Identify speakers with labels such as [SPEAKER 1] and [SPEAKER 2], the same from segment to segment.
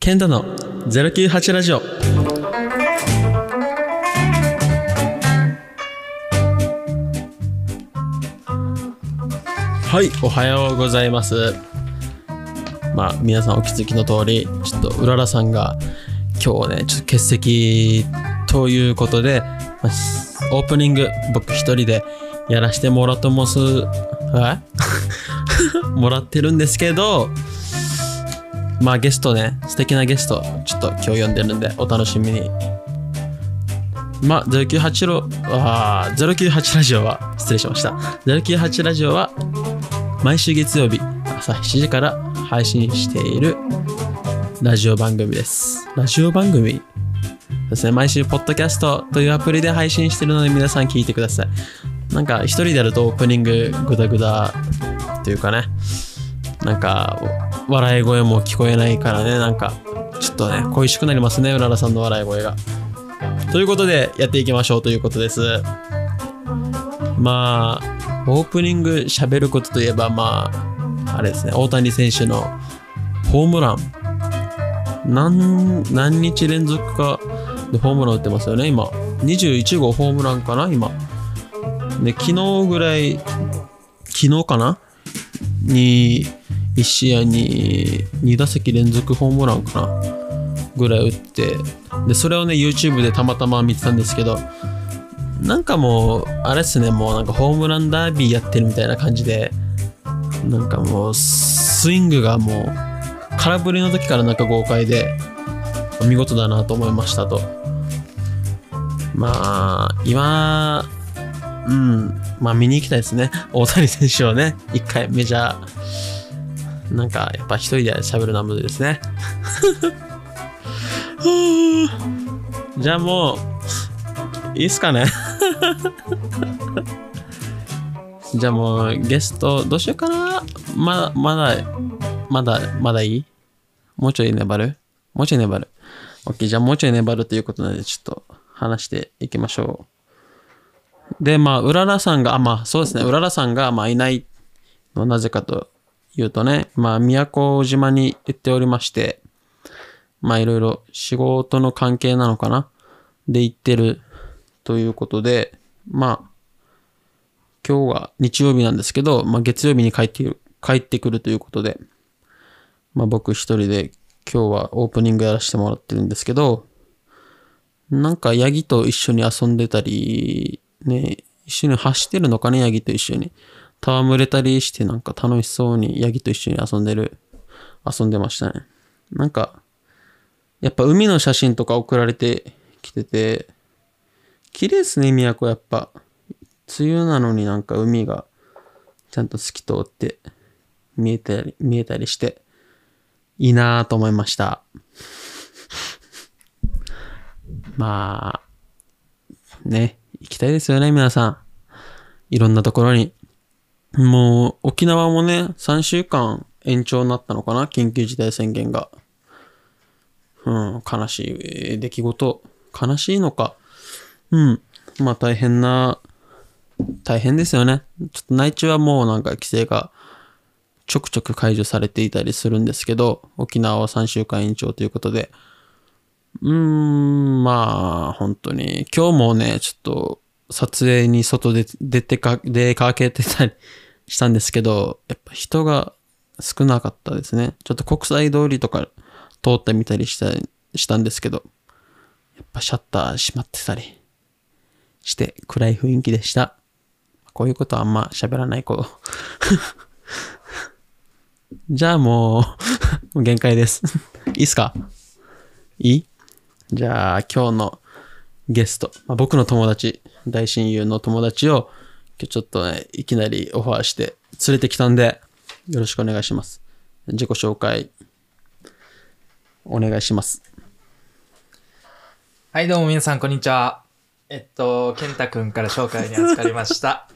[SPEAKER 1] ケントの098ラジオ。はい、おはようございます。まあ、皆さんお気づきの通り、ちょっとうららさんが今日ね、ちょっと欠席ということで、まあしオープニング、僕一人でやらしてもらともす、え もらってるんですけど、まあゲストね、素敵なゲスト、ちょっと今日呼んでるんで、お楽しみに。まあ、098ロ、あー098ラジオは、失礼しました。098ラジオは、毎週月曜日、朝7時から配信しているラジオ番組です。ラジオ番組ですね、毎週、ポッドキャストというアプリで配信してるので、皆さん聞いてください。なんか、一人でやるとオープニンググダグダというかね、なんか、笑い声も聞こえないからね、なんか、ちょっとね、恋しくなりますね、うららさんの笑い声が。ということで、やっていきましょうということです。まあ、オープニング喋ることといえば、まあ、あれですね、大谷選手のホームラン。何、何日連続かでホームラン打ってますよね、今。21号ホームランかな、今。で、昨日ぐらい、昨日かなに1試合に2打席連続ホームランかなぐらい打ってでそれをね YouTube でたまたま見てたんですけどなんかもうあれっすねもうなんかホームランダービーやってるみたいな感じでなんかもうスイングがもう空振りの時からなんか豪快で見事だなと思いましたとまあ今うん、まあ見に行きたいですね。大谷選手をね、一回メジャー、なんかやっぱ一人で喋るのは無理ですね。 ふぅじゃあもう、いいっすかね。 じゃあもうゲストどうしようかな。まだ、まだ、まだ、まだいいもうちょい粘るもうちょい粘る。OK、じゃあもうちょい粘るということなので、ちょっと話していきましょう。で、まあ、うららさんが、あ、まあ、そうですね、うららさんが、まあ、いないのはなぜかというとね、まあ、宮古島に行っておりまして、まあ、いろいろ仕事の関係なのかなで行ってるということで、まあ、今日が日曜日なんですけど、まあ、月曜日に帰ってくる、帰ってくるということで、まあ、僕一人で今日はオープニングやらせてもらってるんですけど、なんかヤギと一緒に遊んでたり、ね、一緒に走ってるのかね、ヤギと一緒に。戯れたりして、なんか楽しそうにヤギと一緒に遊んでる、遊んでましたね。なんか、やっぱ海の写真とか送られてきてて、綺麗ですね、宮古やっぱ。梅雨なのになんか海がちゃんと透き通って見えたり、見えたりして、いいなぁと思いました。まあ、ね、行きたいですよね、皆さん。いろんなところに。もう、沖縄もね、3週間延長になったのかな、緊急事態宣言が。うん、悲しい出来事。悲しいのか。うん、まあ大変な、大変ですよね。ちょっと内地はもうなんか規制がちょくちょく解除されていたりするんですけど、沖縄は3週間延長ということで、うーん、まあ、本当に。今日もね、ちょっと、撮影に外で出てか、出かけてたりしたんですけど、やっぱ人が少なかったですね。ちょっと国際通りとか通ってみたりした、したんですけど、やっぱシャッター閉まってたりして、暗い雰囲気でした。こういうことはあんま喋らない子。 じゃあもう、もう限界です。いいっすかいいじゃあ今日のゲスト、まあ、僕の友達、大親友の友達を今日ちょっとね、いきなりオファーして連れてきたんで、よろしくお願いします。自己紹介、お願いします。
[SPEAKER 2] はい、どうも皆さん、こんにちは。えっと、健太くんから紹介に預かりま した。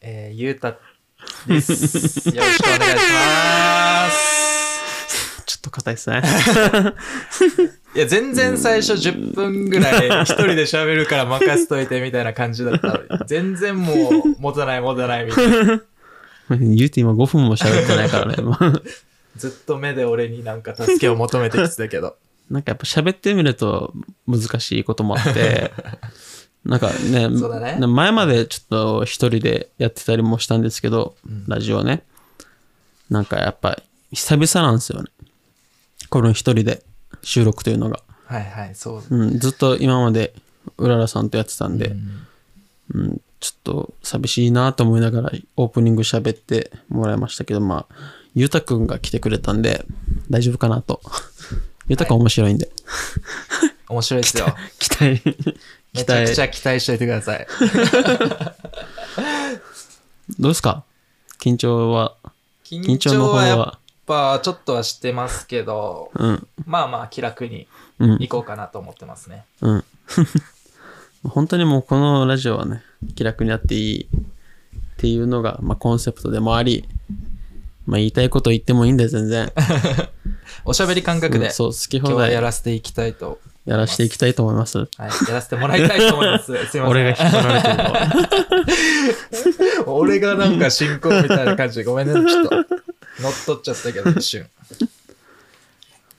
[SPEAKER 2] えー、ゆうたです。よろしくお願いします。
[SPEAKER 1] ちょっと硬いですね。
[SPEAKER 2] いや、全然最初10分ぐらい一人で喋るから任せといてみたいな感じだったのに、全然もう持たない持たないみたいな。
[SPEAKER 1] 言うて今5分も喋ってないからね。
[SPEAKER 2] ずっと目で俺になんか助けを求めてきてたけど。
[SPEAKER 1] なんかやっぱ喋ってみると難しいこともあ って、なんかね、
[SPEAKER 2] そうだね
[SPEAKER 1] 前までちょっと一人でやってたりもしたんですけど、ラジオね。なんかやっぱ久々なんですよね。この一人で収録というのが。
[SPEAKER 2] はいはい、そう。
[SPEAKER 1] うん、ずっと今までうららさんとやってたんで、うんちょっと寂しいなと思いながらオープニング喋ってもらいましたけど、まあ、ゆうたくんが来てくれたんで、大丈夫かなと。 ゆうたくん面白いんで、
[SPEAKER 2] 面白いですよ。
[SPEAKER 1] 期待、
[SPEAKER 2] め
[SPEAKER 1] 期
[SPEAKER 2] ちゃくち
[SPEAKER 1] 待、
[SPEAKER 2] ゃ 期待しといてください。
[SPEAKER 1] どうですか緊張は、
[SPEAKER 2] 緊
[SPEAKER 1] 緊張の
[SPEAKER 2] 張
[SPEAKER 1] 方
[SPEAKER 2] はやっ
[SPEAKER 1] は、
[SPEAKER 2] ぱちょっとはしてますけど、
[SPEAKER 1] うん、
[SPEAKER 2] まあまあ気楽に
[SPEAKER 1] うん
[SPEAKER 2] 行こうかなと思ってますね。
[SPEAKER 1] うん。本当にもうこのラジオはね、気楽になっていいっていうのが、まあ、コンセプトでもあり、まあ、言いたいこと言ってもいいんで全然。
[SPEAKER 2] おしゃべり感覚
[SPEAKER 1] う
[SPEAKER 2] で
[SPEAKER 1] んそう、好き
[SPEAKER 2] 今
[SPEAKER 1] 放
[SPEAKER 2] 日は
[SPEAKER 1] 題
[SPEAKER 2] や
[SPEAKER 1] やら
[SPEAKER 2] らせていきたいと、
[SPEAKER 1] していきたいと思います。
[SPEAKER 2] はい、やらせてもらいたいと思 います。すいません。
[SPEAKER 1] 俺が引っ張られてるのは。
[SPEAKER 2] 俺がなんか進行みたいな感じでごめんね、ちょっと。乗っ取っちゃったけど、一瞬。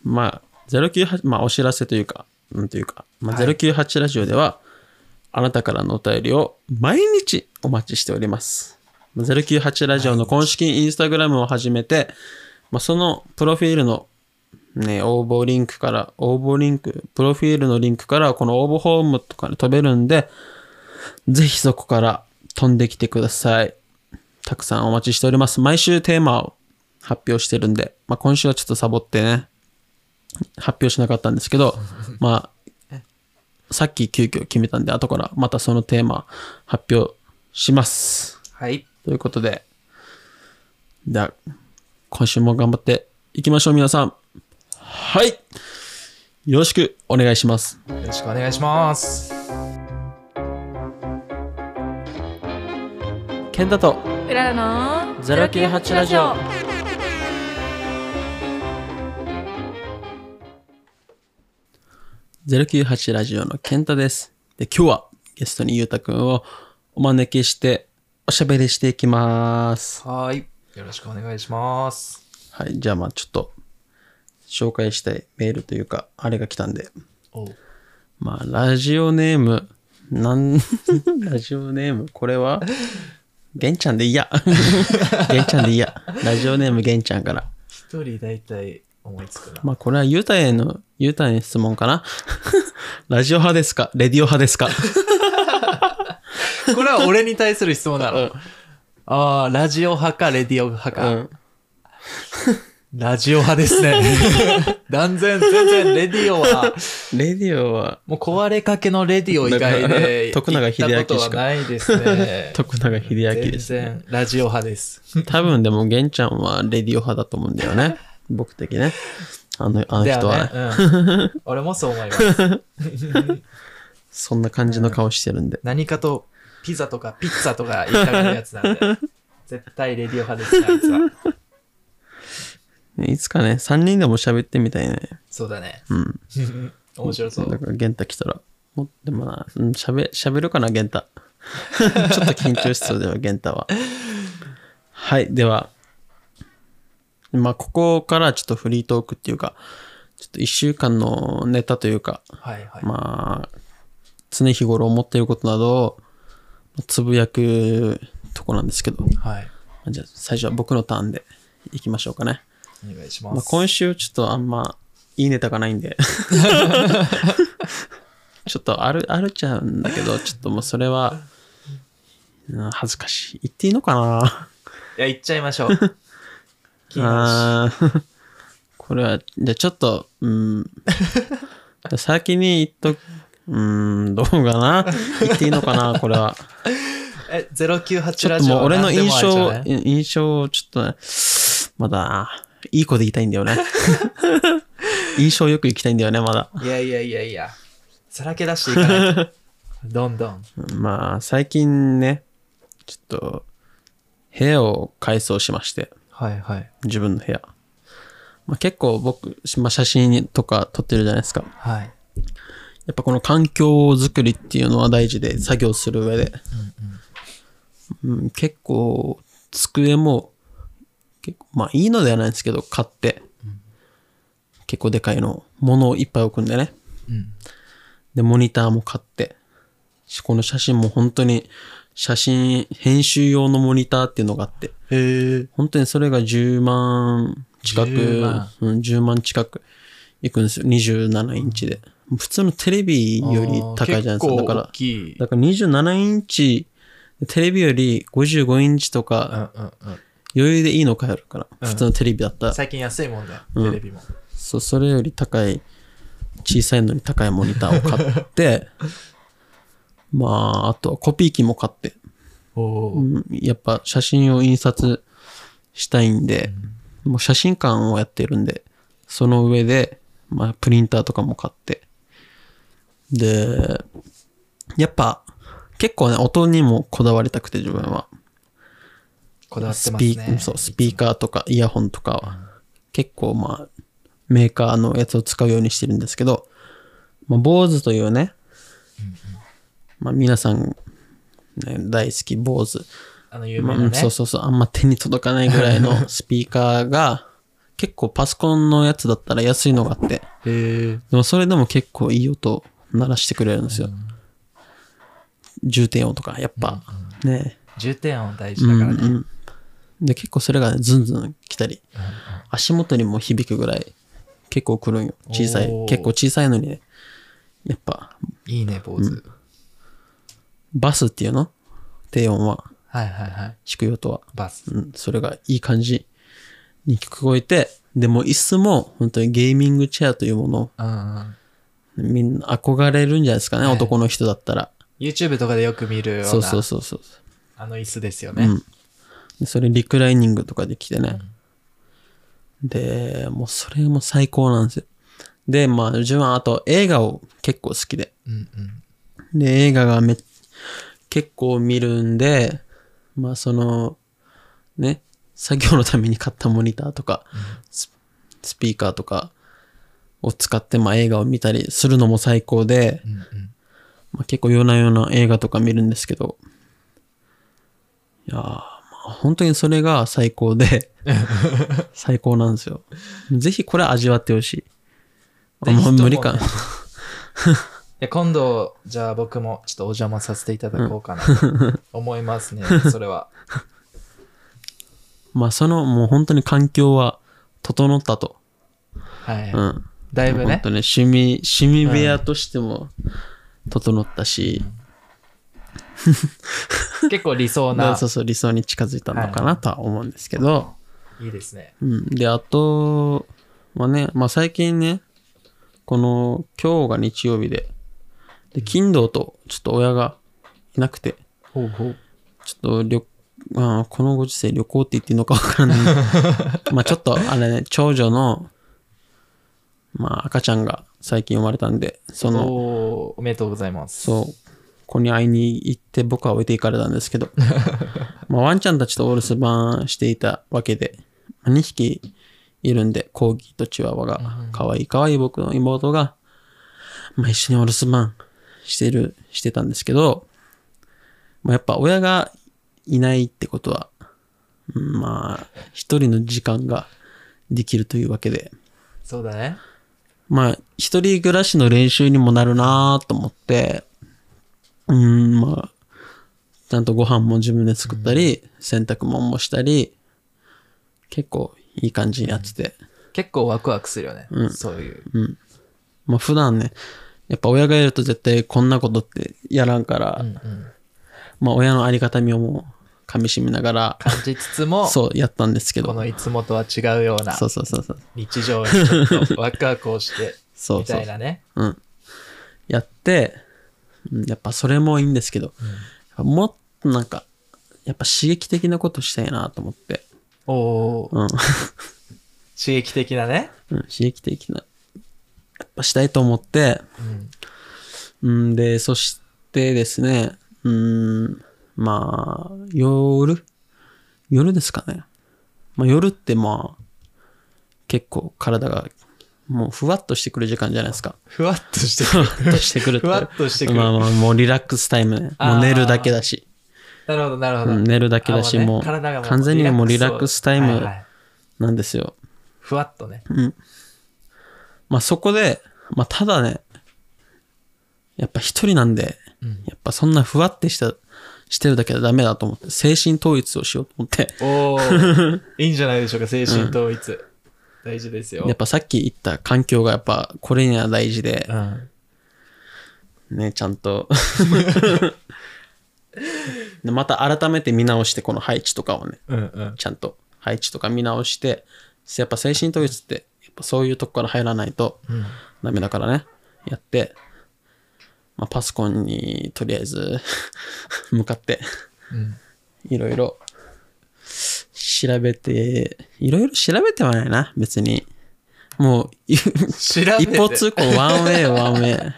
[SPEAKER 1] まあ、098、まあ、お知らせというか、なんというか、まあ、
[SPEAKER 2] はい
[SPEAKER 1] 098ラジオでは、あなたからのお便りを毎日お待ちしております。まあ098ラジオの公式インスタグラムを始めて、まあ、そのプロフィールのね、応募リンクから、応募リンク、プロフィールのリンクから、この応募フォームとかに飛べるんで、ぜひそこから飛んできてください。たくさんお待ちしております。毎週テーマを発表してるんで、まあ、今週はちょっとサボってね、発表しなかったんですけど、まあ、さっき急遽決めたんで、後からまたそのテーマ発表します。
[SPEAKER 2] はい。
[SPEAKER 1] ということで、じゃあ、今週も頑張っていきましょう、皆さん。はい。よろしくお願いします。
[SPEAKER 2] よろしくお願いします。
[SPEAKER 1] 健太と、
[SPEAKER 3] うららの
[SPEAKER 1] 098ラジオ098ラジオの健太です。で、今日はゲストにゆうたくんをお招きして、おしゃべりしていきます。
[SPEAKER 2] はい。よろしくお願いします。
[SPEAKER 1] はい。じゃあ、まあちょっと、紹介したいメールというか、あれが来たんで、
[SPEAKER 2] お
[SPEAKER 1] まあ、ラジオネーム、なん、 ラジオネーム、これは、玄ちゃんでいいや。 玄ちゃんでいいや。ラジオネーム玄ちゃんから。
[SPEAKER 2] 一人大体思いつくな。
[SPEAKER 1] まあ、これはユータへの、ユータへの質問かな。 ラジオ派ですかレディオ派ですか
[SPEAKER 2] これは俺に対する質問な の。ああ、ラジオ派か、レディオ派
[SPEAKER 1] う
[SPEAKER 2] か。
[SPEAKER 1] ん。
[SPEAKER 2] ラジオ派ですね。 断然、全然、レディオは、
[SPEAKER 1] レディオは、
[SPEAKER 2] もう壊れかけのレディオ以外 で、
[SPEAKER 1] 徳永英明しか。
[SPEAKER 2] 行ったことはないです ね
[SPEAKER 1] 徳永英明です、ね。
[SPEAKER 2] 全然、ラジオ派です。
[SPEAKER 1] 多分でも、玄ちゃんはレディオ派だと思うんだよね。僕的ね。あの、あの
[SPEAKER 2] で
[SPEAKER 1] 人は、
[SPEAKER 2] はね、うん。俺もそう思 います。
[SPEAKER 1] そんな感じの顔してるんで。
[SPEAKER 2] 何かと、ピザとかピッツァとか言いたがるやつなんで、絶対レディオ派ですね、あいつは。
[SPEAKER 1] ねいつかね、3人でも喋ってみたいね。
[SPEAKER 2] そうだね。
[SPEAKER 1] うん。
[SPEAKER 2] 面白そう。
[SPEAKER 1] だから、玄太来たら。もでもな、うん、喋、喋るかな、玄太。 ちょっと緊張しそうだよ、 玄太は。はい、では。まあ、ここからちょっとフリートークっていうか、ちょっと1週間のネタというか、
[SPEAKER 2] はいはい。
[SPEAKER 1] まあ、常日頃思っていることなどをつぶやくとこなんですけど、
[SPEAKER 2] はい。
[SPEAKER 1] じゃあ最初は僕のターンでいきましょうかね。
[SPEAKER 2] お願いし
[SPEAKER 1] ま
[SPEAKER 2] ま
[SPEAKER 1] あ、
[SPEAKER 2] す。
[SPEAKER 1] 今週ちょっとあんまいいネタがないん で、ちょっとある、あるちゃうんだけど、ちょっともうそれは、うん恥ずかしい。言っていいのかない
[SPEAKER 2] や、行っちゃいまし ょう。気にな
[SPEAKER 1] あー これは、じゃあちょっと、うん。先に言っと、うん、どうかな言っていいのかなこれは。
[SPEAKER 2] るしえ、098
[SPEAKER 1] ちょ
[SPEAKER 2] ラ
[SPEAKER 1] っと
[SPEAKER 2] ジオ
[SPEAKER 1] もう俺の印象、
[SPEAKER 2] なんでもありじゃない
[SPEAKER 1] 印象をちょっとね、まだ、いい子でいたいんだ よね。印象よく行きたいんだよね、まだ。
[SPEAKER 2] いやいやいやいや。さらけ出していかない と。どんどん。
[SPEAKER 1] まあ、最近ね、ちょっと、部屋を改装しまして、
[SPEAKER 2] はいはい。
[SPEAKER 1] 自分の部屋。まあ、結構僕、まあ、写真とか撮ってるじゃないですか。
[SPEAKER 2] はい。
[SPEAKER 1] やっぱこの環境づくりっていうのは大事で、作業する上で。うん結構、机も結構、まあいいのではないんですけど、買って、結構でかいの、ものをいっぱい置くんでね。
[SPEAKER 2] うん。
[SPEAKER 1] で、モニターも買って、しこの写真も本当に、写真、編集用のモニターっていうのがあって、
[SPEAKER 2] へえ。
[SPEAKER 1] 本当にそれが10万近く、
[SPEAKER 2] 10万
[SPEAKER 1] うん、10万近くいくんですよ。27インチで。普通のテレビより高いじゃないですか。だか
[SPEAKER 2] 大
[SPEAKER 1] ら、
[SPEAKER 2] きい。
[SPEAKER 1] だから27インチ、テレビより55インチとか、
[SPEAKER 2] うんうんうん。
[SPEAKER 1] 余裕でいいの買えるから、
[SPEAKER 2] うん
[SPEAKER 1] 普通のテレビだったら。
[SPEAKER 2] 最近安いもんだよ、
[SPEAKER 1] うん
[SPEAKER 2] テレビも。
[SPEAKER 1] そう、それより高い、小さいのに高いモニターを買 って、まあ、あとはコピー機も買って、
[SPEAKER 2] お
[SPEAKER 1] う
[SPEAKER 2] ー
[SPEAKER 1] んやっぱ写真を印刷したいんで、もう写真館をやってるんで、その上で、まあ、プリンターとかも買って。で、やっぱ、結構ね、音にもこだわりたくて、自分は。
[SPEAKER 2] こだわって
[SPEAKER 1] ス
[SPEAKER 2] ます
[SPEAKER 1] ピ
[SPEAKER 2] ね。
[SPEAKER 1] ーそうスピーカーとかイヤホンとかは結構まあメーカーのやつを使うようにしてるんですけど、まあ、BOSE というね、まあ、皆さん、ね、大好き BOSE、
[SPEAKER 2] あの、有
[SPEAKER 1] ま
[SPEAKER 2] 名
[SPEAKER 1] あ
[SPEAKER 2] な
[SPEAKER 1] うん
[SPEAKER 2] ね。
[SPEAKER 1] そうそうそうあんま手に届かないぐらい のスピーカーが結構パソコンのやつだったら安いのがあって
[SPEAKER 2] へえ。
[SPEAKER 1] でもそれでも結構いい音鳴らしてくれるんですよ、重低音とかやっぱ、ね
[SPEAKER 2] 重点音大事だから
[SPEAKER 1] う
[SPEAKER 2] ね。
[SPEAKER 1] んうん、で結構それがねズンズン来たり、足元にも響くぐらい結構来るんよ小さい
[SPEAKER 2] おー
[SPEAKER 1] 結構小さいのにねやっぱ
[SPEAKER 2] いいね、坊主。
[SPEAKER 1] バスっていうの低音は
[SPEAKER 2] はいはいはい。
[SPEAKER 1] 低い音は、
[SPEAKER 2] バス。
[SPEAKER 1] うん、それがいい感じに聞こえてでも椅子も本当にゲーミングチェアというもの
[SPEAKER 2] うんうん。
[SPEAKER 1] みんな憧れるんじゃないですかね、
[SPEAKER 2] はい
[SPEAKER 1] 男の人だったら
[SPEAKER 2] YouTube とかでよく見るよ
[SPEAKER 1] そううそう
[SPEAKER 2] な、
[SPEAKER 1] そうそう
[SPEAKER 2] あの椅子ですよ
[SPEAKER 1] う
[SPEAKER 2] ね。
[SPEAKER 1] ん、でそれリクライニングとかできてね、でもうそれも最高なんですよでまあ自分はあと映画を結構好きで
[SPEAKER 2] うんうん。
[SPEAKER 1] で映画がめ結構見るんでまあそのね作業のために買ったモニターとか、ススピーカーとかを使ってまあ映画を見たりするのも最高で、
[SPEAKER 2] うんうん。
[SPEAKER 1] まあ、結構夜な夜な映画とか見るんですけど、いやー、まあ、本当にそれが最高 で、最高なんですよ。ぜひこれ味わってほしい。あ
[SPEAKER 2] ぜひと
[SPEAKER 1] も
[SPEAKER 2] も
[SPEAKER 1] う無理か。
[SPEAKER 2] いや今度、じゃあ僕もちょっとお邪魔させていただこうかなと思いますね、それは。
[SPEAKER 1] まあそのもう本当に環境は整ったと。
[SPEAKER 2] はい。
[SPEAKER 1] うん。
[SPEAKER 2] だいぶ
[SPEAKER 1] 本
[SPEAKER 2] ね
[SPEAKER 1] 当、ね、趣味、趣味部屋としても整ったし、
[SPEAKER 2] 結構理想
[SPEAKER 1] まあ
[SPEAKER 2] な
[SPEAKER 1] そ、うそう理想に近づいたのかなとは思うんですけど、
[SPEAKER 2] いいですね。
[SPEAKER 1] うん。で、あとはね、まあ最近ね、この今日が日曜日で、で、金土とちょっと親がいなくて、
[SPEAKER 2] ほうほう。
[SPEAKER 1] ちょっと旅、まあ、このご時世旅行って言っていいのかわからない。 まあちょっとあれね、長女の、まあ赤ちゃんが最近生まれたんで、その、
[SPEAKER 2] おーおめでとうございます。
[SPEAKER 1] そう、子に会いに行って僕は置いていかれたんですけど、まあワンちゃんたちとお留守番していたわけで、2匹いるんで、コーギーとチワワが、かわいいかわいい僕の妹が、まあ一緒にお留守番してる、してたんですけど、まあやっぱ親がいないってことは、うんまあ、一人の時間ができるというわけで、
[SPEAKER 2] そうだね。
[SPEAKER 1] まあ、一人暮らしの練習にもなるなと思って、うーん、まあ、ちゃんとご飯も自分で作ったり、洗濯物もしたり、結構いい感じにやってて、
[SPEAKER 2] 結構ワクワクするよね。そういう。
[SPEAKER 1] まあ普段ね、やっぱ親がいると絶対こんなことってやらんから、
[SPEAKER 2] うんうん
[SPEAKER 1] まあ親のありがたみをもう噛み締めながら、
[SPEAKER 2] 感じつつも、
[SPEAKER 1] そうやったんですけ
[SPEAKER 2] こ
[SPEAKER 1] ど、
[SPEAKER 2] のいつもとは違うような
[SPEAKER 1] そうそうそうそう、
[SPEAKER 2] 日常にちょっとワクワクをして、
[SPEAKER 1] そうそう
[SPEAKER 2] みたいなね。
[SPEAKER 1] うん、やって、うんやっぱそれもいいんですけど、もっとなんか、やっぱ刺激的なことしたいなと思って、
[SPEAKER 2] おー
[SPEAKER 1] うん
[SPEAKER 2] 刺激的なね。
[SPEAKER 1] うん刺激的な、やっぱしたいと思って、
[SPEAKER 2] うん
[SPEAKER 1] うん、で、そしてですね、うん、まあ、夜夜ですかね。まあ、夜ってまあ、結構体が、もうふわっとしてくる時間じゃないですか。
[SPEAKER 2] ふわっとして
[SPEAKER 1] ふ
[SPEAKER 2] く
[SPEAKER 1] わ
[SPEAKER 2] る。
[SPEAKER 1] っとしてくるって
[SPEAKER 2] ふわっとしてくる
[SPEAKER 1] まあまあ、もうリラックスタイムね。も
[SPEAKER 2] あ
[SPEAKER 1] う
[SPEAKER 2] ー
[SPEAKER 1] 寝るだけだし。
[SPEAKER 2] なるほど、なるほ
[SPEAKER 1] う
[SPEAKER 2] ど。
[SPEAKER 1] ん寝るだけだし、
[SPEAKER 2] あ
[SPEAKER 1] もう、完全にもうリラックスタイム
[SPEAKER 2] はいはい
[SPEAKER 1] なんですよ。
[SPEAKER 2] ふわっとね。
[SPEAKER 1] まあそこで、まあただね、やっぱ一人なんで、
[SPEAKER 2] うん
[SPEAKER 1] やっぱそんなふわってした、してるだけはダメだと思って、精神統一をしようと思って、
[SPEAKER 2] お ーいいんじゃないでしょうか、精神統一。大事ですよ。
[SPEAKER 1] やっぱさっき言った環境がやっぱこれには大事で、
[SPEAKER 2] うん。
[SPEAKER 1] ね、ちゃん と。でまた改めて見直して、この配置とかをね、
[SPEAKER 2] うんうん。
[SPEAKER 1] ちゃんと配置とか見直して、やっぱ精神統一って、やっぱそういうとこから入らないと
[SPEAKER 2] うん
[SPEAKER 1] ダメだからね、やって、まあ、パソコンにとりあえず 向かって、
[SPEAKER 2] うん。
[SPEAKER 1] いろいろ調べて、いろいろ調べてはないな、別に。もう、い
[SPEAKER 2] 調べて
[SPEAKER 1] 一方通行、ワンウェイ、ワンウェイ。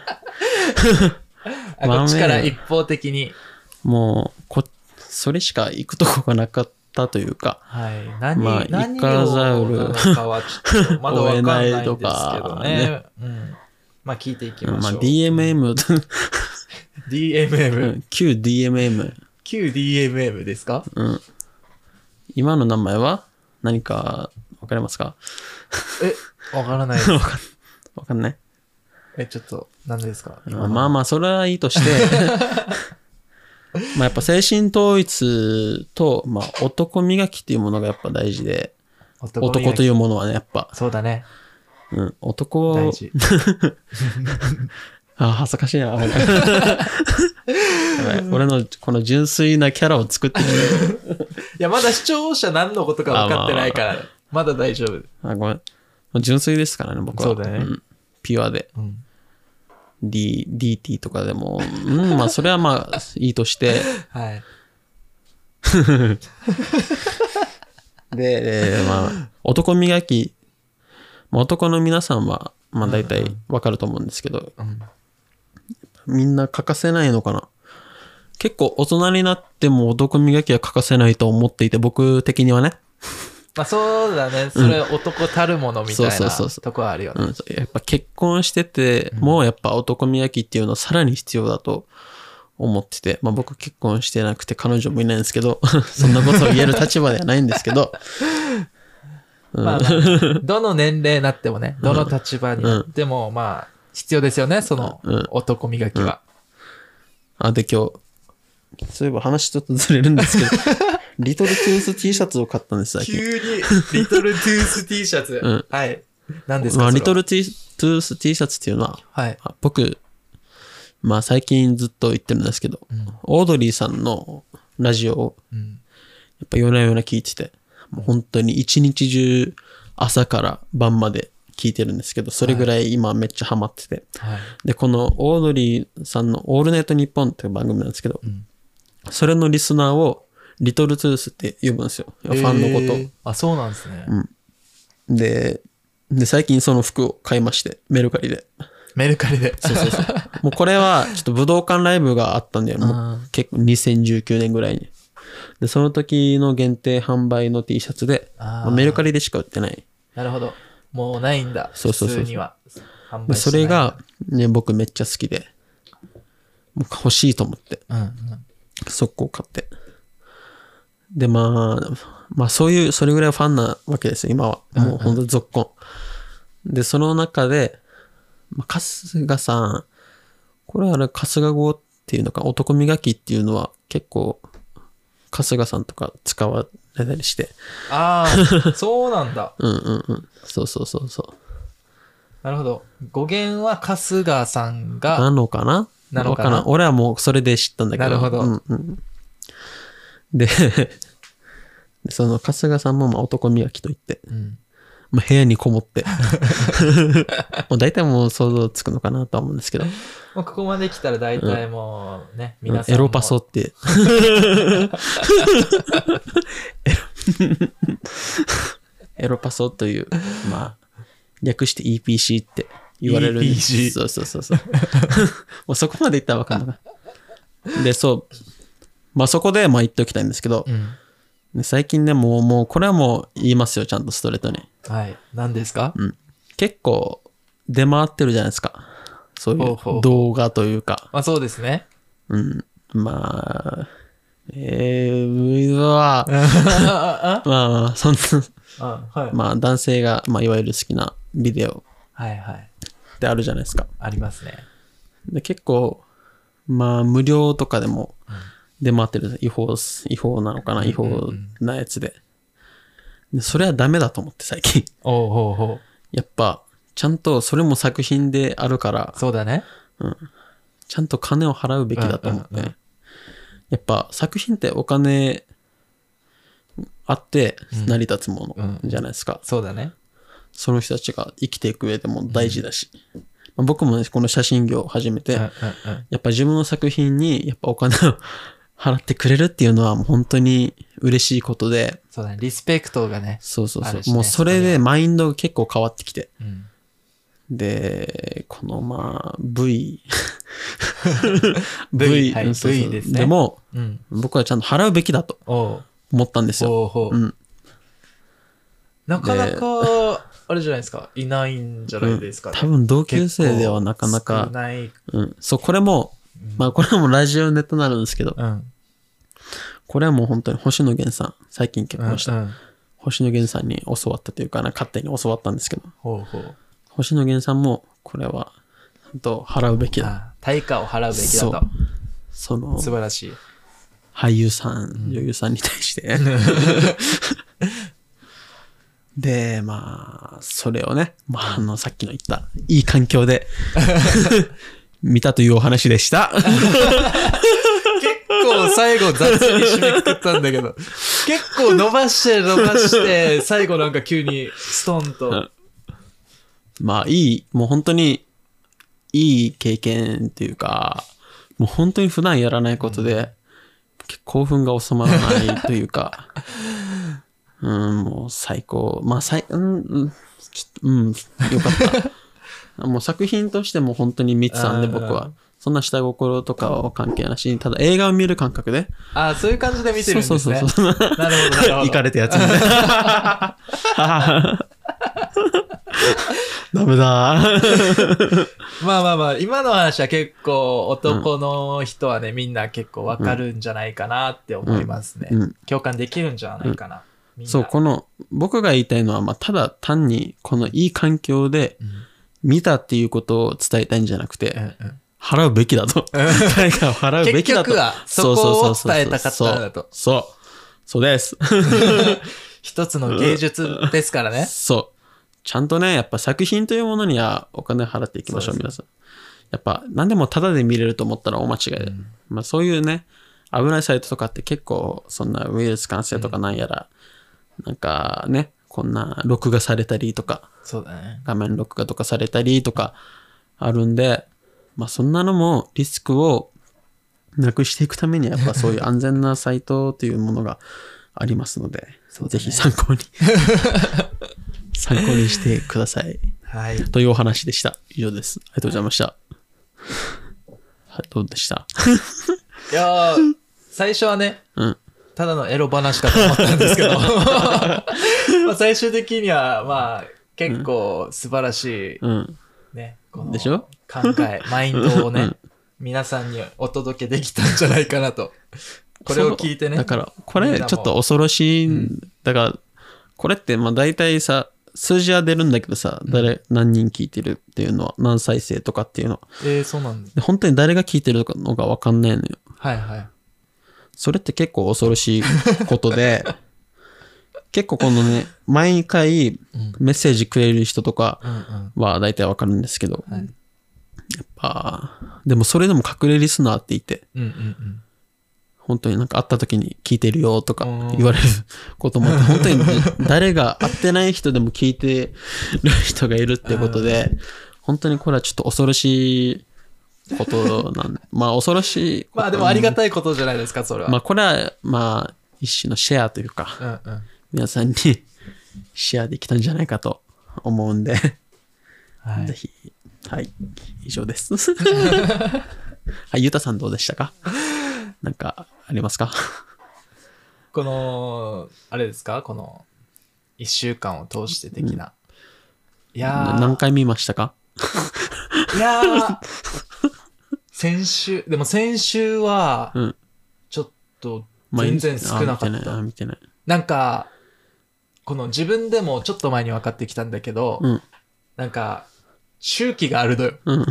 [SPEAKER 2] あこっちか
[SPEAKER 1] ワンウ
[SPEAKER 2] ら
[SPEAKER 1] ェイ
[SPEAKER 2] 一方的に。
[SPEAKER 1] もうこ、それしか行くとこがなかったというか、
[SPEAKER 2] はい。何、
[SPEAKER 1] まあ
[SPEAKER 2] 何
[SPEAKER 1] イカザウル
[SPEAKER 2] をなのかはちょっとまだわかんないんですけど
[SPEAKER 1] 追えな
[SPEAKER 2] ね。うん。まあ聞いていき
[SPEAKER 1] ま
[SPEAKER 2] ましょう。
[SPEAKER 1] あ、DMM、う
[SPEAKER 2] DMM。
[SPEAKER 1] ん 旧 DMM、
[SPEAKER 2] 旧 DMM ですか
[SPEAKER 1] うん。今の名前は何かわかりますか
[SPEAKER 2] え、わか らないです。
[SPEAKER 1] わかんない。
[SPEAKER 2] え、ちょっと、何ですか
[SPEAKER 1] まあまあまあ、それはいいとして、 まあやっぱ精神統一と、まあ男磨きっていうものがやっぱ大事で、
[SPEAKER 2] 男
[SPEAKER 1] 男と
[SPEAKER 2] う。
[SPEAKER 1] いうものはね、やっぱ、
[SPEAKER 2] そうだね。
[SPEAKER 1] うん、男
[SPEAKER 2] 大
[SPEAKER 1] を、
[SPEAKER 2] 事。
[SPEAKER 1] あ、恥ずかしいな。俺 やばい俺のこの純粋なキャラを作ってきて
[SPEAKER 2] いや、まだ視聴者何のことか分かってないから、まだ大丈夫。
[SPEAKER 1] あごめん。まあ純粋ですからね、僕は。
[SPEAKER 2] そうだね
[SPEAKER 1] んピュアで。
[SPEAKER 2] うん。
[SPEAKER 1] D、DT とかでも、うん、まあ、それはまあ、いいとして。
[SPEAKER 2] はい。
[SPEAKER 1] で、でまあ、男磨き、まあ、男の皆さんは、まあ、大体わかると思うんですけど、
[SPEAKER 2] うん。
[SPEAKER 1] みんな欠かせないのかな。結構、大人になっても男磨きは欠かせないと思っていて、僕的にはね。
[SPEAKER 2] まあ、そうだね。それ、男たるものみたい
[SPEAKER 1] そう
[SPEAKER 2] な
[SPEAKER 1] そうそうそう
[SPEAKER 2] とこはあるよ
[SPEAKER 1] う
[SPEAKER 2] ね。
[SPEAKER 1] ん、やっぱ結婚してて、もうやっぱ男磨きっていうのはさらに必要だと思ってて、まあ僕結婚してなくて彼女もいないんですけど、 そんなことを言える立場ではないんですけど、うん
[SPEAKER 2] まあまあ、どの年齢になってもね、どの立場になっても、まあ、必要ですよね、その
[SPEAKER 1] うん
[SPEAKER 2] 男磨きは。
[SPEAKER 1] あ、で今日、そういえば話ちょっとずれるんですけ ど、リトルトゥース T シャツを買ったんです、最近。
[SPEAKER 2] 急に、リトルトゥース T シャツ。
[SPEAKER 1] うん
[SPEAKER 2] はい。何ですか、
[SPEAKER 1] まあ
[SPEAKER 2] そ
[SPEAKER 1] リ
[SPEAKER 2] れは
[SPEAKER 1] トルトゥートゥース T シャツっていうのは、
[SPEAKER 2] はい。
[SPEAKER 1] あ僕、まあ最近ずっと言ってるんですけど、オードリーさんのラジオを
[SPEAKER 2] うん。
[SPEAKER 1] やっぱ夜な夜な聞いてて、もう本当に一日中朝から晩まで聞いてるんですけど、それぐらい今めっちゃハマってて。
[SPEAKER 2] はい。
[SPEAKER 1] で、このオードリーさんのオールナイトニッポンっていう番組なんですけど、
[SPEAKER 2] ん
[SPEAKER 1] それのリスナーをリトルトゥースって呼ぶんですよ。ファンのことを
[SPEAKER 2] えーあ、そうなんですね。
[SPEAKER 1] で、で、最近その服を買いまして、メルカリで。
[SPEAKER 2] メルカリで。
[SPEAKER 1] そうそうそう。もうこれは、ちょっと武道館ライブがあったんだよ。もう結構2019年ぐらいに。で、その時の限定販売の T シャツで、
[SPEAKER 2] あー
[SPEAKER 1] まあメルカリでしか売ってない。
[SPEAKER 2] なるほど。もうないんだ。
[SPEAKER 1] そうそうそうそう
[SPEAKER 2] 普通には。販
[SPEAKER 1] で
[SPEAKER 2] 売して
[SPEAKER 1] そ
[SPEAKER 2] ない
[SPEAKER 1] れ、が、ね、僕めっちゃ好きで、もう欲しいと思って、
[SPEAKER 2] うんうん。
[SPEAKER 1] 速攻買って。で、まあ、まあそういう、それぐらいファンなわけですよ、今は。もうほんと続婚。で、その中で、まあ、春日さん、これあれ、春日語っていうのか、男磨きっていうのは結構、春日さんとか使われたりして、
[SPEAKER 2] ああ、そうなんだ。
[SPEAKER 1] うんうんうん。そうそうそうそう。
[SPEAKER 2] なるほど。語源は春日さんが、
[SPEAKER 1] なのかな
[SPEAKER 2] なのかな
[SPEAKER 1] わらん俺はもうそれで知ったんだけど。
[SPEAKER 2] なるほど
[SPEAKER 1] うんうん、で、 その春日さんもまあ男磨きと言って、
[SPEAKER 2] うん、
[SPEAKER 1] まあ、部屋にこも って。 もう大体もう想像つくのかなとは思うんですけど、
[SPEAKER 2] もうここまで来たら大体もうね、
[SPEAKER 1] うん
[SPEAKER 2] 皆さん
[SPEAKER 1] エ
[SPEAKER 2] も。
[SPEAKER 1] ロパソ って。エロエロパソという、まあ、略して EPC って言われるんです。
[SPEAKER 2] EPC
[SPEAKER 1] そうそうそう そう。もうそこまで言ったらわかんない。で、そう。まあそこで、まあ言っておきたいんですけど
[SPEAKER 2] う、ん。
[SPEAKER 1] で最近ね、もう、もう、これはもう言いますよ、ちゃんとストレートに。
[SPEAKER 2] はい。何ですか、
[SPEAKER 1] 結構出回ってるじゃないですか。そうい
[SPEAKER 2] ほうほうほ
[SPEAKER 1] う
[SPEAKER 2] う
[SPEAKER 1] 動画というか、
[SPEAKER 2] まあそうですね。
[SPEAKER 1] うん。まあ、えー、うわ
[SPEAKER 2] あ
[SPEAKER 1] まあまあ、そんな、
[SPEAKER 2] はい。
[SPEAKER 1] まあ男性が、まあいわゆる好きなビデオ
[SPEAKER 2] はいはい。
[SPEAKER 1] ってあるじゃないですか。
[SPEAKER 2] ありますね。
[SPEAKER 1] で、結構、まあ無料とかでも出回ってる違法っす、違法なのかな、違法なやつで。で、それはダメだと思って最近。
[SPEAKER 2] おうほうほう。
[SPEAKER 1] やっぱ、ちゃんとそれも作品であるから、
[SPEAKER 2] そうだね。
[SPEAKER 1] ちゃんと金を払うべきだと思って。
[SPEAKER 2] うんうんうん
[SPEAKER 1] やっぱ作品ってお金あって成り立つものじゃないですか。
[SPEAKER 2] そうだね。
[SPEAKER 1] その人たちが生きていく上でも大事だし。まあ僕もね、この写真業を始めて、
[SPEAKER 2] うんうん
[SPEAKER 1] やっぱ自分の作品にやっぱお金を払ってくれるっていうのはもう本当に嬉しいことで、
[SPEAKER 2] そうだね。リスペクトがね。
[SPEAKER 1] そうそう
[SPEAKER 2] あ
[SPEAKER 1] そう。
[SPEAKER 2] るしね
[SPEAKER 1] もうそれでマインドが結構変わってきて。
[SPEAKER 2] うん。
[SPEAKER 1] で、このまあ V、
[SPEAKER 2] V はい
[SPEAKER 1] うんそうそう
[SPEAKER 2] V ですね
[SPEAKER 1] でも、
[SPEAKER 2] うん。
[SPEAKER 1] 僕はちゃんと払うべきだと
[SPEAKER 2] おう
[SPEAKER 1] 思ったんですよ。
[SPEAKER 2] ほうほう。
[SPEAKER 1] うん
[SPEAKER 2] なかなか、あれじゃないですか。いないんじゃないですか、ね
[SPEAKER 1] 多分同級生ではなかな
[SPEAKER 2] 結構少
[SPEAKER 1] か、
[SPEAKER 2] ない。
[SPEAKER 1] うん、そう、これも、まあこれもラジオネタになるんですけど、
[SPEAKER 2] うん。
[SPEAKER 1] これはもう本当に星野源さん、最近結
[SPEAKER 2] うん。う
[SPEAKER 1] 婚した、
[SPEAKER 2] ん。
[SPEAKER 1] 星野源さんに教わったというかな、勝手に教わったんですけど、
[SPEAKER 2] ほうほう。
[SPEAKER 1] 星野源さんも、これは、ちゃんと払うべきだ。
[SPEAKER 2] あ対価を払うべきだ
[SPEAKER 1] そ
[SPEAKER 2] と。
[SPEAKER 1] その、
[SPEAKER 2] 素晴らしい。
[SPEAKER 1] 俳優さん、女優さんに対して。で、まあ、それをね、まあ、あの、さっきの言った、いい環境で、見たというお話でした。
[SPEAKER 2] 結構最後雑に締めくくったんだけ ど、結構伸ばして伸ばして、最後なんか急にストンと。
[SPEAKER 1] まあ、いい、もう本当に、いい経験っていうか、もう本当に普段やらないことで、興奮が収まらないというか、 うん、もう最高。まあ、最、うん、うんちょっと、うん、よかった。 もう作品としても本当に見てたんで、
[SPEAKER 2] あー
[SPEAKER 1] 僕は。そんな下心とかは関係なしに、ただ映画を見る感覚で、
[SPEAKER 2] あそういう感じで見てるんです
[SPEAKER 1] そう
[SPEAKER 2] ね。
[SPEAKER 1] そうそうそう。
[SPEAKER 2] なるほど、なるほど。
[SPEAKER 1] 行かれたやつみたいなダメだ。
[SPEAKER 2] まあまあまあ、今の話は結構男の人はね、みんな結構わかるんじゃないかなって思いますね。
[SPEAKER 1] うん
[SPEAKER 2] 共感できるんじゃないかな。みんな
[SPEAKER 1] そう、この、僕が言いたいのは、まあ、ただ単に、このいい環境で
[SPEAKER 2] ん、
[SPEAKER 1] 見たっていうことを伝えたいんじゃなくて、
[SPEAKER 2] うんうん
[SPEAKER 1] 払うべきだと。 誰かを払うべきだと。
[SPEAKER 2] 結局はそこを伝えたかったんだと
[SPEAKER 1] そう。そうそうです。
[SPEAKER 2] 一つの芸術ですからね。
[SPEAKER 1] そう。ちゃんとね、やっぱ作品というものにはお金払っていきましょう、
[SPEAKER 2] そう
[SPEAKER 1] 皆さん。やっぱ、何でもタダで見れると思ったら大間違いで。まあ、そういうね、危ないサイトとかって結構、そんなウイルス感染とかなんやら、なんかね、こんな録画されたりとか、
[SPEAKER 2] そうだね。
[SPEAKER 1] 画面録画とかされたりとかあるんで、まあそんなのもリスクをなくしていくためにはやっぱそういう安全なサイトというものがありますので、
[SPEAKER 2] そうだね
[SPEAKER 1] ぜひ参考 に、参考にしてください。
[SPEAKER 2] はい。
[SPEAKER 1] というお話でした。以上です。ありがとうございました。はい、どうでした
[SPEAKER 2] いやー最初はね、
[SPEAKER 1] うん。
[SPEAKER 2] ただのエロ話かと思ったんですけど、 まあ最終的には、まあ、結構素晴らしい、
[SPEAKER 1] うん。
[SPEAKER 2] ね、この
[SPEAKER 1] でしょ
[SPEAKER 2] 考え、マインドをね、皆さんにお届けできたんじゃないかなと。これを聞いてね。
[SPEAKER 1] だから、こ
[SPEAKER 2] みん
[SPEAKER 1] れ
[SPEAKER 2] なも
[SPEAKER 1] ちょっと恐ろしいん。だから、これって、まあ大体さ、数字は出るんだけどさ、誰、何人聞いてるっていうのは、何再生とかっていうのは。
[SPEAKER 2] えー、そうなんだ。
[SPEAKER 1] で本当に誰が聞いてるのか分かんないのよ。
[SPEAKER 2] はいはい。
[SPEAKER 1] それって結構恐ろしいこと で、結構このね、毎回メッセージくれる人とか
[SPEAKER 2] うんうん。
[SPEAKER 1] は大体分かるんですけど、
[SPEAKER 2] はい。
[SPEAKER 1] あーでもそれでも隠れリスナーっていて、
[SPEAKER 2] うんうん
[SPEAKER 1] 本当になんか会った時に聞いてるよとか
[SPEAKER 2] うん
[SPEAKER 1] 言われることもあって、本当に誰が会ってない人でも聞いてる人がいるってこと で、本当にこれはちょっと恐ろしいことなん で、まあ恐ろしいこと。
[SPEAKER 2] まあでもありがたいことじゃないですか、それは。
[SPEAKER 1] まあこれは、まあ、一種のシェアというか、
[SPEAKER 2] うんうん。
[SPEAKER 1] 皆さんにシェアできたんじゃないかと思うんで、
[SPEAKER 2] は
[SPEAKER 1] ぜ
[SPEAKER 2] い。
[SPEAKER 1] ひ、はい、以上 です。はい、ゆうたさんどうでしたかなんか、ありますか
[SPEAKER 2] この、あれですかこの、一週間を通して的な。いやー。
[SPEAKER 1] 何回見ましたか
[SPEAKER 2] いやー、先週、でも先週は
[SPEAKER 1] うん、
[SPEAKER 2] ちょっと全然少なか
[SPEAKER 1] あ
[SPEAKER 2] った
[SPEAKER 1] 見てない。あ見てない。
[SPEAKER 2] なんか、この自分でもちょっと前に分かってきたんだけど、
[SPEAKER 1] うん
[SPEAKER 2] なんか、周期があるのよ。
[SPEAKER 1] うん。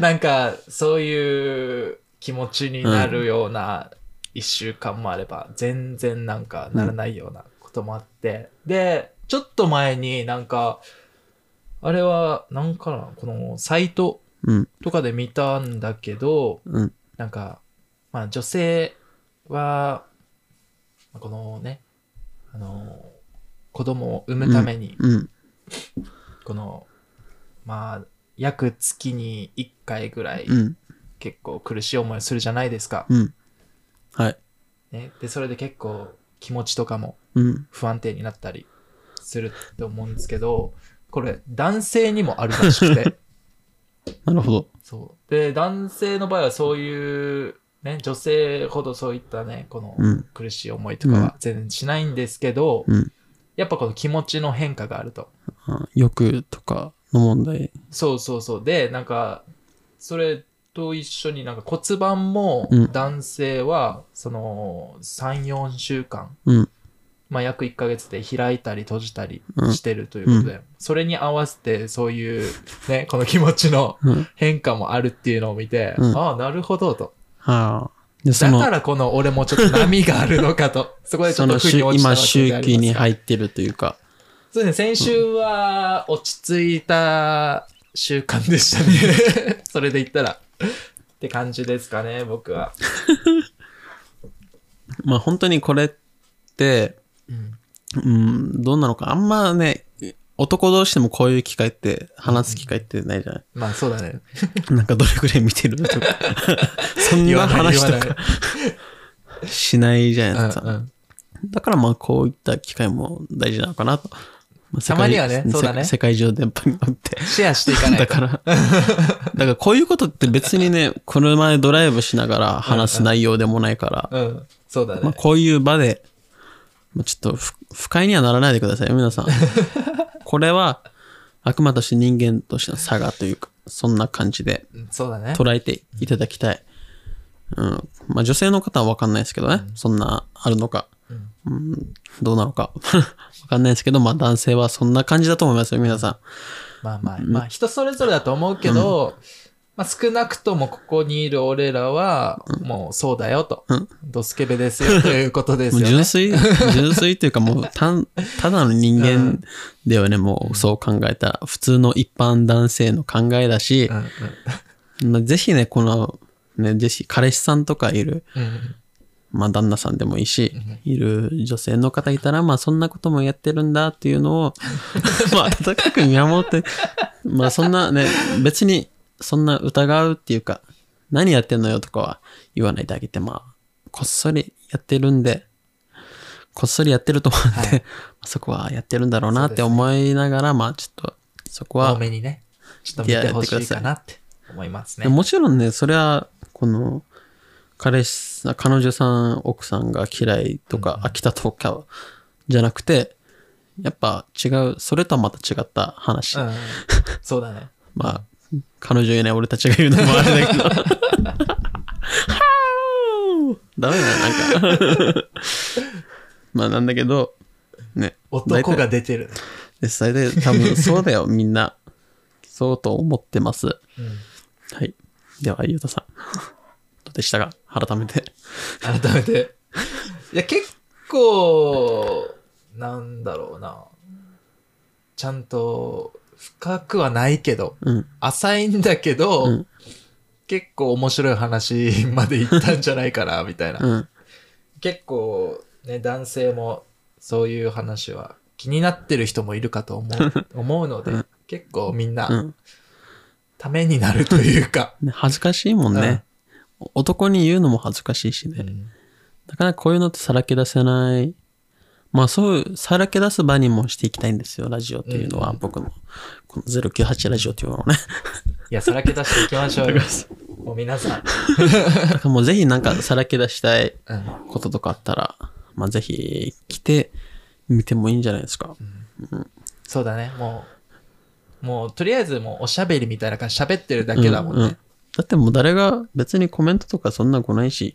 [SPEAKER 2] なんか、そういう気持ちになるような1週間もあれば、全然なんかならないようなこともあって、で、ちょっと前になんか、あれは、なんかな、このサイト
[SPEAKER 1] うん。
[SPEAKER 2] とかで見たんだけど、
[SPEAKER 1] うん。
[SPEAKER 2] なんか、まあ女性は、まあこのね、あの、子供を産むために、
[SPEAKER 1] うん。
[SPEAKER 2] この、まあ、約月に1回ぐらい
[SPEAKER 1] うん。
[SPEAKER 2] 結構苦しい思いをするじゃないですか。
[SPEAKER 1] うん。はい。
[SPEAKER 2] ね、で、それで結構気持ちとかも
[SPEAKER 1] うん。
[SPEAKER 2] 不安定になったりすると思うんですけど、これ男性にもあるらしく て。
[SPEAKER 1] なるほど。
[SPEAKER 2] そう。で、男性の場合はそういう、ね、女性ほどそういったね、この
[SPEAKER 1] うん
[SPEAKER 2] 苦しい思いとかは全然しないんですけど、
[SPEAKER 1] うん
[SPEAKER 2] やっぱこの気持ちの変化があると。
[SPEAKER 1] あ欲とかの問題。
[SPEAKER 2] そうそうそう。で、なんか、それと一緒になんか骨盤も
[SPEAKER 1] うん
[SPEAKER 2] 男性は、その、3、4週間、
[SPEAKER 1] うん。
[SPEAKER 2] まあ約1ヶ月で開いたり閉じたりしてるということで、それに合わせてそういうね、 この気持ちの
[SPEAKER 1] うん。
[SPEAKER 2] 変化もあるっていうのを見て、
[SPEAKER 1] うん
[SPEAKER 2] ああ、なるほどと。
[SPEAKER 1] はあ。で、そ
[SPEAKER 2] だか
[SPEAKER 1] の、
[SPEAKER 2] らこの俺もちょっと波があるの かと。そこでち
[SPEAKER 1] そ
[SPEAKER 2] ょっと
[SPEAKER 1] の
[SPEAKER 2] 腑
[SPEAKER 1] 週
[SPEAKER 2] に落ちたわ
[SPEAKER 1] 今、
[SPEAKER 2] けで
[SPEAKER 1] 周
[SPEAKER 2] あり
[SPEAKER 1] 期
[SPEAKER 2] ます
[SPEAKER 1] に
[SPEAKER 2] が
[SPEAKER 1] 入ってるというか。
[SPEAKER 2] そうですね、先週は落ち着いた習慣でしたね。 それで言ったら。って感じですかね、僕は。
[SPEAKER 1] まあ、本当にこれって、
[SPEAKER 2] うん。
[SPEAKER 1] うん、どうなのか。あんまね、男同士でもこういう機会って、話す機会ってないじゃない、
[SPEAKER 2] まあそうだね。
[SPEAKER 1] なんかどれくらい見てる とか。そん
[SPEAKER 2] 言
[SPEAKER 1] な
[SPEAKER 2] わない
[SPEAKER 1] 話と
[SPEAKER 2] 言わ
[SPEAKER 1] かしないじゃないですか。
[SPEAKER 2] うんうん
[SPEAKER 1] だからまあこういった機会も大事なのかなと。まあ世界
[SPEAKER 2] たまにはね
[SPEAKER 1] 世
[SPEAKER 2] そうだね
[SPEAKER 1] 世界中電波に乗って。
[SPEAKER 2] シェアしていかな
[SPEAKER 1] だ
[SPEAKER 2] いと。
[SPEAKER 1] から、だからこういうことって別にね、車でドライブしながら話す内容でもないから、
[SPEAKER 2] うん。そうだね。
[SPEAKER 1] まあこういう場で、まあ、ちょっと不不快にはならないでくださいよ、皆 さん。これは、あくまとして人間としての差がというか、そんな感じで
[SPEAKER 2] うんそうだね。
[SPEAKER 1] 捉えていただきたい。うん。まあ女性の方はわかんないですけどね、そんなあるのか。
[SPEAKER 2] うん
[SPEAKER 1] うん、どうなのか わかんないですけど、まあ男性はそんな感じだと思いますよ、皆さ
[SPEAKER 2] まあまあ、まあ人それぞれだと思うけど、まあ少なくともここにいる俺らは、もうそうだよと。
[SPEAKER 1] うん
[SPEAKER 2] ドスケベですよということで
[SPEAKER 1] ん。も
[SPEAKER 2] す
[SPEAKER 1] う
[SPEAKER 2] よね。
[SPEAKER 1] 純粋、 純粋というかもうたんただの人間だよね、もうそう考えたら。普通の一般男性の考えだし
[SPEAKER 2] う、んうん
[SPEAKER 1] まあぜひね、この、ね、ぜひ彼氏さんとかいる、
[SPEAKER 2] うん
[SPEAKER 1] まあ旦那さんでもいいし、いる女性の方いたら、まあそんなこともやってるんだっていうのを、 まあ温かく見守って、 まあそんなね、別にそんな疑うっていうか、何やってんのよとかは言わないであげて、まあ、こっそりやってるんで、こっそりやってると思 って、
[SPEAKER 2] はい
[SPEAKER 1] そこはやってるんだろうなって思いながら、まあちょっと、そこ
[SPEAKER 2] 多
[SPEAKER 1] は、
[SPEAKER 2] めにね、ちょっと見てほしいかなって思いますね。
[SPEAKER 1] もちろんね、それは、この、彼氏さん、彼女さん、奥さんが嫌いとか、飽きたとか、じゃなくて、やっぱ違う、それとはまた違った話。
[SPEAKER 2] うんうんそうだね。
[SPEAKER 1] まあ、彼女いない俺たちが言うのもあれだけど。 はぁダメだな、なんか。 まあなんだけど、ね。
[SPEAKER 2] 男が出てる。
[SPEAKER 1] 実際で多 分そうだよ、みんな。そうと思ってます。はい。では、ゆうたさん。 どうでしたか改めて。
[SPEAKER 2] 改めて。いや、結構、なんだろうな。ちゃんと、深くはないけど、
[SPEAKER 1] うん。
[SPEAKER 2] 浅いんだけど、
[SPEAKER 1] うん
[SPEAKER 2] 結構面白い話まで行ったんじゃないかな、みたいな。
[SPEAKER 1] うん。
[SPEAKER 2] 結構、ね、男性もそういう話は気になってる人もいるかと思う思うので、結構みん
[SPEAKER 1] う。
[SPEAKER 2] なんためになるというか。
[SPEAKER 1] ね恥ずかしいもんね。男に言うのも恥ずかしいし
[SPEAKER 2] う
[SPEAKER 1] ね。
[SPEAKER 2] ん
[SPEAKER 1] だからこういうのってさらけ出せない。まあそういう、さらけ出す場にもしていきたいんですよ、ラジオっていうのは。僕の、この098ラジオっていうのを ね。。
[SPEAKER 2] いや、さらけ出していきましょうよ
[SPEAKER 1] だ
[SPEAKER 2] もう皆さん。
[SPEAKER 1] からもうぜひなんかさらけ出したい
[SPEAKER 2] うん
[SPEAKER 1] こととかあったら、まあぜひ来てみてもいいんじゃないですか。
[SPEAKER 2] そうだね、もう、もうとりあえずもうおしゃべりみたいな感じ、喋ってるだけだもんね。
[SPEAKER 1] うだってもう誰が別にコメントとかそんな来ないし、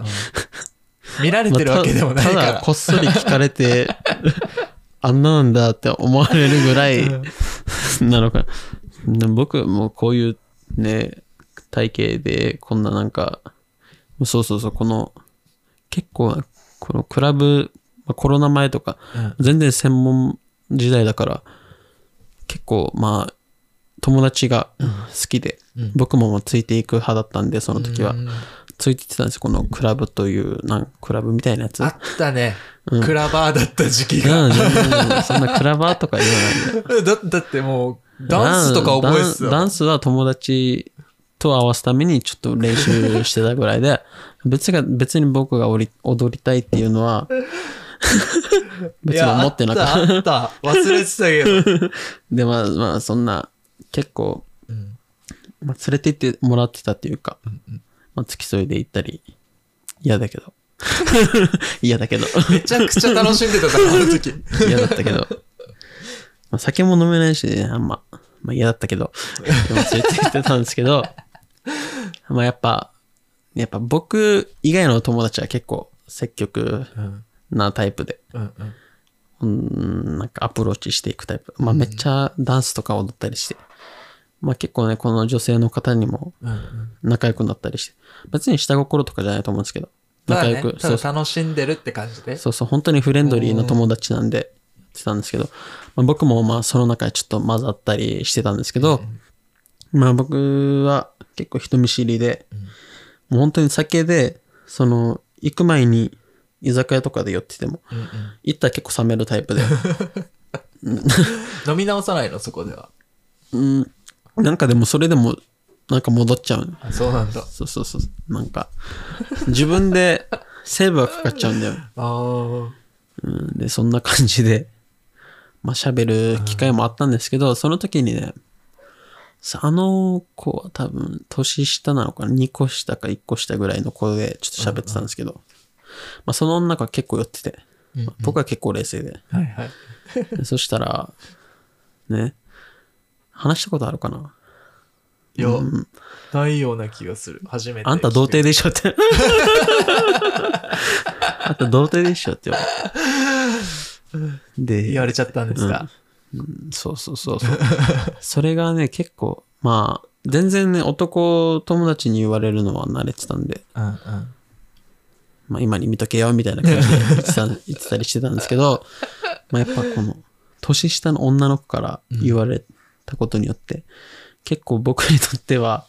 [SPEAKER 2] 見られ
[SPEAKER 1] まあ
[SPEAKER 2] てるわけでもないか
[SPEAKER 1] た
[SPEAKER 2] ら
[SPEAKER 1] た。だこっそり聞かれてあんななんだって思われるぐらい
[SPEAKER 2] う ん
[SPEAKER 1] なのかでも僕もこういうね体型でこんななんかそうそうそうこの結構このクラブまあコロナ前とか
[SPEAKER 2] うん
[SPEAKER 1] 全然専門時代だから結構まあ友達が好きで、
[SPEAKER 2] うん
[SPEAKER 1] 僕ももうついていく派だったんでその時は、
[SPEAKER 2] うん
[SPEAKER 1] ついていってたんですよこのクラブというなんクラブみたいなやつ
[SPEAKER 2] あったね。クラバーだった時期が。
[SPEAKER 1] うん全然そんなクラバーとか言わない
[SPEAKER 2] だだってもう、ダンスとか覚えてた
[SPEAKER 1] ダンダ
[SPEAKER 2] よ。
[SPEAKER 1] ンスは友達と合わすためにちょっと練習してたぐらいで 別が別に僕が踊り踊りたいっていうのは 別に思ってなかった
[SPEAKER 2] いやあった、あった。忘れてたけど。
[SPEAKER 1] でまあまあそんな結構、
[SPEAKER 2] うん
[SPEAKER 1] まあ、連れて行ってもらってたっていうか、まあ、付き添いで行ったり嫌だけ ど嫌だけど
[SPEAKER 2] めちゃくちゃ楽しんでたから、あの時。
[SPEAKER 1] 嫌だったけど。まあ、酒も飲めないしね、あんま。まあ嫌だったけど。でも連れて行ってたんですけど、まあやっぱ、やっぱ僕以外の友達は結構積極
[SPEAKER 2] うん
[SPEAKER 1] なタイプで、
[SPEAKER 2] うんうん
[SPEAKER 1] うん、なんかアプローチしていくタイプ。まあめっちゃダンスとか踊ったりして、まあ結構ね、この女性の方にも
[SPEAKER 2] うんうん
[SPEAKER 1] 仲良くなったりして、別に下心とかじゃないと思うんですけど、
[SPEAKER 2] まあ
[SPEAKER 1] 仲
[SPEAKER 2] ね
[SPEAKER 1] 良く、
[SPEAKER 2] ただ楽しんでるって感じで。
[SPEAKER 1] そうそう、本当にフレンドリーな友達なんでやってたんですけど、まあ、僕もまあその中でちょっと混ざったりしてたんですけど、まあ僕は結構人見知りで、もう本当に酒で、その、行く前に居酒屋とかで寄ってても、
[SPEAKER 2] うんうん
[SPEAKER 1] 行ったら結構冷めるタイプで、
[SPEAKER 2] 飲み直さないの、そこでは。
[SPEAKER 1] うん、なんかでもそれでも、なんか戻っちゃう。
[SPEAKER 2] あそうなんだ。
[SPEAKER 1] そうそうそう。なんか、自分でセーブがかかっちゃうんだよ。
[SPEAKER 2] ああ。
[SPEAKER 1] うん、で、そんな感じで、 まあ、喋る機会もあったんですけど、その時にね、さあの子は多分、年下なのかな ?2 個下か1個下ぐらいの子でちょっと喋ってたんですけど、まあ、その女が結構寄ってて、
[SPEAKER 2] うんうん
[SPEAKER 1] まあ僕は結構冷静で。
[SPEAKER 2] はいはい。
[SPEAKER 1] でそしたら、ね、話したことあるかない
[SPEAKER 2] や、ないような気がする。初めて。
[SPEAKER 1] あんた童貞でしょって。 あんた童貞でしょって言われて。で
[SPEAKER 2] 言われちゃったんですが。
[SPEAKER 1] そうそうそうそう。 それがね、結構、まあ、全然ね、男友達に言われるのは慣れてたんで、
[SPEAKER 2] うんうん。
[SPEAKER 1] まあ今に見とけよみたいな感じで言って た言ってたりしてたんですけど、まあやっぱこの、年下の女の子から言われたことによって、結構僕にとっては、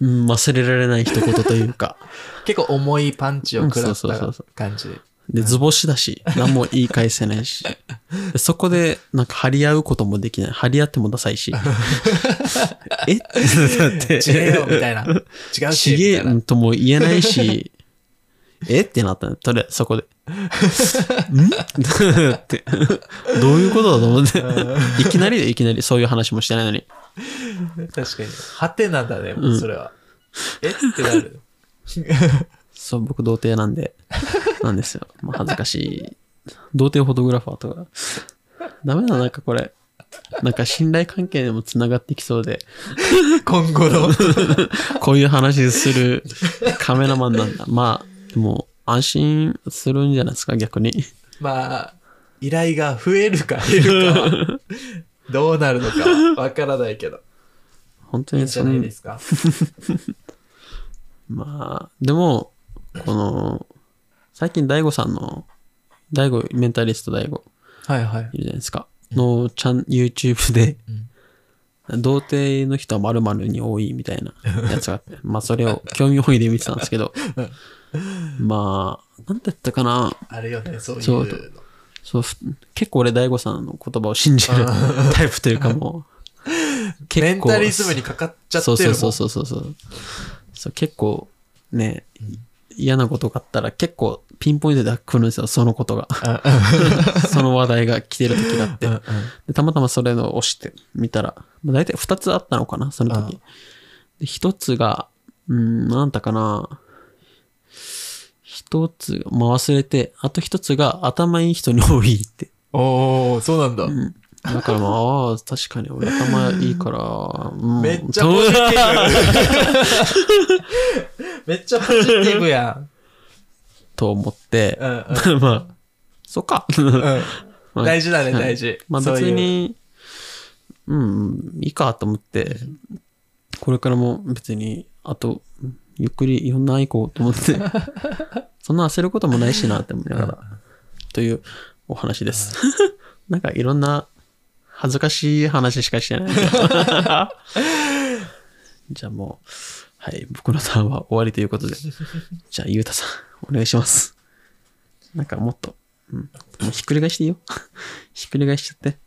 [SPEAKER 1] うん、忘れられない一言というか、
[SPEAKER 2] 結構重いパンチを食ら
[SPEAKER 1] うん
[SPEAKER 2] っ
[SPEAKER 1] そうそうそうそ
[SPEAKER 2] た感じ。
[SPEAKER 1] で、図星だし、何も言い返せない し、でそこでなんか張り合うこともできない。張り合ってもダサい し、えってなって、
[SPEAKER 2] 違えよ、みた いな。違うし。
[SPEAKER 1] ち
[SPEAKER 2] み
[SPEAKER 1] げ
[SPEAKER 2] たいな
[SPEAKER 1] えとも言えないし、えってなったね。とりあえずそ こで。んって。どういうことだと思って。いきなりでいきなりそういう話もしてないのに。
[SPEAKER 2] 確かに。ハテナだね、もうそれは。えってなる。
[SPEAKER 1] そう、僕童貞なん で、なんですよ。まあ恥ずかしい。童貞フォトグラファーとか。ダメだな、なんかこれ。なんか信頼関係でもつながってきそうで、
[SPEAKER 2] 今後の。
[SPEAKER 1] こういう話するカメラマンなんだ。まあ、でも安心するんじゃないですか、逆に。
[SPEAKER 2] まあ、依頼が増えるか減るかは、 どうなるのかはわからないけど。
[SPEAKER 1] 本当
[SPEAKER 2] いいん
[SPEAKER 1] に
[SPEAKER 2] じ
[SPEAKER 1] そ
[SPEAKER 2] ゃない
[SPEAKER 1] ん
[SPEAKER 2] ですか。
[SPEAKER 1] まあ、でも、この、最近、大悟さんの、大悟、メンタリスト大悟、
[SPEAKER 2] はいはい
[SPEAKER 1] い。るじゃないですか、のチャン、YouTube で、童貞の人は〇〇に多いみたいなやつがあ って、まあ、それを興味本位で見てたんですけど、まあ、なんて言ったかな、
[SPEAKER 2] あるよね、そうい
[SPEAKER 1] そう
[SPEAKER 2] うの。
[SPEAKER 1] そう、ふ結構俺、大悟さんの言葉を信じるタイプというかもう、
[SPEAKER 2] メンタリズムにかかっちゃってるもん。
[SPEAKER 1] そうそうそうそうそうそう結構ね、嫌なことがあったら結構ピンポイントで来るんですよそのことが その話題が来てる時があってでたまたまそれを押してみたらまあ大体2つあったのかなその時で1つがうん何だったかな1つ、まあ、忘れてあと1つが頭いい人に多いって
[SPEAKER 2] おー、そうなんだ。
[SPEAKER 1] だからまああー確かに俺頭いいから、うん
[SPEAKER 2] めっちゃポジティブ。めっちゃポジティブやん。
[SPEAKER 1] と思って、
[SPEAKER 2] うん
[SPEAKER 1] まあ、そっ か。
[SPEAKER 2] うんうん
[SPEAKER 1] まあ
[SPEAKER 2] 大事だね、
[SPEAKER 1] はい
[SPEAKER 2] 大事。
[SPEAKER 1] まあ
[SPEAKER 2] そう
[SPEAKER 1] 別
[SPEAKER 2] いう。
[SPEAKER 1] に、うん、いいかと思って、これからも別に、あと、ゆっくりいろんな愛好と思って、 そんな焦ることもないしなって思いながら、というお話です。 なんかいろんな恥ずかしい話しかしてない。 じゃあもう、はい、僕のターンは終わりということで、じゃあゆうたさん、お願いします。なんかもっと、うん、もうひっくり返していいよ。ひっくり返しちゃって。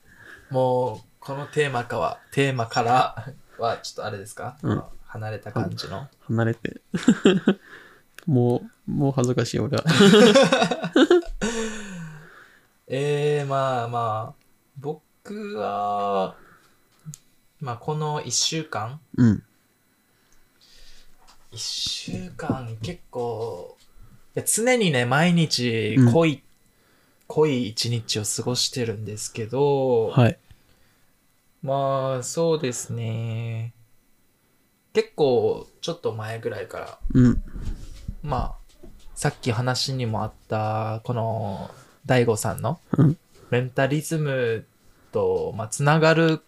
[SPEAKER 2] もう、このテーマかは、テーマからは、ちょっとあれですか、
[SPEAKER 1] うん
[SPEAKER 2] 離れた感じの。
[SPEAKER 1] 離れて。 もう、もう恥ずかしい俺は。
[SPEAKER 2] えー、まあまあ、僕は、まあこの1週間、
[SPEAKER 1] うん。
[SPEAKER 2] 1週間結構、いや常にね、毎日
[SPEAKER 1] うん
[SPEAKER 2] 濃い、濃い一日を過ごしてるんですけど、
[SPEAKER 1] はい。
[SPEAKER 2] まあそうですね、結構ちょっと前ぐらいから、
[SPEAKER 1] うん。
[SPEAKER 2] まあ、さっき話にもあった、この、大悟さんの
[SPEAKER 1] うん、
[SPEAKER 2] メンタリズムと、まあ、つながる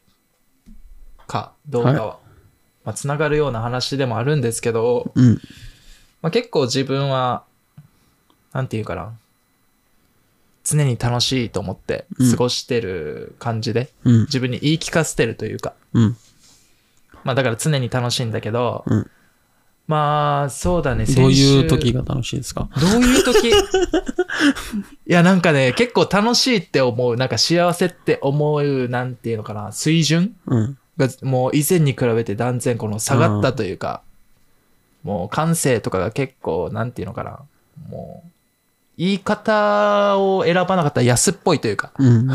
[SPEAKER 2] かどうかは、まあ、つながるような話でもあるんですけど、
[SPEAKER 1] うん。
[SPEAKER 2] まあ、結構自分は、なんていうかな、常に楽しいと思って
[SPEAKER 1] うん
[SPEAKER 2] 過ごしてる感じで、
[SPEAKER 1] うん。
[SPEAKER 2] 自分に言い聞かせてるというか、
[SPEAKER 1] うん。
[SPEAKER 2] まあ、だから常に楽しいんだけど、
[SPEAKER 1] うん
[SPEAKER 2] まあ、そうだね、
[SPEAKER 1] どうい
[SPEAKER 2] 先週
[SPEAKER 1] う時が楽しいですか
[SPEAKER 2] どういう時 いや、なんかね、結構楽しいって思う、なんか幸せって思う、なんていうのかな、水準
[SPEAKER 1] うん。
[SPEAKER 2] が、もう以前に比べて断然この下がったというか、もう感性とかが結構、なんていうのかな、もう、言い方を選ばなかったら安っぽい というか、
[SPEAKER 1] うん。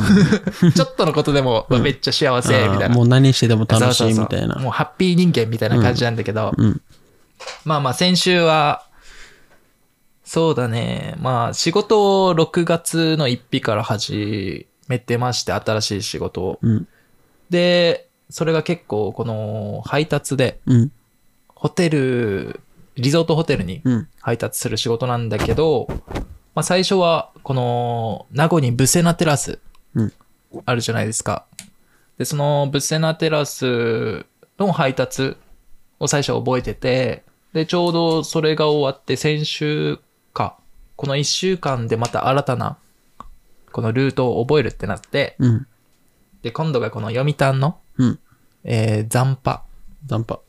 [SPEAKER 2] ちょっとのことでも、
[SPEAKER 1] うん
[SPEAKER 2] めっちゃ幸せ、みた
[SPEAKER 1] あー
[SPEAKER 2] いな。
[SPEAKER 1] もう何してでも楽し
[SPEAKER 2] そう
[SPEAKER 1] い
[SPEAKER 2] そ
[SPEAKER 1] み
[SPEAKER 2] うそ
[SPEAKER 1] た
[SPEAKER 2] う
[SPEAKER 1] いな。
[SPEAKER 2] もうハッピー人間みたいな感じなんだけど、
[SPEAKER 1] うん。
[SPEAKER 2] まあまあ先週は、そうだね。まあ仕事を6月の1日から始めてまして、新しい仕事を。
[SPEAKER 1] うん。
[SPEAKER 2] で、それが結構この配達で、
[SPEAKER 1] うん。
[SPEAKER 2] ホテル、リゾートホテルに
[SPEAKER 1] うん。
[SPEAKER 2] 配達する仕事なんだけど、まあ最初はこの名護にブセナテラス
[SPEAKER 1] うん
[SPEAKER 2] あるじゃないですか。で、そのブセナテラスの配達を最初覚えてて、で、ちょうどそれが終わって先週か、この1週間でまた新たなこのルートを覚えるってなって、
[SPEAKER 1] うん。
[SPEAKER 2] で、今度がこの読谷の、
[SPEAKER 1] うん。
[SPEAKER 2] えー、残波
[SPEAKER 1] ダンパ。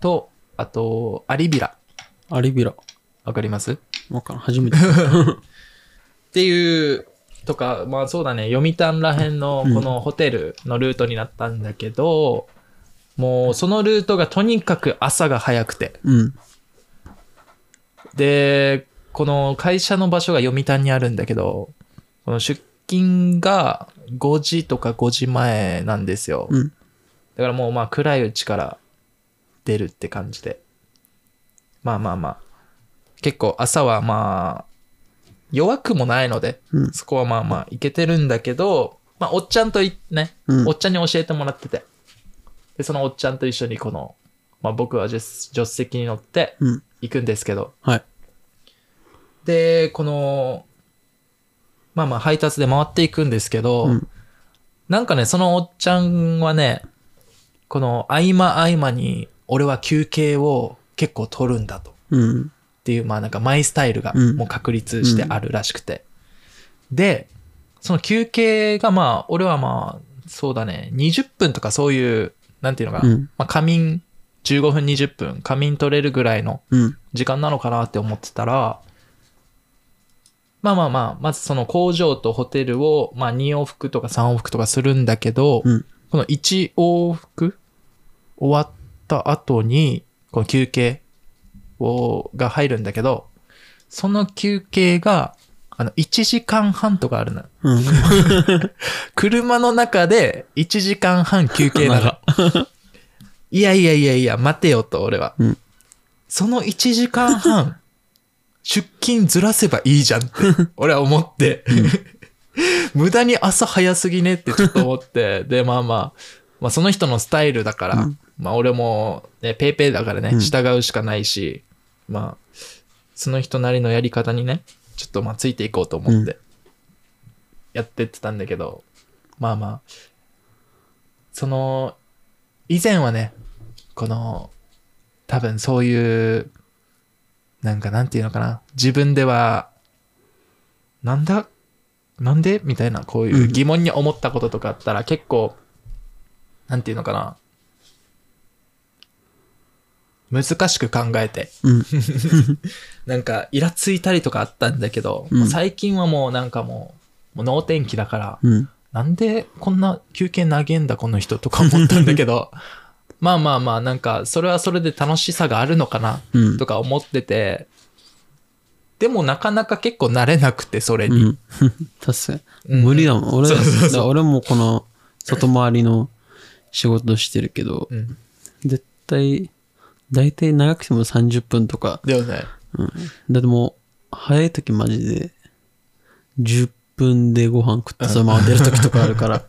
[SPEAKER 2] と、あと、アリビラ。
[SPEAKER 1] アリビラ。
[SPEAKER 2] わかります
[SPEAKER 1] わからん。初めて。
[SPEAKER 2] っていうとかまあそうだね読谷らへんのこのホテルのルートになったんだけど、もうそのルートがとにかく朝が早くて
[SPEAKER 1] うん。
[SPEAKER 2] でこの会社の場所が読谷にあるんだけどこの出勤が5時とか5時前なんですよ、
[SPEAKER 1] うん。
[SPEAKER 2] だからもうまあ暗いうちから出るって感じで。まあまあまあ。結構朝はまあ、弱くもないので、
[SPEAKER 1] うん
[SPEAKER 2] そこはまあまあいけてるんだけど、まあおっちゃんといね、
[SPEAKER 1] うん
[SPEAKER 2] おっちゃんに教えてもらってて。で、そのおっちゃんと一緒にこの、まあ僕は助手助手席に乗って
[SPEAKER 1] うん。
[SPEAKER 2] 行くんですけど、
[SPEAKER 1] はい。
[SPEAKER 2] で、この、まあまあ配達で回っていくんですけど、
[SPEAKER 1] うん
[SPEAKER 2] なんかね、そのおっちゃんはね、この合間合間に、俺は休憩を結構取るんだと。っ
[SPEAKER 1] うん。
[SPEAKER 2] ていう、まあなんかマイスタイルが
[SPEAKER 1] うん
[SPEAKER 2] もう確立してあるらしくて。で、その休憩がまあ、俺はまあ、そうだね、20分とかそういう、なんていうのかな、
[SPEAKER 1] うん
[SPEAKER 2] まあ仮眠15分20分、仮眠取れるぐらいの
[SPEAKER 1] うん。
[SPEAKER 2] 時間なのかなって思ってたら、まあまあまあ、まずその工場とホテルを、まあ2往復とか3往復とかするんだけど、
[SPEAKER 1] うん
[SPEAKER 2] この1往復終わった後に、この休憩を、が入るんだけど、その休憩が、あの、1時間半とかあるの。
[SPEAKER 1] うん。
[SPEAKER 2] 車の中で1時間半休憩なの。
[SPEAKER 1] 長
[SPEAKER 2] いやいやいやいや、待てよと、俺は。
[SPEAKER 1] うん
[SPEAKER 2] その1時間半、出勤ずらせばいいじゃん って、俺は思って。無駄に朝早すぎねってちょっと思 って。で、まあまあ、まあその人のスタイルだから、
[SPEAKER 1] うん
[SPEAKER 2] まあ俺も、ね、ペイペイだからね、
[SPEAKER 1] うん
[SPEAKER 2] 従うしかないし、まあ、その人なりのやり方にね、ちょっとまあついていこうと思って、やってってたんだけど、まあまあ、その、以前はね、この、多分そういう、なんかなんていうのかな、自分では、なんだなんでみたいな、こういう疑問に思ったこととかあったら結構、なんていうのかな、難しく考えて、
[SPEAKER 1] うん。
[SPEAKER 2] なんか、イラついたりとかあったんだけど、
[SPEAKER 1] うん
[SPEAKER 2] 最近はもうなんかもう、もう能天気だから、
[SPEAKER 1] うん。
[SPEAKER 2] なんでこんな休憩投げんだこの人とか思ったんだ けど、まあまあまあ、なんか、それはそれで楽しさがあるのかな、
[SPEAKER 1] うん
[SPEAKER 2] と。か思ってて、でもなかなか結構慣れなくて、それに。
[SPEAKER 1] うん。 確かに。
[SPEAKER 2] うん
[SPEAKER 1] 無理だもん。俺、
[SPEAKER 2] そうそうそう
[SPEAKER 1] だから俺もこの外回りの仕事してるけど、
[SPEAKER 2] うん。
[SPEAKER 1] 絶対、大体長くても30分とか。
[SPEAKER 2] だよね。
[SPEAKER 1] うん。だってもう、早い時マジで、10分でご飯食ってそのまま出る時とかあるから。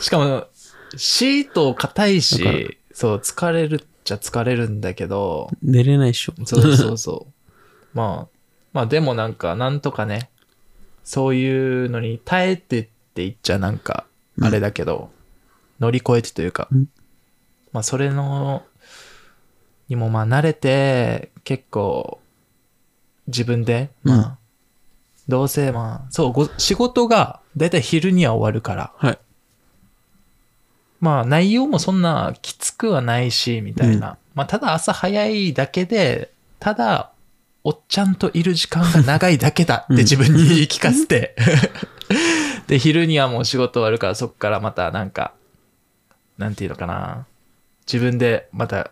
[SPEAKER 2] しかも、シート硬い
[SPEAKER 1] だから
[SPEAKER 2] し、そう、疲れるっちゃ疲れるんだけど、
[SPEAKER 1] 寝れないっしょ。
[SPEAKER 2] そうそうそう。 まあ、まあでもなんか、なんとかね、そういうのに耐えてって言っちゃなんか、あれだけど、乗り越えてというか、
[SPEAKER 1] うん
[SPEAKER 2] まあそれの、にもまあ慣れて、結構、自分で、まあ、
[SPEAKER 1] うん
[SPEAKER 2] どうせまあ、そう、ご仕事が、だいたい昼には終わるから、
[SPEAKER 1] はい。
[SPEAKER 2] まあ内容もそんなきつくはないし、みたいな。まあただ朝早いだけで、ただ、おっちゃんといる時間が長いだけだって自分に言い聞かせて。 で、昼にはもう仕事終わるから、そっからまたなんか、なんていうのかな。自分でまた、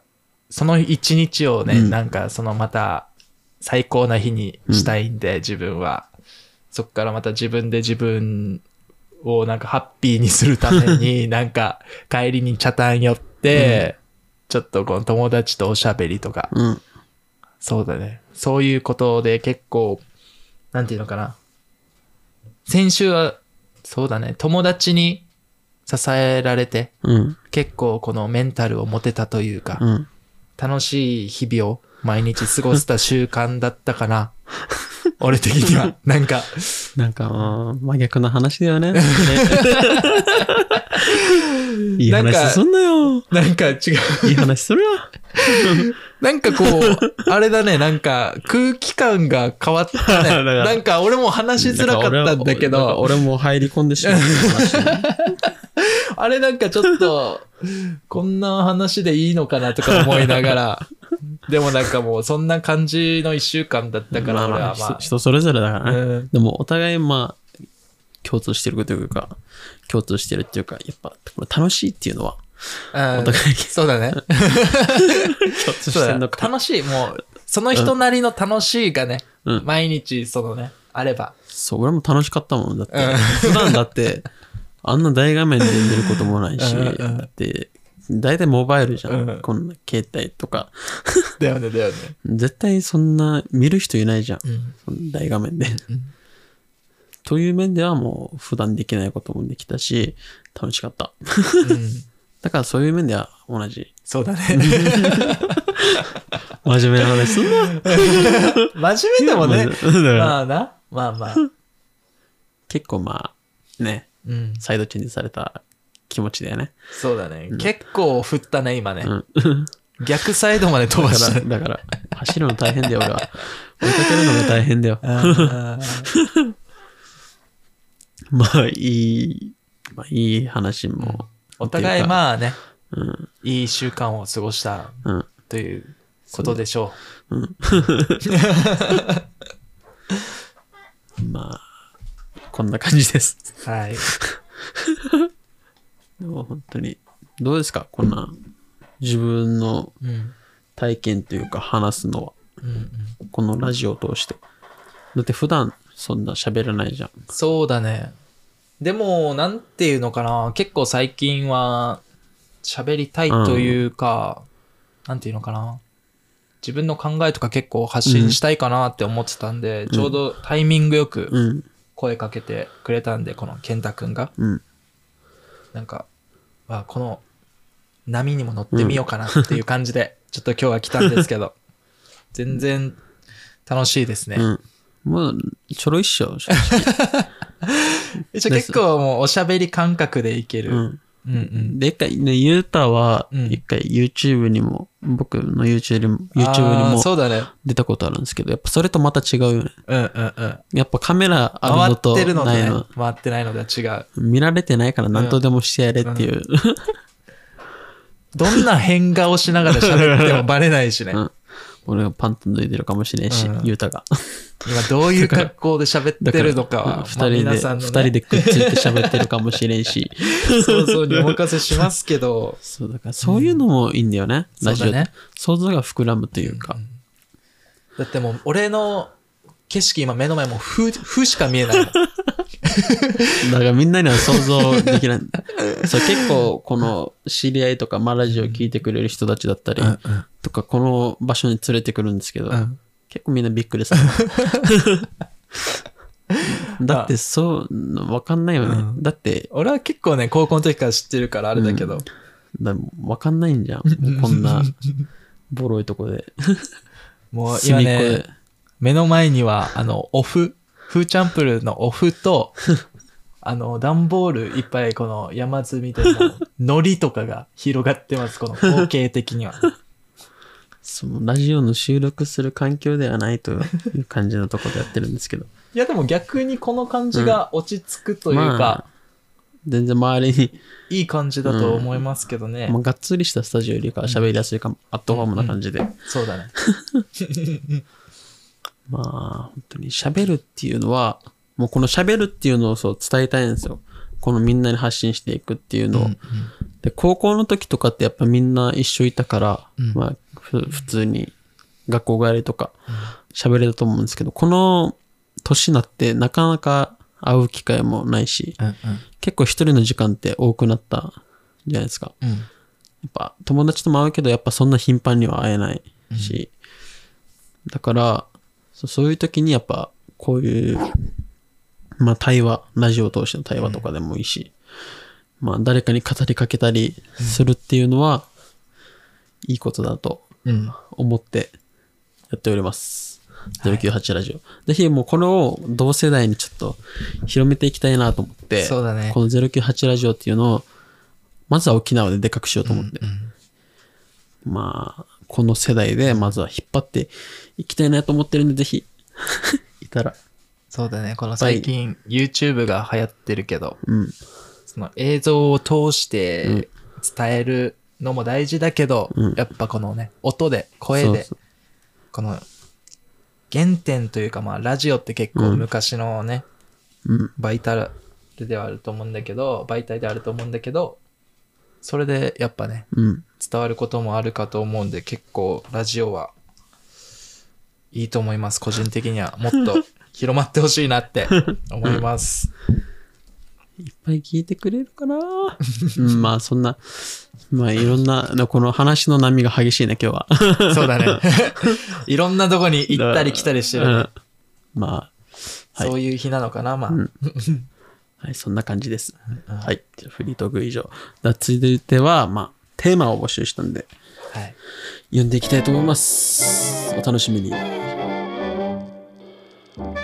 [SPEAKER 2] その一日をね、
[SPEAKER 1] うん
[SPEAKER 2] なんかそのまた、最高な日にしたいんで、自分は。そっからまた自分で自分をなんかハッピーにするために、なんか帰りに茶炭寄って、ちょっとこの友達とおしゃべりとか、
[SPEAKER 1] うん。
[SPEAKER 2] そうだね。そういうことで結構、なんていうのかな。先週は、そうだね、友達に支えられて、
[SPEAKER 1] うん。
[SPEAKER 2] 結構このメンタルを持てたというか、
[SPEAKER 1] うん。
[SPEAKER 2] 楽しい日々を毎日過ごせた習慣だったかな。俺的には。なんか、
[SPEAKER 1] なんか、まあ真逆の話だよ ね。 ねいい
[SPEAKER 2] なんか
[SPEAKER 1] 話すんなよ。
[SPEAKER 2] なんか違う。
[SPEAKER 1] いい話するわ。
[SPEAKER 2] なんかこう、 あれだね、なんか空気感が変わった
[SPEAKER 1] だ。
[SPEAKER 2] ね
[SPEAKER 1] から
[SPEAKER 2] なんか俺も話しづらかったんだけ
[SPEAKER 1] なんか
[SPEAKER 2] ど、
[SPEAKER 1] 俺も入り込んでしまう。
[SPEAKER 2] あれなんかちょっと、こんな話でいいのかなとか思いな がら、でもなんかもうそんな感じの一週間だったから、俺
[SPEAKER 1] まあ
[SPEAKER 2] は
[SPEAKER 1] ひ
[SPEAKER 2] ま
[SPEAKER 1] と人それぞれだか
[SPEAKER 2] あ、
[SPEAKER 1] らね。
[SPEAKER 2] うん
[SPEAKER 1] でも、お互い、まあ、共通してることというか、共通してるっていうか、やっぱ、これ楽しいっていうのは、
[SPEAKER 2] う
[SPEAKER 1] お
[SPEAKER 2] ん
[SPEAKER 1] 互い
[SPEAKER 2] そう だね。
[SPEAKER 1] 共通し
[SPEAKER 2] そう
[SPEAKER 1] て
[SPEAKER 2] だ
[SPEAKER 1] る
[SPEAKER 2] ね
[SPEAKER 1] のか。
[SPEAKER 2] 楽しい、もう、その人なりの楽しいがね、
[SPEAKER 1] うん
[SPEAKER 2] 毎日そのね、あれば。
[SPEAKER 1] そう、俺も楽しかったもん。だって、
[SPEAKER 2] うん
[SPEAKER 1] 普段だって、あんな大画面で見ることもないし、
[SPEAKER 2] うんうん
[SPEAKER 1] だって、大体モバイルじゃん。
[SPEAKER 2] うん
[SPEAKER 1] こんな携帯とか。
[SPEAKER 2] だよね、だよね。
[SPEAKER 1] 絶対そんな見る人いないじゃん。
[SPEAKER 2] うん
[SPEAKER 1] その大画面で
[SPEAKER 2] ん。
[SPEAKER 1] という面ではもう普段できないこともできたし、楽しかった。
[SPEAKER 2] うん
[SPEAKER 1] だからそういう面では同じ。
[SPEAKER 2] そうだね。
[SPEAKER 1] 真面目な 話すんな。
[SPEAKER 2] 真面目でもね、
[SPEAKER 1] ね。
[SPEAKER 2] まあな。まあまあ。
[SPEAKER 1] 結構まあ、ね、
[SPEAKER 2] うん。
[SPEAKER 1] サイドチェンジされた気持ちだよね。
[SPEAKER 2] そうだね。結構振ったね、今ね。
[SPEAKER 1] うん。
[SPEAKER 2] 逆サイドまで飛ば
[SPEAKER 1] だ
[SPEAKER 2] し
[SPEAKER 1] か
[SPEAKER 2] た
[SPEAKER 1] ら、
[SPEAKER 2] ね。
[SPEAKER 1] だから、走るの大変だよ、俺は。 追いかけるのが大変だよ。
[SPEAKER 2] あ
[SPEAKER 1] まあ、いい、まあ、いい話
[SPEAKER 2] ー
[SPEAKER 1] も。
[SPEAKER 2] お互い、
[SPEAKER 1] あ。
[SPEAKER 2] まあね、
[SPEAKER 1] うん。
[SPEAKER 2] いい習慣を過ごした
[SPEAKER 1] うん。
[SPEAKER 2] ということでしょ
[SPEAKER 1] まあ、こんな感じです。
[SPEAKER 2] う。はい。
[SPEAKER 1] でも本当に、どうですかこんな、自分の
[SPEAKER 2] うん。
[SPEAKER 1] 体験というか話すのは、
[SPEAKER 2] うんうん
[SPEAKER 1] このラジオを通して。だって普段、そんな喋らないじゃん。
[SPEAKER 2] そうだね。でも、なんていうのかな、結構最近は、喋りたいというか、なんていうのかな。自分の考えとか結構発信したいかなって思ってたんで、ちょうどタイミングよく
[SPEAKER 1] うん、
[SPEAKER 2] 声かけてくれたんで、この健太くんが。
[SPEAKER 1] うん、
[SPEAKER 2] なんか、まあ、この波 にも乗ってみようかなっていう感じで、ちょっと今日は来たんですけど、全然楽しいですね。
[SPEAKER 1] うん。もう、ちょろいっしょ。正直
[SPEAKER 2] 一応結構もうおしゃべり感覚でいける。う、
[SPEAKER 1] うんん。
[SPEAKER 2] うんうん
[SPEAKER 1] で、一回、ね、ゆうたは、
[SPEAKER 2] うん
[SPEAKER 1] 一回 YouTube にも、僕の YouTube にも、YouTube
[SPEAKER 2] あ
[SPEAKER 1] に
[SPEAKER 2] ー
[SPEAKER 1] も
[SPEAKER 2] そうだね。
[SPEAKER 1] 出たことあるんですけど、やっぱそれとまた違うよね。
[SPEAKER 2] うんうんうん。
[SPEAKER 1] やっぱカメラある
[SPEAKER 2] 回
[SPEAKER 1] の
[SPEAKER 2] っ
[SPEAKER 1] と
[SPEAKER 2] てるのと
[SPEAKER 1] ない
[SPEAKER 2] ね
[SPEAKER 1] の。、
[SPEAKER 2] 回ってないのでは違う。
[SPEAKER 1] 見られてないから何とでもしてやれっていう。
[SPEAKER 2] どんな変顔しながら喋ってもバレないしね。
[SPEAKER 1] うん 俺がパンツ脱いでるかもしれんし、
[SPEAKER 2] うん
[SPEAKER 1] ゆうたが。
[SPEAKER 2] 今どういう格好で喋ってるのか
[SPEAKER 1] うん
[SPEAKER 2] は、
[SPEAKER 1] 二
[SPEAKER 2] まあ
[SPEAKER 1] 人
[SPEAKER 2] 皆
[SPEAKER 1] で、
[SPEAKER 2] さんの、
[SPEAKER 1] 二
[SPEAKER 2] ね、
[SPEAKER 1] 人でくっついて喋ってるかもしれん し。。
[SPEAKER 2] 想像にお任せしますけど
[SPEAKER 1] そう、だからそういうのもいいんだよね。
[SPEAKER 2] うん
[SPEAKER 1] ラジオ
[SPEAKER 2] そうだね
[SPEAKER 1] 想像が膨らむというか。
[SPEAKER 2] だってもう俺の景色今目の前もう風、風しか見え ないもん。
[SPEAKER 1] だからみんなには想像で きない。そう、結構この知り合いとか、まあラジオ聞いてくれる人たちだったり、とか、この場所に連れてくるんですけど、
[SPEAKER 2] うん
[SPEAKER 1] 結構みんなびっくり さ。だってそう、わかんないよね。だって、
[SPEAKER 2] 俺は結構ね、高校の時から知ってるからあれだけど、
[SPEAKER 1] だわかんないんじゃん。こんな、ボロいとこで。
[SPEAKER 2] もう
[SPEAKER 1] 隅
[SPEAKER 2] 今
[SPEAKER 1] っこで
[SPEAKER 2] ね、目の前には、あの、オフ、フーチャンプルーのオフ と、あの、段ボールいっぱいこの山積みで、のりとかが広がってます、この光景的 には。
[SPEAKER 1] そのラジオの収録する環境ではないという感じのとこでやってるんですけど。
[SPEAKER 2] いや、でも逆にこの感じが落ち着くというか、
[SPEAKER 1] まあ全然周りに、
[SPEAKER 2] いい感じだと思いますけどね。
[SPEAKER 1] まあ、がっつりしたスタジオよりかは喋りやすいかも、アットホームな感じで。
[SPEAKER 2] そうだね。
[SPEAKER 1] まあ、本当に喋るっていうのは、もうこの喋るっていうのをそう伝えたいんですよ。このみんなに発信していくっていうのを。で、高校の時とかってやっぱみんな一緒いたから、
[SPEAKER 2] うん
[SPEAKER 1] まあ、ふ普通に学校帰りとか喋れたと思うんですけど、この年になってなかなか会う機会もないし、
[SPEAKER 2] うん
[SPEAKER 1] 結構一人の時間って多くなったじゃないですか。
[SPEAKER 2] うん。
[SPEAKER 1] やっぱ友達とも会うけどやっぱそんな頻繁には会えないし、だからそそういう時にやっぱこういう、まあ、対話ラジオを通しての対話とかでもいいし、まあ、誰かに語りかけたりするっていうのは、いいことだと
[SPEAKER 2] うん。
[SPEAKER 1] 思ってやっております。098ラジオ、ぜひもうこれを同世代にちょっと広めていきたいなと思って、
[SPEAKER 2] そうだね
[SPEAKER 1] この098ラジオっていうのを、まずは沖縄ででかくしようと思って、まあ、この世代でまずは引っ張っていきたいなと思ってるんで、ぜひ、 いたら、
[SPEAKER 2] そうだね。この最近 YouTube が流行ってるけど、
[SPEAKER 1] うん、
[SPEAKER 2] その映像を通して伝えるのも大事だけど、
[SPEAKER 1] うん
[SPEAKER 2] やっぱこのね、音で、声で、
[SPEAKER 1] そう
[SPEAKER 2] この原点というか、まあラジオって結構昔のね、
[SPEAKER 1] そう、うん、
[SPEAKER 2] 媒体ではあると思うんだけど、媒体であると思うんだけど、それでやっぱね、
[SPEAKER 1] うん、
[SPEAKER 2] 伝わることもあるかと思うんで結構ラジオはいいと思います個人的にはもっ と広まってほしいなって思います、
[SPEAKER 1] いっぱい聞いてくれるか な、うん、まあ、そんな、まあ、いろんな、この話の波が激しいね、今日は。
[SPEAKER 2] そうだね いろんなとこに行ったり来たりして る、
[SPEAKER 1] うんまはい
[SPEAKER 2] そういう日なのかなまあ、
[SPEAKER 1] んあ、はい、そんな感じです。はい。じゃあフリートーク以上。だ続いては、まあ、テーマを募集したんで、
[SPEAKER 2] はい、
[SPEAKER 1] 読んでいきたいと思います。お楽しみに。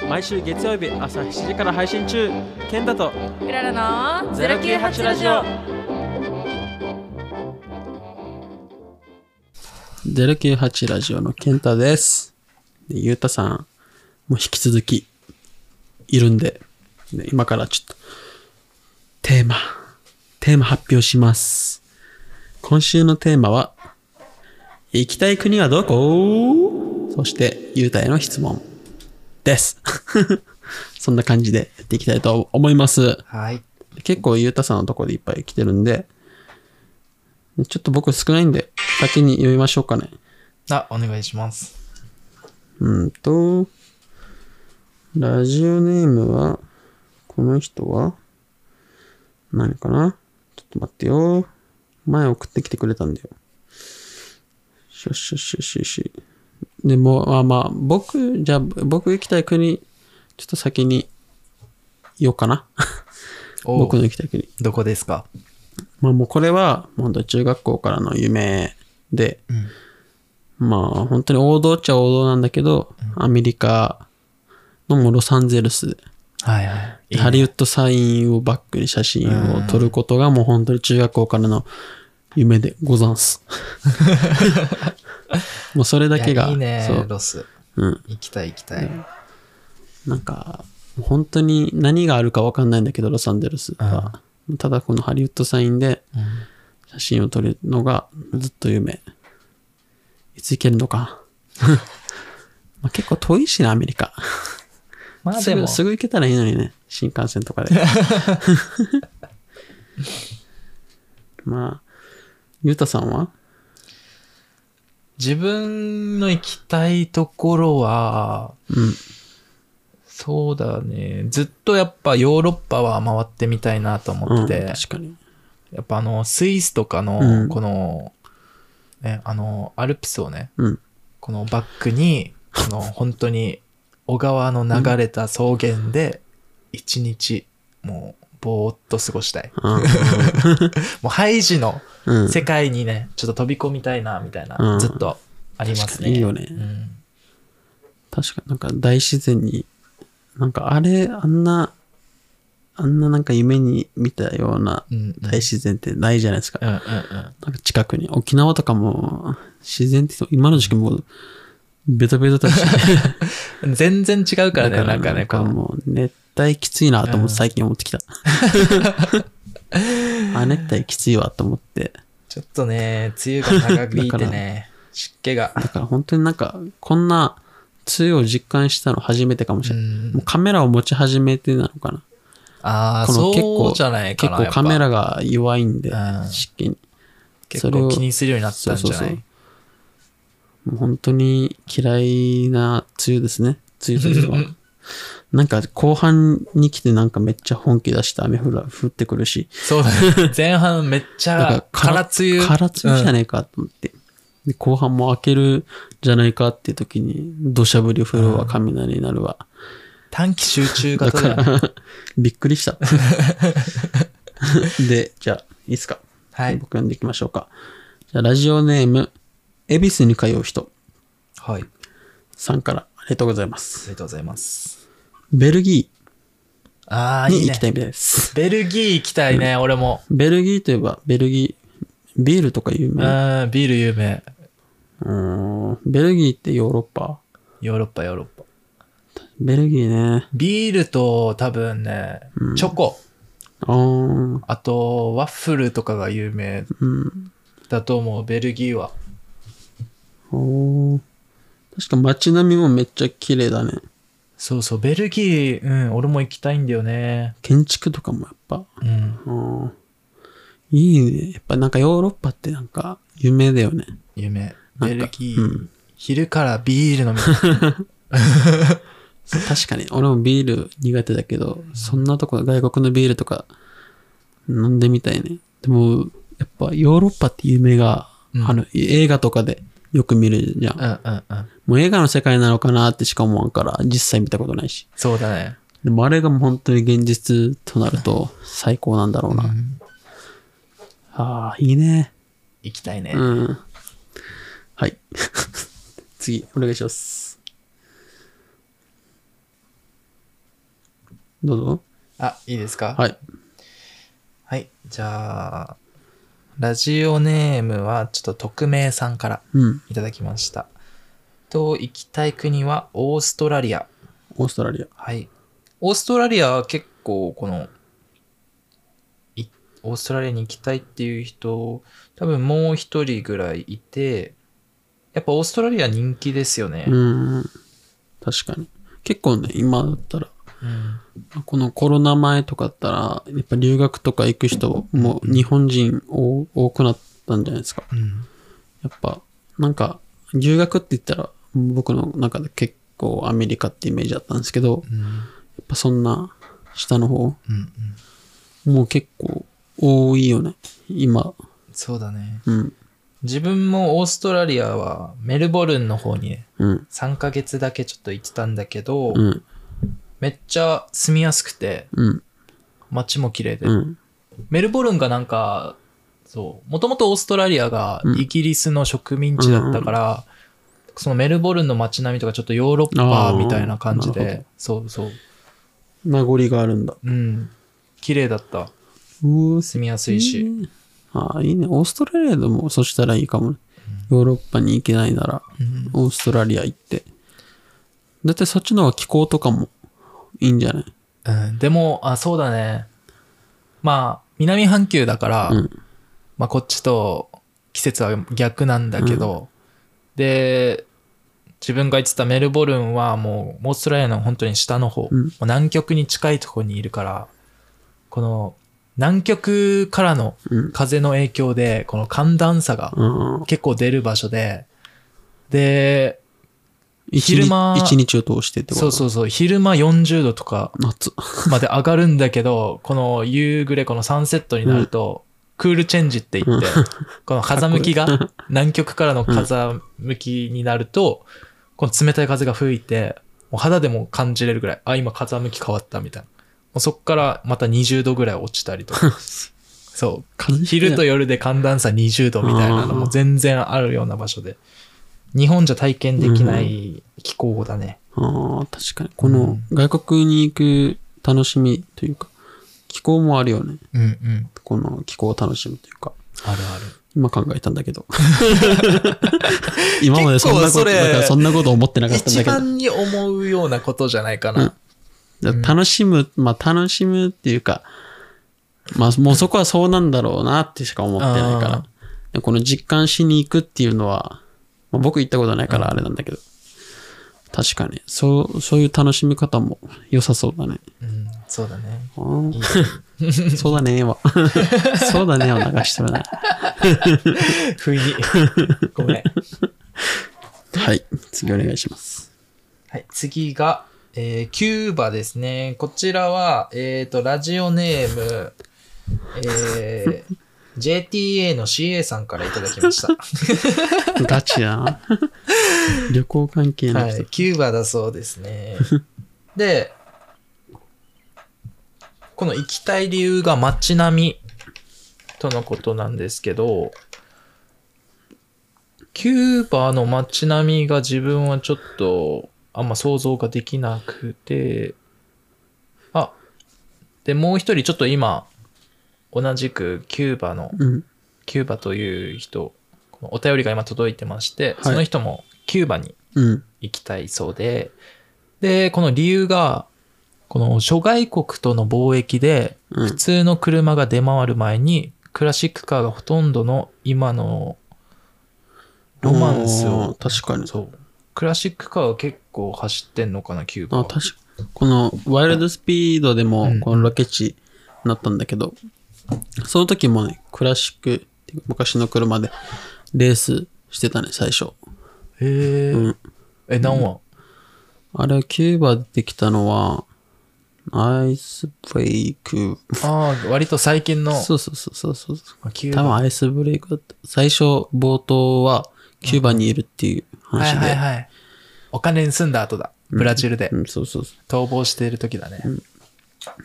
[SPEAKER 1] 毎週月曜日朝7時から配信中、ケンタと
[SPEAKER 3] うららの
[SPEAKER 1] 098ラジオ。098ラジオのケンタです。でゆうたさん、もう引き続きいるんで、ね今からちょっとテーマ、テーマ発表します。今週のテーマは、行きたい国はどこそして、ゆうたへの質問です。 そんな感じでやっていきたいと思います。
[SPEAKER 2] はい、
[SPEAKER 1] 結構ゆうたさんのとこでいっぱい来てるんで、ちょっと僕少ないんで、先に読みましょうかね。
[SPEAKER 2] あお願いします
[SPEAKER 1] うんと、ラジオネームは、この人は、何かなちょっと待ってよ。前送ってきてくれたんだよ。しょしょしょしょしょ。でも、まあまあ、僕、じゃあ、僕行きたい国、ちょっと先に言おうかな。
[SPEAKER 2] お
[SPEAKER 1] 僕の行きたい国。
[SPEAKER 2] どこですか
[SPEAKER 1] まあもうこれは、本当中学校からの夢で、まあ、本当に王道っちゃ王道なんだけど、アメリカのもうロサンゼルスで
[SPEAKER 2] はいはいいいね
[SPEAKER 1] ハリウッドサインをバックに写真を撮ることがもう本当に中学校からの夢でござん す。もうそれだけが、
[SPEAKER 2] いやいいね
[SPEAKER 1] そう、
[SPEAKER 2] ロス
[SPEAKER 1] うん、
[SPEAKER 2] 行きたい行きたい、
[SPEAKER 1] なんか、本当に何があるか分かんないんだけど、ロサンゼルスは。ただこのハリウッドサインで写真を撮るのがずっと夢。いつ行けるのか。 まあ結構遠いしな、アメリカ。
[SPEAKER 2] まあ
[SPEAKER 1] す
[SPEAKER 2] でも
[SPEAKER 1] ぐすぐ行けたらいいのにね新幹線と かでまあゆうたさんは
[SPEAKER 2] 自分の行きたいところは
[SPEAKER 1] うん
[SPEAKER 2] そうだねずっとやっぱヨーロッパは回ってみたいなと思
[SPEAKER 1] う
[SPEAKER 2] っ
[SPEAKER 1] ん
[SPEAKER 2] てて、
[SPEAKER 1] 確かに
[SPEAKER 2] やっぱあのスイスとか
[SPEAKER 1] う
[SPEAKER 2] の
[SPEAKER 1] ん
[SPEAKER 2] この、ねあのアルプスをね
[SPEAKER 1] うん
[SPEAKER 2] このバックにこ の本当に小川の流れた草原で一日もうぼーっと過ごしたい
[SPEAKER 1] うん
[SPEAKER 2] もうハイジの
[SPEAKER 1] うん、
[SPEAKER 2] 世界にねちょっと飛び込みたいなみたいな、
[SPEAKER 1] うん
[SPEAKER 2] ずっとありますね
[SPEAKER 1] 確かにいいよね
[SPEAKER 2] うん
[SPEAKER 1] 確かになんか大自然になんかあれあんなあんななんか夢に見たような
[SPEAKER 2] うん
[SPEAKER 1] 大自然ってないじゃないですか,、
[SPEAKER 2] うんうんうん
[SPEAKER 1] なんか近くに沖縄とかも自然って今の時期もうベトベトだ し
[SPEAKER 2] 全然違うからね、なんかね、こう。
[SPEAKER 1] もう熱帯きついなと思って最近思ってき た。あ、熱帯きついわと思って。
[SPEAKER 2] ちょっとね、梅雨が長引い て
[SPEAKER 1] だか
[SPEAKER 2] ね、湿気が。
[SPEAKER 1] だから本当になんか、こんな梅雨を実感したの初めてかもし
[SPEAKER 2] う
[SPEAKER 1] れない。も
[SPEAKER 2] ん
[SPEAKER 1] う、カメラを持ち始めてなのかな。
[SPEAKER 2] ああ、
[SPEAKER 1] この結
[SPEAKER 2] そ
[SPEAKER 1] 構
[SPEAKER 2] うじゃないか
[SPEAKER 1] 結
[SPEAKER 2] な。
[SPEAKER 1] 構カメ
[SPEAKER 2] やっ
[SPEAKER 1] ラが弱いんで
[SPEAKER 2] うん、
[SPEAKER 1] 湿気に。
[SPEAKER 2] ぱ結構気にするようになったんじゃない
[SPEAKER 1] もう本当に嫌いな梅雨ですね。梅雨というの は。なんか後半に来てなんかめっちゃ本気出して雨降ら降ってくるし。
[SPEAKER 2] そうだ ね。前半めっち
[SPEAKER 1] だ
[SPEAKER 2] ゃ、
[SPEAKER 1] か
[SPEAKER 2] 空
[SPEAKER 1] ら
[SPEAKER 2] 梅雨。
[SPEAKER 1] 空梅雨じゃねえかと思って。で後半も開けるじゃないかっていう時に、土砂降り降るわ、雷になるわ。
[SPEAKER 2] うん短期集中
[SPEAKER 1] だ
[SPEAKER 2] 型
[SPEAKER 1] か
[SPEAKER 2] だよね。
[SPEAKER 1] ら、 びっくり した。で、じゃあ、いいっすか。
[SPEAKER 2] はい
[SPEAKER 1] 僕。読んでいきましょうか。じゃあ、ラジオネーム、恵比寿に通う人
[SPEAKER 2] はい。あり
[SPEAKER 1] さんからありがとうございます。
[SPEAKER 2] がとうございます。
[SPEAKER 1] ベルギ
[SPEAKER 2] ああ、
[SPEAKER 1] ー
[SPEAKER 2] い
[SPEAKER 1] に行
[SPEAKER 2] いね
[SPEAKER 1] き。たいみたいです。
[SPEAKER 2] ベルギー行きたいね、俺も。
[SPEAKER 1] ベルギーといえば、ベルギー、ビールとか有
[SPEAKER 2] うん、ビ
[SPEAKER 1] 名。
[SPEAKER 2] ール有名。
[SPEAKER 1] うーん、ベルギーってヨーロッパ
[SPEAKER 2] ヨーロッパ、ヨーロッパ。
[SPEAKER 1] ベルギーね。
[SPEAKER 2] ビールと多分ね、チョコ。
[SPEAKER 1] あー。
[SPEAKER 2] あと、ワッフルとかが有名
[SPEAKER 1] うん。
[SPEAKER 2] だと思う、ベルギーは。
[SPEAKER 1] おー確か街並みもめっちゃ綺麗だね。
[SPEAKER 2] そうそう、ベルギー、うん、俺も行きたいんだよね。
[SPEAKER 1] 建築とかもやっぱ。
[SPEAKER 2] うん、
[SPEAKER 1] うんいいね。やっぱなんかヨーロッパってなんか夢だよね。
[SPEAKER 2] 夢。
[SPEAKER 1] なん
[SPEAKER 2] ベ
[SPEAKER 1] か
[SPEAKER 2] ルギ
[SPEAKER 1] う
[SPEAKER 2] ー、
[SPEAKER 1] ん
[SPEAKER 2] 昼からビール飲 みたい。
[SPEAKER 1] 確かに。俺もビール苦手だけど、そんなとこ外国のビールとか飲んでみたいね。でも、やっぱヨーロッパって夢が、
[SPEAKER 2] うん
[SPEAKER 1] あの、映画とかでよく見るじゃん。
[SPEAKER 2] うんうんうん。
[SPEAKER 1] もう映画の世界なのかなってしか思わんから、実際見たことないし。
[SPEAKER 2] そうだね。
[SPEAKER 1] でもあれがもう本当に現実となると最高なんだろうな。
[SPEAKER 2] うん
[SPEAKER 1] ああ、いいね。
[SPEAKER 2] 行きたいね。
[SPEAKER 1] うん。はい。 次、お願いします。どうぞ。
[SPEAKER 2] あ、いいですか
[SPEAKER 1] はい。
[SPEAKER 2] はい。じゃあ、ラジオネームは、ちょっと匿名さんから
[SPEAKER 1] うん。
[SPEAKER 2] いただきました。と、行きたい国は、オーストラリア。
[SPEAKER 1] オーストラリア。
[SPEAKER 2] はい。オーストラリアは結構この、いオーストラリアに行きたいっていう人、多分もう一人ぐらいいて、やっぱオーストラリア人気ですよね。
[SPEAKER 1] うん。確かに。結構ね、今だったら、
[SPEAKER 2] うん
[SPEAKER 1] このコロナ前とかだったら、やっぱ留学とか行く人も日本人多多くなったんじゃないですか。
[SPEAKER 2] うん
[SPEAKER 1] やっぱ、なんか、留学って言ったら、僕の中で結構アメリカってイメージだったんですけど、や
[SPEAKER 2] うん
[SPEAKER 1] っぱそんな下の方、
[SPEAKER 2] うんうん
[SPEAKER 1] もう結構多いよね、今。
[SPEAKER 2] そうだね。
[SPEAKER 1] うん、
[SPEAKER 2] 自分もオーストラリアはメルボルンの方にね、
[SPEAKER 1] うん、
[SPEAKER 2] 3ヶ月だけちょっと行ってたんだけど、
[SPEAKER 1] うん、
[SPEAKER 2] めっちゃ住みやすくて、
[SPEAKER 1] うん、
[SPEAKER 2] 街も綺麗で、
[SPEAKER 1] うん、
[SPEAKER 2] メルボルンがなんか、そう、もともとオーストラリアがイギリスの植民地だったから、そのメルボルンの街並みとかちょっとヨーロッパみたいな感じ
[SPEAKER 1] あーなる
[SPEAKER 2] で、そうそう。
[SPEAKER 1] 名残があるんだ。
[SPEAKER 2] うん。綺麗だった。
[SPEAKER 1] うわ
[SPEAKER 2] 住みやすいし。
[SPEAKER 1] ああ、いいね。オーストラリアでもそしたらいいかもね。ヨーロッパに行けないなら、
[SPEAKER 2] うん
[SPEAKER 1] オーストラリア行って。だってそっちの方が気候とかもいいんじゃない
[SPEAKER 2] うん、でも、あ、そうだね。まあ、南半球だから、
[SPEAKER 1] うん
[SPEAKER 2] まあこっちと季節は逆なんだけど、で、自分が言ってたメルボルンはもうオーストラリアの本当に下の方、
[SPEAKER 1] うん
[SPEAKER 2] もう南極に近いところにいるから、この南極からの
[SPEAKER 1] うん。
[SPEAKER 2] 風の影響で、この寒暖差が
[SPEAKER 1] うん。
[SPEAKER 2] 結構出る場所で、で、
[SPEAKER 1] 一日
[SPEAKER 2] 昼間
[SPEAKER 1] 一日を通してってこ
[SPEAKER 2] そ
[SPEAKER 1] と
[SPEAKER 2] うそうそう、昼間40度とか
[SPEAKER 1] 夏。
[SPEAKER 2] まで上がるんだけど、この夕暮れ、このサンセットになると、クールチェンジって言って、この風向きが、南極からの風向きになると、この冷たい風が吹いて、もう肌でも感じれるぐらい、あ、今風向き変わったみたいな。もうそこからまた20度ぐらい落ちたりとか。そう。
[SPEAKER 1] 風邪ひくやん
[SPEAKER 2] 昼と夜で寒暖差20度みたいなのも全然あるような場所で。日本じゃ体験できない気候だね。
[SPEAKER 1] ああ、確かに。この外国に行く楽しみというか、気候もあるよね。
[SPEAKER 2] うんうん。
[SPEAKER 1] この気候を楽しむというか。
[SPEAKER 2] あるある。
[SPEAKER 1] 今考えたんだけ ど。今までそんなこと、
[SPEAKER 2] 結構それ
[SPEAKER 1] なんかそんなこと思ってなかったんだけ
[SPEAKER 2] 一
[SPEAKER 1] ど
[SPEAKER 2] 番に思うようなことじゃないかな。
[SPEAKER 1] だから楽しむ、まあ楽しむっていうか、まあもうそこはそうなんだろうなってしか思ってないから
[SPEAKER 2] あー。
[SPEAKER 1] でこの実感しに行くっていうのは、まあ、僕行ったことないからあれなんだけど。確かに。そう、そういう楽しみ方も良さそうだね。
[SPEAKER 2] うん、そうだね。
[SPEAKER 1] あー そうだねー は。そうだねーを流してるね。
[SPEAKER 2] 不意に。ごめん。
[SPEAKER 1] はい。次お願いします。
[SPEAKER 2] はい、次が、えーキューバですね。こちらは、えっ、と、ラジオネーム、えー JTA の CA さんからいただきました。
[SPEAKER 1] ガチや な。旅行関係の
[SPEAKER 2] は
[SPEAKER 1] 人
[SPEAKER 2] い、。キューバだそうですね。 で、この行きたい理由が街並みとのことなんですけど、キューバの街並みが自分はちょっとあんま想像ができなくて、あ、で、もう一人ちょっと今、同じくキューバの
[SPEAKER 1] うん。
[SPEAKER 2] キューバという人、このお便りが今届いてまして、
[SPEAKER 1] い
[SPEAKER 2] その人もキューバに
[SPEAKER 1] うん。
[SPEAKER 2] 行きたいそうで、で、この理由が、この諸外国との貿易で、
[SPEAKER 1] うん
[SPEAKER 2] 普通の車が出回る前に、クラシックカーがほとんどの今のロマンス
[SPEAKER 1] お
[SPEAKER 2] を、
[SPEAKER 1] ー確かに。
[SPEAKER 2] そう。クラシックカーは結構走ってんのかな、キューバ
[SPEAKER 1] あ
[SPEAKER 2] は。
[SPEAKER 1] 確かこのワイルドスピードで
[SPEAKER 2] う
[SPEAKER 1] も
[SPEAKER 2] ん
[SPEAKER 1] このロケ地になったんだけど、その時もね、クラシックっていうか昔の車でレースしてたね、最初。
[SPEAKER 2] へえ、
[SPEAKER 1] うん
[SPEAKER 2] え、何話、
[SPEAKER 1] あれはキューバでできたのは、アイスブレイク。
[SPEAKER 2] ああ、割と最近の、
[SPEAKER 1] そうそうそうそうそう。
[SPEAKER 2] あキュー
[SPEAKER 1] 多
[SPEAKER 2] バ。
[SPEAKER 1] 分アイスブレイクだった。最初、冒頭はキューバにいるっていう
[SPEAKER 2] はい
[SPEAKER 1] 話で。
[SPEAKER 2] はいはい。お金に住んだ後だ。ブラジルで。
[SPEAKER 1] うん、そうそうそ
[SPEAKER 2] 逃亡している時だね。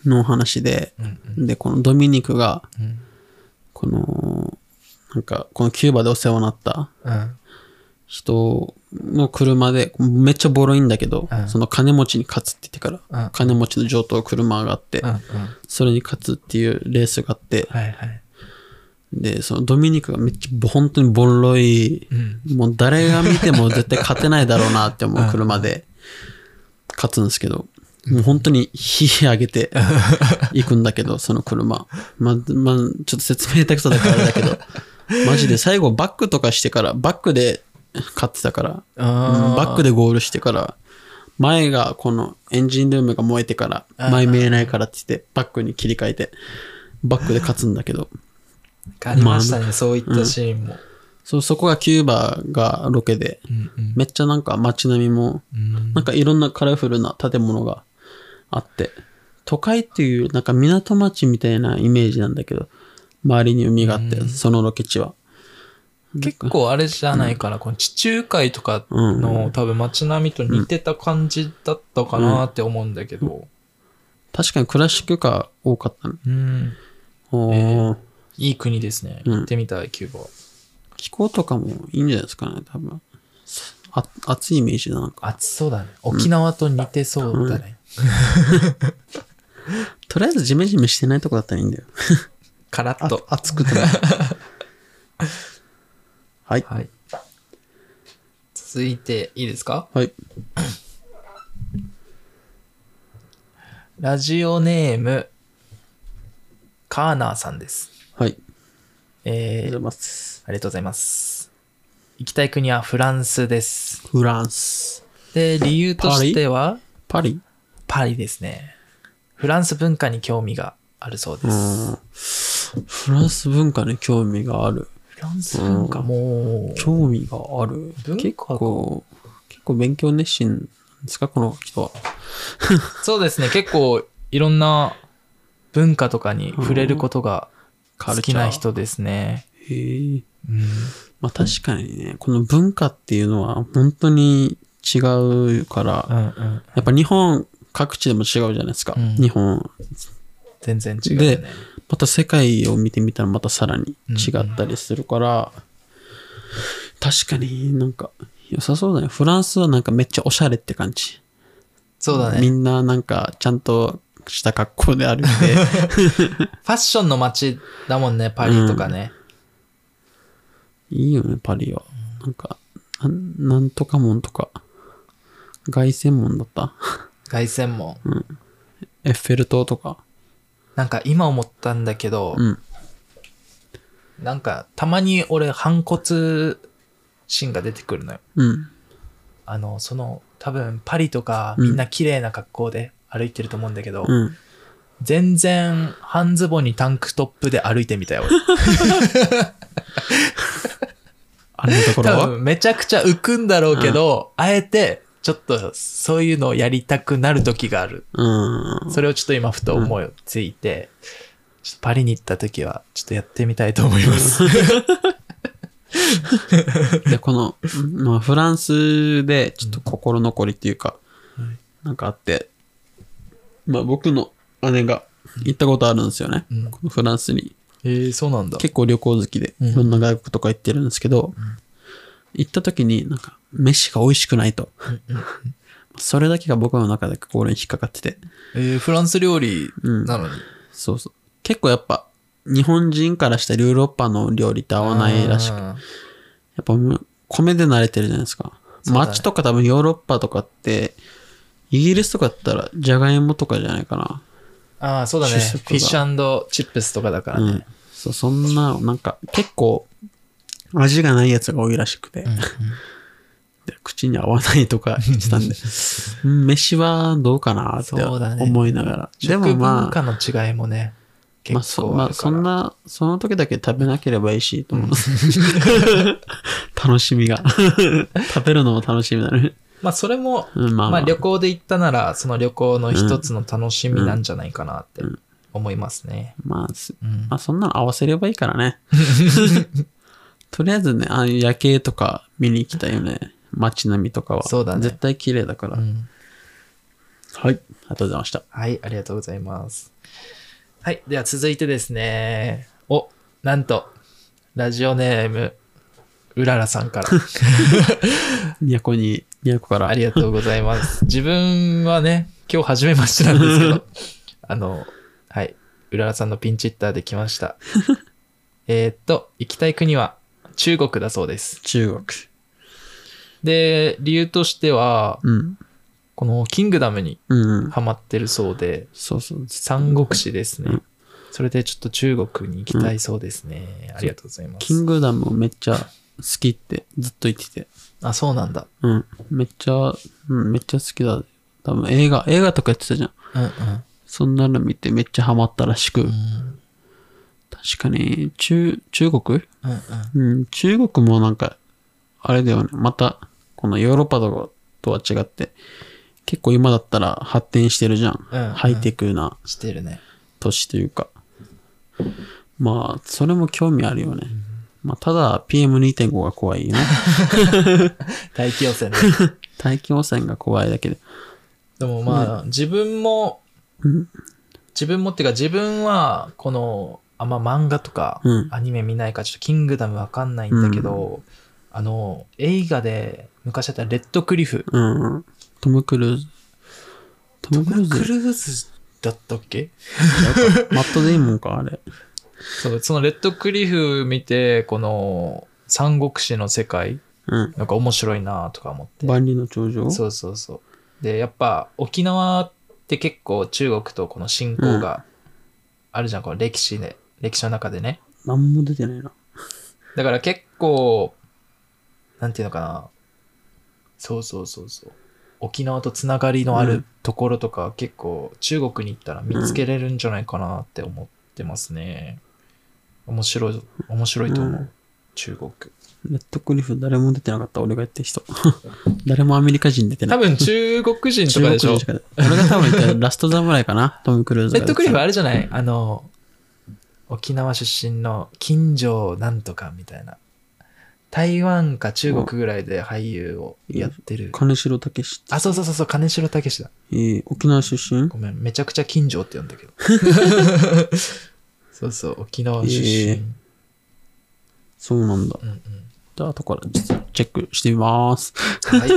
[SPEAKER 1] う。の話で、
[SPEAKER 2] うん
[SPEAKER 1] で、このドミニクが、
[SPEAKER 2] うん
[SPEAKER 1] この、なんか、このキューバでお世話になった
[SPEAKER 2] うん。
[SPEAKER 1] 人の車で、めっちゃボロいんだけど、
[SPEAKER 2] うん
[SPEAKER 1] その金持ちに勝つって言ってから、
[SPEAKER 2] うん
[SPEAKER 1] 金持ちの上等車があって、
[SPEAKER 2] うんうん。
[SPEAKER 1] それに勝つっていうレースがあって、
[SPEAKER 2] はいはい。
[SPEAKER 1] で、そのドミニクがめっちゃ、本当にボロい、
[SPEAKER 2] うん。
[SPEAKER 1] もう誰が見ても絶対勝てないだろうなって思う車で、勝つんですけど、もう本当に火上げて行くんだけど、その車。ま、ま、ちょっと説明下手くそだからあれだけど、マジで最後バックとかしてから、バックで勝ってたから、うんバック
[SPEAKER 2] で。
[SPEAKER 1] でゴールしてから、前がこのエンジンルームが燃えてから、前見えないからって言って、バックに切り替えて、バックで勝つんだけど、
[SPEAKER 2] ありましたね、そういったシーンも。
[SPEAKER 1] そ、そこがキューバがロケで、
[SPEAKER 2] うんうん
[SPEAKER 1] めっちゃなんか街並みも、
[SPEAKER 2] うん
[SPEAKER 1] なんかいろんなカラフルな建物があって、都会っていうなんか港町みたいなイメージなんだけど、周りに海があって、そのロケ地は。
[SPEAKER 2] 結構あれじゃないかな、この地中海とか
[SPEAKER 1] う
[SPEAKER 2] の多分街並みと似てた感じだったかなって思うんだけど。
[SPEAKER 1] 確かにクラシックが多かったね。
[SPEAKER 2] うん
[SPEAKER 1] おー
[SPEAKER 2] いい国ですね。行ってみたい、キューバは。
[SPEAKER 1] 気候とかもいいんじゃないですかね、多分。あ暑いイメージだなんか。
[SPEAKER 2] 暑そうだね。沖縄と似てそうだね。
[SPEAKER 1] とりあえずジメジメしてないとこだったらいいんだよ。
[SPEAKER 2] カラッ
[SPEAKER 1] あ
[SPEAKER 2] と。
[SPEAKER 1] 暑 くてない。はい。
[SPEAKER 2] はい。続いていいですか
[SPEAKER 1] はい。
[SPEAKER 2] ラジオネーム、カーナーさんです。
[SPEAKER 1] はい。ありがとう
[SPEAKER 2] え
[SPEAKER 1] ござ
[SPEAKER 2] ー
[SPEAKER 1] います。
[SPEAKER 2] ありがとうございます。行きたい国はフランスです。
[SPEAKER 1] フランス。
[SPEAKER 2] で、理由としては、
[SPEAKER 1] パリ
[SPEAKER 2] パリですね。フランス文化に興味があるそうで
[SPEAKER 1] う
[SPEAKER 2] す。
[SPEAKER 1] ん。フランス文化に興味がある。
[SPEAKER 2] フランス文化
[SPEAKER 1] うん
[SPEAKER 2] もう、
[SPEAKER 1] 興味がある。
[SPEAKER 2] 文化
[SPEAKER 1] 結構、結構勉強熱心ですかこの人は。
[SPEAKER 2] そうですね、結構いろんな文化とかに触れることが
[SPEAKER 1] カ
[SPEAKER 2] 好
[SPEAKER 1] ルチ
[SPEAKER 2] き
[SPEAKER 1] ャー
[SPEAKER 2] な人ですね。
[SPEAKER 1] へえ。
[SPEAKER 2] うん
[SPEAKER 1] まあ確かにね、この文化っていうのは本当に違うから、
[SPEAKER 2] うんうん、
[SPEAKER 1] やっぱ日本各地でも違うじゃないですか。
[SPEAKER 2] うん
[SPEAKER 1] 日本。
[SPEAKER 2] 全然違う、ね。
[SPEAKER 1] でまた世界を見てみたらまたさらに違ったりするから、確かになんか良さそうだね。フランスはなんかめっちゃおしゃれって感じ。
[SPEAKER 2] そうだ
[SPEAKER 1] み
[SPEAKER 2] ね。
[SPEAKER 1] んななんかちゃんとした格好で 歩いて、
[SPEAKER 2] ファッションの街だもんね、パリとかね。
[SPEAKER 1] いいよね、パリは。なんか、なんなんとかもんとか、凱旋門だった。
[SPEAKER 2] 凱旋門。
[SPEAKER 1] エッフェル塔とか。
[SPEAKER 2] なんか今思ったんだけど、
[SPEAKER 1] うん。
[SPEAKER 2] なんかたまに俺反骨心が出てくるのよ。
[SPEAKER 1] うん。
[SPEAKER 2] あの、その多分パリとか
[SPEAKER 1] うん
[SPEAKER 2] みんな綺麗な格好で歩いてると思うんだけど、
[SPEAKER 1] うん。
[SPEAKER 2] 全然半ズボンにタンクトップで歩いてみたよ。俺
[SPEAKER 1] あれの ところ
[SPEAKER 2] 多
[SPEAKER 1] は
[SPEAKER 2] 分めちゃくちゃ浮くんだろうけど、あえてちょっとそういうのをやりたくなる時がある。
[SPEAKER 1] うん。
[SPEAKER 2] それをちょっと今ふと思いついて、ちょっとパリに行った時はちょっとやってみたいと思います。
[SPEAKER 1] で、この、まあ、フランスでちょっと心残りっていうか、なんかあって、まあ僕の姉が行ったことあるんですよね。
[SPEAKER 2] うん
[SPEAKER 1] このフランスに。
[SPEAKER 2] えー、そうなんだ。
[SPEAKER 1] 結構旅行好きで、
[SPEAKER 2] うん
[SPEAKER 1] いろんな外国とか行ってるんですけど、行った時になんか飯が美味しくないと。 それだけが僕の中で心に引っかかってて。
[SPEAKER 2] えー、フランス料理
[SPEAKER 1] うん
[SPEAKER 2] なのに。
[SPEAKER 1] そうそう。結構やっぱ、日本人からしたらヨーロッパの料理と合わないらしく、や
[SPEAKER 2] あー
[SPEAKER 1] っぱむ米で慣れてるじゃないですか。
[SPEAKER 2] うだね
[SPEAKER 1] 街とか多分ヨーロッパとかって、イギリスとかだったらジャガイモとかじゃないかな。
[SPEAKER 2] あー、そうだね。フ
[SPEAKER 1] 主食が
[SPEAKER 2] ィッシュチップスとかだから
[SPEAKER 1] う
[SPEAKER 2] ね。
[SPEAKER 1] ん。そう、そんな、なんか結構味がないやつが多いらしくて、で口に合わないと か言ってたんで、うん飯はどうかなって
[SPEAKER 2] そうだね
[SPEAKER 1] 思いながら。でも
[SPEAKER 2] 食文
[SPEAKER 1] まあ
[SPEAKER 2] 化、の違いもね、
[SPEAKER 1] まあ
[SPEAKER 2] 結
[SPEAKER 1] そ
[SPEAKER 2] 構
[SPEAKER 1] ま
[SPEAKER 2] あ
[SPEAKER 1] あ
[SPEAKER 2] る
[SPEAKER 1] そ
[SPEAKER 2] から。
[SPEAKER 1] んな、その時だけ食べなければいいし、と思う。 楽しみが。食べるのも楽しみだね。
[SPEAKER 2] まあそれも、
[SPEAKER 1] うん、まあ、
[SPEAKER 2] ま
[SPEAKER 1] ま
[SPEAKER 2] あ
[SPEAKER 1] あ、
[SPEAKER 2] 旅行で行ったなら、その旅行の一つの楽しみなんじゃないかなって思いますね。
[SPEAKER 1] まあす
[SPEAKER 2] うん
[SPEAKER 1] まあ、そんなの合わせればいいから ね。とりあえずね、ああいう夜景とか見に行きたいよね。街並みとかは。
[SPEAKER 2] そうだね
[SPEAKER 1] 絶対綺麗だから。
[SPEAKER 2] うん
[SPEAKER 1] はい。ありがとうございました。
[SPEAKER 2] はい、ありがとうございます。はい、では続いてですね。お、なんと、ラジオネーム、うららさんから。
[SPEAKER 1] 都に、都から。
[SPEAKER 2] ありがとうございます。自分はね、今日初めましてなんですけど、あの、はい、うららさんのピンチッターで来ました。えーっと、行きたい国は中国だそうです。
[SPEAKER 1] 中国。
[SPEAKER 2] で、理由としては、
[SPEAKER 1] うん。
[SPEAKER 2] このキングダムに
[SPEAKER 1] うん。
[SPEAKER 2] ハマってるそうで、
[SPEAKER 1] そうそう。
[SPEAKER 2] 三国志です
[SPEAKER 1] う
[SPEAKER 2] ね
[SPEAKER 1] ん。
[SPEAKER 2] それでちょっと中国に行きたいそうですね。ありがとうございま
[SPEAKER 1] キン
[SPEAKER 2] す。
[SPEAKER 1] グダムめっちゃ好きってずっと言ってて。
[SPEAKER 2] あ、そうなんだ。
[SPEAKER 1] うん。めっちゃ、うん、めっちゃ好きだ。多分映画、映画とかやってたじゃん。
[SPEAKER 2] うんうん。
[SPEAKER 1] そんなの見てめっちゃハマったらしく。
[SPEAKER 2] うん
[SPEAKER 1] 確かに、中、中国
[SPEAKER 2] うんうん。
[SPEAKER 1] うん、中国もなんか、あれだよね。また、このヨーロッパとかとは違って、結構今だったら発展してるじゃん。
[SPEAKER 2] うんうん
[SPEAKER 1] ハイテクな
[SPEAKER 2] してるね。
[SPEAKER 1] 都市というか。まあ、それも興味あるよね。まあ、ただ、PM2.5 が怖 いよね。
[SPEAKER 2] 大気汚染ね。
[SPEAKER 1] 大気汚染が怖いだけで。
[SPEAKER 2] でもまあ、自分も、
[SPEAKER 1] うん
[SPEAKER 2] 自分もっていうか自分は、この、あんま漫画とか
[SPEAKER 1] うん
[SPEAKER 2] アニメ見ないから、ちょっとキングダムわかんないんだけど、あの、映画で昔あったレッドクリフ。
[SPEAKER 1] うん。トム・クルーズ。トム・クルーズ
[SPEAKER 2] クルーズだったっけ
[SPEAKER 1] マット・デイモンか、あれ。
[SPEAKER 2] そうそのレッドクリフ見て、この、三国志の世界、
[SPEAKER 1] うん。
[SPEAKER 2] なんか面白いなとか思って。
[SPEAKER 1] 万里の長城
[SPEAKER 2] そうそうそう。で、やっぱ沖縄って結構中国とこの信仰があるじゃん、この歴史で、歴史の中でね。
[SPEAKER 1] なんも出てないな。
[SPEAKER 2] だから結構、なんていうのかな。そうそうそうそう。沖縄とつながりのあ
[SPEAKER 1] う
[SPEAKER 2] る
[SPEAKER 1] ん
[SPEAKER 2] ところとか、結構中国に行ったら見つけれるんじゃないかなって思ってますね。面白い、面白いと思う。
[SPEAKER 1] うん
[SPEAKER 2] 中国。
[SPEAKER 1] レッドクリフ誰も出てなかった、俺がやった人。 誰もアメリカ人出てな
[SPEAKER 2] 多
[SPEAKER 1] い。
[SPEAKER 2] 分中国人と
[SPEAKER 1] 中
[SPEAKER 2] か
[SPEAKER 1] 国
[SPEAKER 2] でしょ
[SPEAKER 1] 人しか出て俺が多分言ったらラスト侍かな、トム・クルーズ
[SPEAKER 2] レ
[SPEAKER 1] が
[SPEAKER 2] ッ
[SPEAKER 1] 出てた。
[SPEAKER 2] ドクリフあれじゃないあの、沖縄出身の金城なんとかみたいな。台湾か中国ぐらいで俳優をやってる。
[SPEAKER 1] 金城武史って
[SPEAKER 2] あ、そうそうそうそう、金城武だ。
[SPEAKER 1] えー沖縄出身
[SPEAKER 2] ごめん、めちゃくちゃ金城って呼んだけど。そうそう、沖縄出身。
[SPEAKER 1] ええそうなんだ。
[SPEAKER 2] うんうん。
[SPEAKER 1] じゃあ、後からちょっとチェックしてみます。
[SPEAKER 2] はい。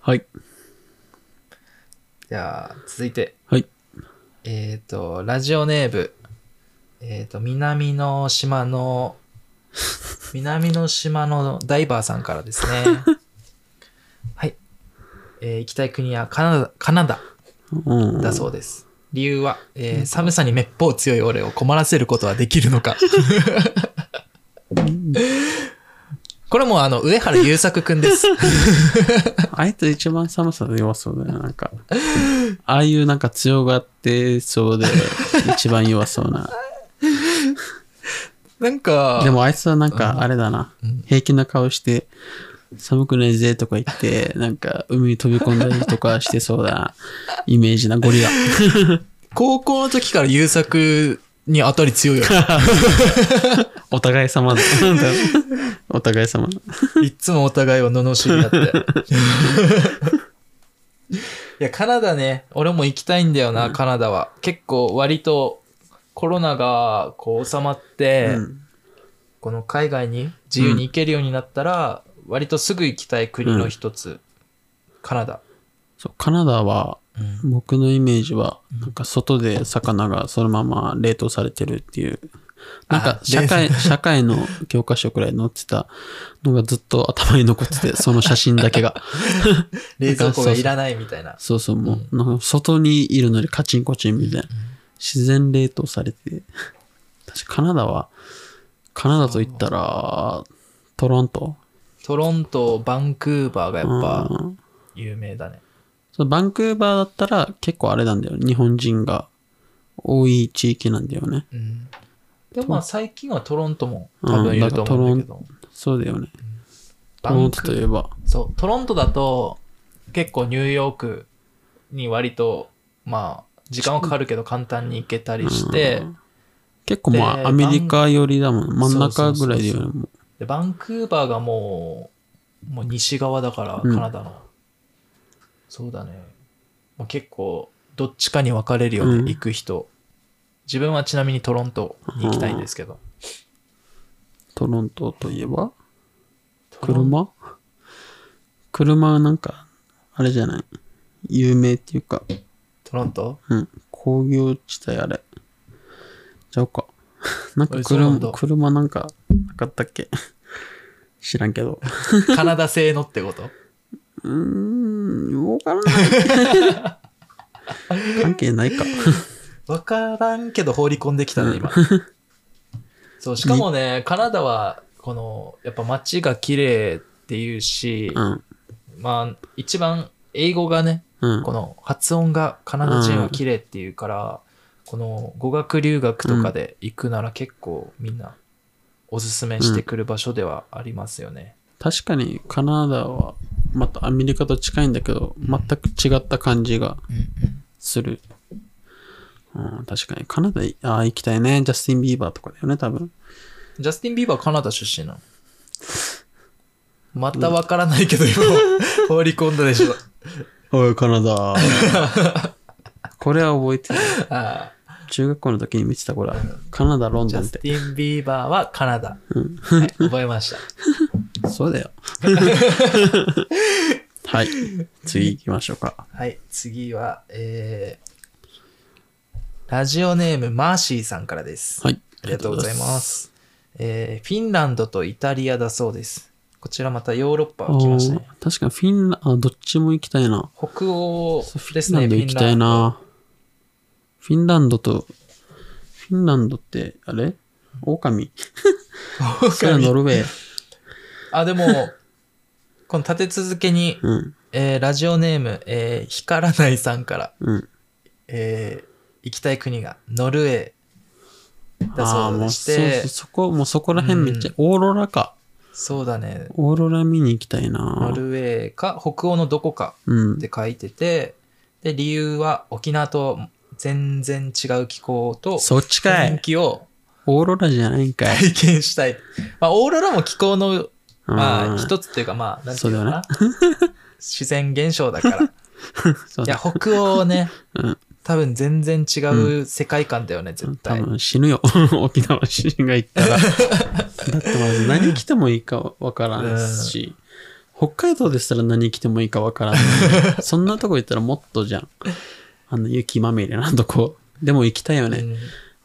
[SPEAKER 1] はい。
[SPEAKER 2] じゃあ、続いて。
[SPEAKER 1] はい。
[SPEAKER 2] えっ、と、ラジオネーム。えっ、と、南の島の、南の島のダイバーさんからですね。はい。えー行きたい国はカナダ、カナダ
[SPEAKER 1] うん。
[SPEAKER 2] だそうです。理由は、えー寒さに滅法強い俺を困らせることはできるのか。これもうあの、上原優作くん です。
[SPEAKER 1] あいつ一番寒さで弱そうだよ、なんか。ああいうなんか強がってそう で、一番弱そうな。
[SPEAKER 2] なんか、
[SPEAKER 1] でもあいつはなんかあれだな、平気な顔して、寒くないぜとか言って、なんか海に飛び込んだりとかしてそうだな、イメージな、ゴリラ。
[SPEAKER 2] 高校の時から優作に当たり強いよね。
[SPEAKER 1] お互い様だ。なんだろう お互い様。
[SPEAKER 2] いっつもお互いを罵り合って。いや、カナダね、俺も行きたいんだよな、カナダは。結構割とコロナがこう収まって、
[SPEAKER 1] うん
[SPEAKER 2] この海外に自由に行けるようになったら、割とすぐ行きたい国の一つ、カナダ。
[SPEAKER 1] そう、カナダは、
[SPEAKER 2] うん
[SPEAKER 1] 僕のイメージは、なんか外で魚がそのまま冷凍されてるっていう、なんか
[SPEAKER 2] あ
[SPEAKER 1] 社 会、社会の教科書くらい載ってたのがずっと頭に残ってて、その写真だけ が。
[SPEAKER 2] 冷蔵庫がいらないみたいな。
[SPEAKER 1] そうそう、もう、なんか外にいるのにカチンコチンみたいな。自然冷凍されて。私、カナダは、カナダと言ったら、トロント
[SPEAKER 2] トロント、バンクーバーがやっぱ
[SPEAKER 1] うん
[SPEAKER 2] 有名だね。
[SPEAKER 1] そうバンクーバーだったら結構あれなんだよ。日本人が多い地域なんだよね。
[SPEAKER 2] うんでもまあ最近はトロントも多分いると思うんだけど。
[SPEAKER 1] そうだよね。ト
[SPEAKER 2] バ
[SPEAKER 1] ロ
[SPEAKER 2] ン
[SPEAKER 1] ン
[SPEAKER 2] ク
[SPEAKER 1] トといえば。
[SPEAKER 2] そう、トロントだと結構ニューヨークに割とまあ時間はかかるけど簡単に行けたりして、
[SPEAKER 1] 結構ま
[SPEAKER 2] で
[SPEAKER 1] あアメリカ寄りだもん。真ん中ぐらいでよ
[SPEAKER 2] そう
[SPEAKER 1] も
[SPEAKER 2] でバンクーバーがもうもう西側だからカ
[SPEAKER 1] うん
[SPEAKER 2] ナダの、そうだねもう結構どっちかに分かれるよ
[SPEAKER 1] う
[SPEAKER 2] ね
[SPEAKER 1] ん
[SPEAKER 2] 行く人自分はちなみにトロントに行きたいんですけど、
[SPEAKER 1] トロントといえば
[SPEAKER 2] トロン
[SPEAKER 1] 車車はなんか、あれじゃない。有名っていうか、
[SPEAKER 2] トロント
[SPEAKER 1] うん。工業地帯あれ。ちゃうか。 なんか
[SPEAKER 2] えそうなん
[SPEAKER 1] 車、
[SPEAKER 2] だ
[SPEAKER 1] 車なんか、なかったっけ 知らんけど。
[SPEAKER 2] カナダ製のってこと
[SPEAKER 1] うーん、わから ない。関係ないか。
[SPEAKER 2] 分からんけど放り込んできたね今そうしかもねカナダはこのやっぱ街が綺麗っていうし、
[SPEAKER 1] うん。
[SPEAKER 2] まあ一番英語がね
[SPEAKER 1] うん。
[SPEAKER 2] この発音がカナダ人は綺麗っていうから、この語学留学とかで行くなら結構みんなおすすめしてくる場所ではありますよね。
[SPEAKER 1] 確かにカナダはまたアメリカと近いんだけど全く違った感じがする、うん、確かにカナダあー行きたいねジャスティン・ビーバーとかだよね多分
[SPEAKER 2] ジャスティン・ビーバーカナダ出 身なのまたわからないけど今放り込んだで しょ。
[SPEAKER 1] おいカナダ これは覚えてる
[SPEAKER 2] ああ
[SPEAKER 1] 中学校の時に見てたこれカナダロン
[SPEAKER 2] ジ
[SPEAKER 1] ドン
[SPEAKER 2] ャ
[SPEAKER 1] っ
[SPEAKER 2] ス
[SPEAKER 1] て
[SPEAKER 2] ティン・ビーバーはカナダ。
[SPEAKER 1] うん
[SPEAKER 2] はい覚えました。
[SPEAKER 1] そう だよ。はい。次行きましょうか。
[SPEAKER 2] はい、次は、えーラジオネームマーシーさんからです。
[SPEAKER 1] はい。
[SPEAKER 2] ありがとうございま。す。えーフィンランドとイタリアだそうです。こちらまたヨーロッパ来ましたね。
[SPEAKER 1] おー確かにフィンランあ、どっちも行きたいな。
[SPEAKER 2] 北欧
[SPEAKER 1] フ
[SPEAKER 2] で
[SPEAKER 1] ィ
[SPEAKER 2] す
[SPEAKER 1] ンラ
[SPEAKER 2] ね、
[SPEAKER 1] ンド行きたいな。フィンランドと、フィンランドって、あれ狼
[SPEAKER 2] フィンランド
[SPEAKER 1] それはノルウェー。
[SPEAKER 2] あ、でも、この立て続けに、
[SPEAKER 1] うん、
[SPEAKER 2] えーラジオネーム、えー光らないさんから、
[SPEAKER 1] うん。
[SPEAKER 2] えー行きたい国がノルウェーだ
[SPEAKER 1] ああ
[SPEAKER 2] そ
[SPEAKER 1] ー、
[SPEAKER 2] う
[SPEAKER 1] も
[SPEAKER 2] で
[SPEAKER 1] う
[SPEAKER 2] し
[SPEAKER 1] そ
[SPEAKER 2] て、
[SPEAKER 1] うそうそこ、もうそこら辺めっちゃ、オーロラか。
[SPEAKER 2] そうだね、
[SPEAKER 1] オーロラ見に行きたい
[SPEAKER 2] ノ
[SPEAKER 1] な。
[SPEAKER 2] ルウェーか北欧のどこか
[SPEAKER 1] うん
[SPEAKER 2] っ。て書いてて、で、理由は沖縄と全然違う気候と、
[SPEAKER 1] そっちか
[SPEAKER 2] 天
[SPEAKER 1] い。
[SPEAKER 2] 気を
[SPEAKER 1] オーロラじゃないんかい。
[SPEAKER 2] 体験したい。まあ、オーロラも気候の、ま
[SPEAKER 1] う
[SPEAKER 2] あ、
[SPEAKER 1] ん
[SPEAKER 2] 一つっていうか、まあ、なんていうのかな。自然現象 だから。
[SPEAKER 1] そう
[SPEAKER 2] いや、
[SPEAKER 1] だ。
[SPEAKER 2] 北欧はね、
[SPEAKER 1] うん
[SPEAKER 2] 多分全然違う世界観だよね、絶
[SPEAKER 1] 多
[SPEAKER 2] 対。
[SPEAKER 1] 分死ぬよ。 沖縄市が行ったら。だってまず何着てもいいかわからんし、北海道ですら何着てもいいかわからん。 そんなとこ行ったらもっとじゃん。あの雪まみれなとこ。でも行きたいよね。
[SPEAKER 2] うん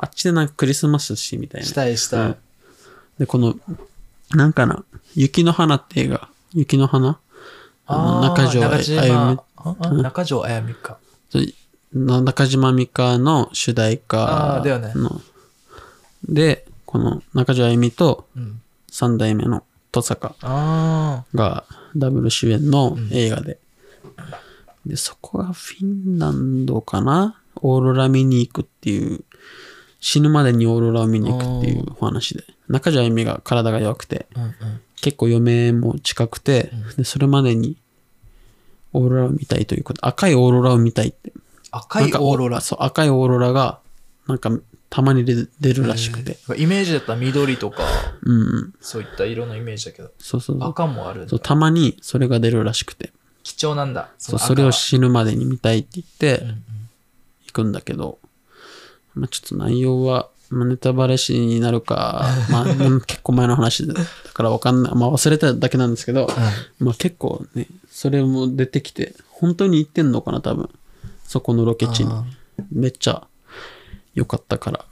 [SPEAKER 1] あっちでなんかクリスマスしみたいな。
[SPEAKER 2] したいしたい。
[SPEAKER 1] うんで、この、なんかな、雪の花って映画。雪の花あの
[SPEAKER 2] あー
[SPEAKER 1] 中条あ
[SPEAKER 2] 中
[SPEAKER 1] ゆみ
[SPEAKER 2] 島ああ中条あやみか。
[SPEAKER 1] な中島美嘉の主題歌
[SPEAKER 2] あーだよね
[SPEAKER 1] ので、この中条あゆみと
[SPEAKER 2] うん。
[SPEAKER 1] 三代目の戸坂
[SPEAKER 2] あ
[SPEAKER 1] がダブル主演の映画で、で、そこがフィンランドかなオーロラ見に行くっていう、死ぬまでにオーロラを見に行くっていうお話で、中条あゆみが体が弱くて、
[SPEAKER 2] あ。うんうん。
[SPEAKER 1] 結構嫁も近くて、でそれまでにオーロラを見たいということ、赤いオーロラを見たいって。
[SPEAKER 2] 赤い
[SPEAKER 1] なんか
[SPEAKER 2] オーロラ。
[SPEAKER 1] そう、赤いオーロラが、なんか、たまに出る出るらしくて。
[SPEAKER 2] イメージだったら緑とか、
[SPEAKER 1] うんうん。
[SPEAKER 2] そういった色のイメージだけど、
[SPEAKER 1] そうそうそう
[SPEAKER 2] 赤もあるんだ
[SPEAKER 1] そう。たまにそれが出るらしくて。
[SPEAKER 2] 貴重なんだ。
[SPEAKER 1] そう、
[SPEAKER 2] の
[SPEAKER 1] そ
[SPEAKER 2] 赤
[SPEAKER 1] れ
[SPEAKER 2] は
[SPEAKER 1] を死ぬまでに見たいって言って
[SPEAKER 2] うんう、ん
[SPEAKER 1] 行くんだけど、まあちょっと内容は、まあネタバレしになるか、 まあ、うん結構前の話だからわかんない。まあ忘れただけなんですけど、まあ結構ね、それも出てきて、本当に行ってんのかな、多分。そこのロケ地に
[SPEAKER 2] あ。
[SPEAKER 1] めっちゃ良かったから、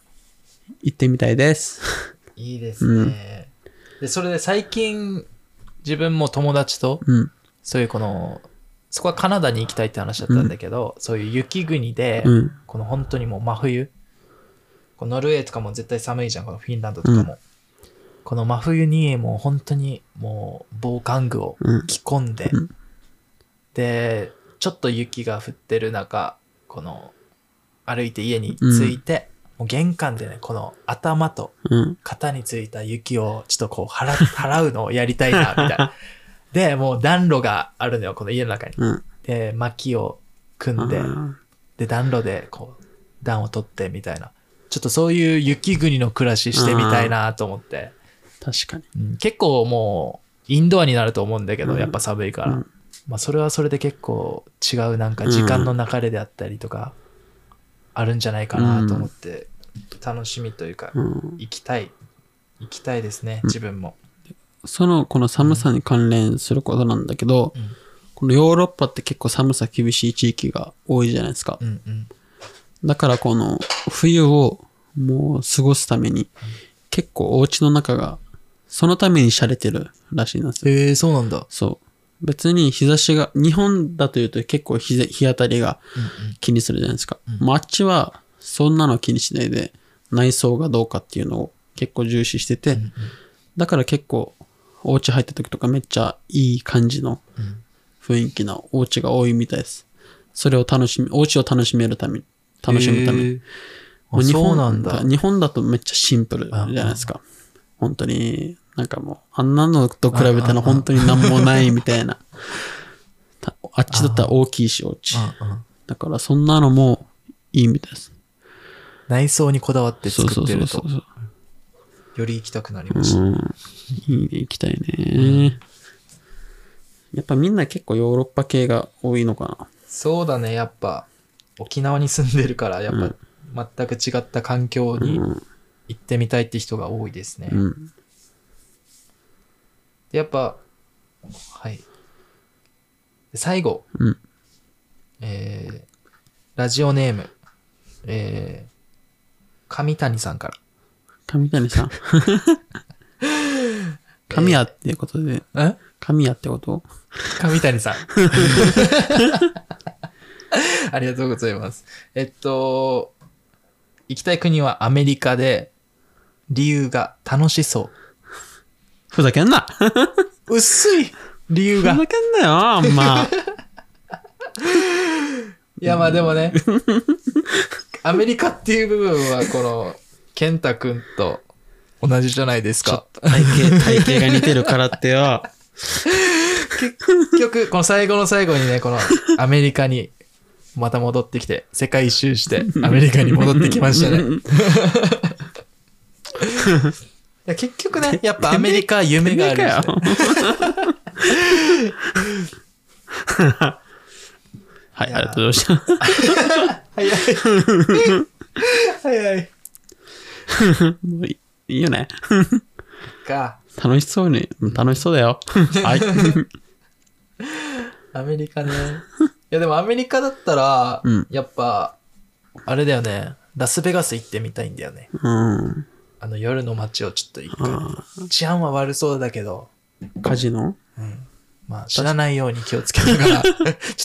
[SPEAKER 1] 行ってみたいです。
[SPEAKER 2] いいですね。で、それで最近、自分も友達と、
[SPEAKER 1] うん。
[SPEAKER 2] そういうこの、そこはカナダに行きたいって話だったんだけど、そういう雪国で、
[SPEAKER 1] うん。
[SPEAKER 2] この本当にもう真冬。こうノルウェーとかも絶対寒いじゃん、このフィンランドとかも。この真冬にもう本当にもう防寒具を
[SPEAKER 1] うん
[SPEAKER 2] 着込んで、
[SPEAKER 1] うん
[SPEAKER 2] で、ちょっと雪が降ってる中、この歩いて家に着いて、もう玄関でね、この頭と
[SPEAKER 1] うん。
[SPEAKER 2] 肩についた雪をちょっとこう 払払うのをやりたいな、みたいな。で、もう暖炉があるのよ、この家の中に。
[SPEAKER 1] うん。
[SPEAKER 2] で、薪を組んで
[SPEAKER 1] あ、ー
[SPEAKER 2] で、暖炉でこう、暖を取ってみたいな。ちょっとそういう雪国の暮らししてみたいなと思って。
[SPEAKER 1] 確かに。
[SPEAKER 2] うん結構もう、インドアになると思うんだけど、
[SPEAKER 1] うん
[SPEAKER 2] やっぱ寒いから。
[SPEAKER 1] うん
[SPEAKER 2] まあ、それはそれで結構違うなんか時間の流れであったりとか、あるんじゃないかなと思って、楽しみというか、
[SPEAKER 1] うん、
[SPEAKER 2] 行きたい。行きたいですね、自分も。
[SPEAKER 1] その、この寒さに関連することなんだけど、
[SPEAKER 2] うん
[SPEAKER 1] このヨーロッパって結構寒さ厳しい地域が多いじゃないですか。
[SPEAKER 2] うんうん。
[SPEAKER 1] だからこの冬をもう過ごすために、結構お家の中が、そのために洒落てるらしいなんですよ
[SPEAKER 2] ええそうなんだ。
[SPEAKER 1] そう。別に日差しが、日本だというと結構日ざ日当たりが気にするじゃないですか。もうあっちはそんなの気にしないで、内装がどうかっていうのを結構重視してて、だから結構お家入った時とかめっちゃいい感じの雰囲気なお家が多いみたいです。それを楽しみ、お家を楽しめるために、楽しむために。
[SPEAKER 2] えー
[SPEAKER 1] もう
[SPEAKER 2] あ
[SPEAKER 1] 日本
[SPEAKER 2] そうなんだ。
[SPEAKER 1] 日本だとめっちゃシンプルじゃないですか。本当に、なんかもう、あんなのと比べたら本当になんもないみたいな。た あっちだったら大きいし、お家。
[SPEAKER 2] うんうん
[SPEAKER 1] だからそんなのもいいみたいです。
[SPEAKER 2] 内装にこだわって
[SPEAKER 1] そうそ
[SPEAKER 2] 作っ
[SPEAKER 1] う
[SPEAKER 2] て
[SPEAKER 1] そう
[SPEAKER 2] る
[SPEAKER 1] そ
[SPEAKER 2] と、
[SPEAKER 1] う。
[SPEAKER 2] より行きたくなりまし
[SPEAKER 1] う
[SPEAKER 2] た。
[SPEAKER 1] ん。いいね、行きたいね。やっぱみんな結構ヨーロッパ系が多いのか
[SPEAKER 2] そうだね、やっぱ、沖縄に住んでるから、やっぱ、全く違った環境
[SPEAKER 1] な。
[SPEAKER 2] に
[SPEAKER 1] うん。
[SPEAKER 2] 行ってみたいって人が多いですね。
[SPEAKER 1] うん。
[SPEAKER 2] でやっぱ、はい。で最後、
[SPEAKER 1] うん
[SPEAKER 2] えーラジオネーム、えー上谷さんから。
[SPEAKER 1] 神谷 さん。神谷っていうことで、
[SPEAKER 2] ん
[SPEAKER 1] 神谷ってこと
[SPEAKER 2] 上谷さん。 ありがとうございます。えっと、行きたい国はアメリカで、理由が楽しそ
[SPEAKER 1] ふざけんなふ
[SPEAKER 2] う。薄い理由
[SPEAKER 1] ざ
[SPEAKER 2] が。
[SPEAKER 1] けん
[SPEAKER 2] い
[SPEAKER 1] なよ、あん ま。
[SPEAKER 2] や、まあでもね、アメリカっていう部分は、この、健太くんと同じじゃないです
[SPEAKER 1] ちょっ
[SPEAKER 2] か。
[SPEAKER 1] と体型、体型が似てるからってよ。
[SPEAKER 2] 結局、この最後の最後にね、このアメリカに、また戻ってきて、世界一周して、アメリカに戻ってきました ね。いや結局ね、やっぱアメリカは夢があるんですね、
[SPEAKER 1] はい、ありがとうございました。
[SPEAKER 2] 早い。早い。
[SPEAKER 1] もういいいいよね。
[SPEAKER 2] か、
[SPEAKER 1] 楽しそうに、楽しそうだよ。はい。
[SPEAKER 2] アメリカね。いや、でもアメリカだったら、
[SPEAKER 1] うん
[SPEAKER 2] やっぱ、あれだよね、ラスベガス行ってみたいんだよね。
[SPEAKER 1] うん。
[SPEAKER 2] あの夜の街をちょっと一回。治安は悪そうだけど、
[SPEAKER 1] カジノ
[SPEAKER 2] まあ、知らないように気をつけながら、ちょっ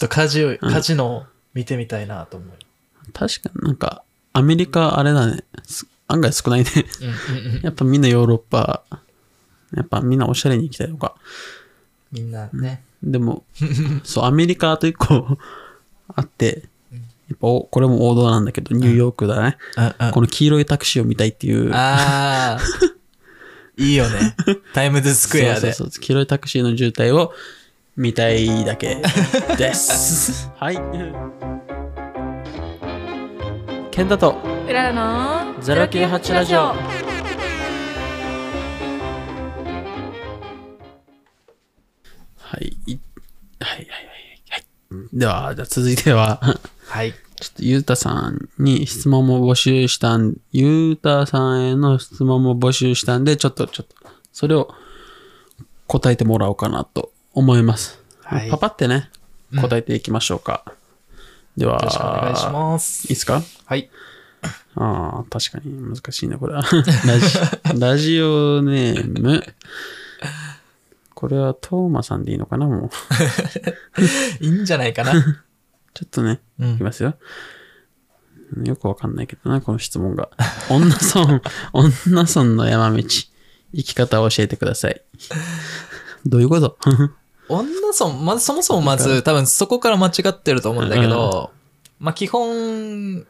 [SPEAKER 2] とカジを、カジノを見てみたいなと思う。
[SPEAKER 1] 確かになんか、アメリカあれだね。す案外少ないね。
[SPEAKER 2] うんうんうん
[SPEAKER 1] やっぱみんなヨーロッパ、やっぱみんなおしゃれに行きたいのか。
[SPEAKER 2] みんなね。
[SPEAKER 1] で も、そう、アメリカと一個 あって、やっぱおこれも王道なんだけど、ニューヨークだね。
[SPEAKER 2] ああ
[SPEAKER 1] この黄色いタクシーを見たいっていう。
[SPEAKER 2] あー。いいよね。タイムズスクエアで。
[SPEAKER 1] そうそうそう黄色いタクシーの渋滞を見たいだ けですはい健太と
[SPEAKER 3] うららの
[SPEAKER 1] 098ラジオはいいはいはいはいはいではじゃあ続いては
[SPEAKER 2] はい。
[SPEAKER 1] ちょっとゆうたさんに質問も募集したんゆうたさんへの質問も募集したんでちょっとちょっとそれを答えてもらおうかなと思います、
[SPEAKER 2] はい
[SPEAKER 1] パパってね答えていきましょうか、では
[SPEAKER 2] よろしくお願いしますす。
[SPEAKER 1] いいっすか
[SPEAKER 2] はい。
[SPEAKER 1] ああ、確かに難しいな、これは。 ラジラジオネーム。これはトーマさんでいいのかな、もう。
[SPEAKER 2] いいんじゃないかな。
[SPEAKER 1] ちょっとね、
[SPEAKER 2] うん
[SPEAKER 1] いきますよ。よくわかんないけどな、この質問が。 女村、 女村の山道。生き方を教えてください。 どういうこと
[SPEAKER 2] 女村、まずそもそもまず、多分そこから間違ってると思うんだけど、まあ基本、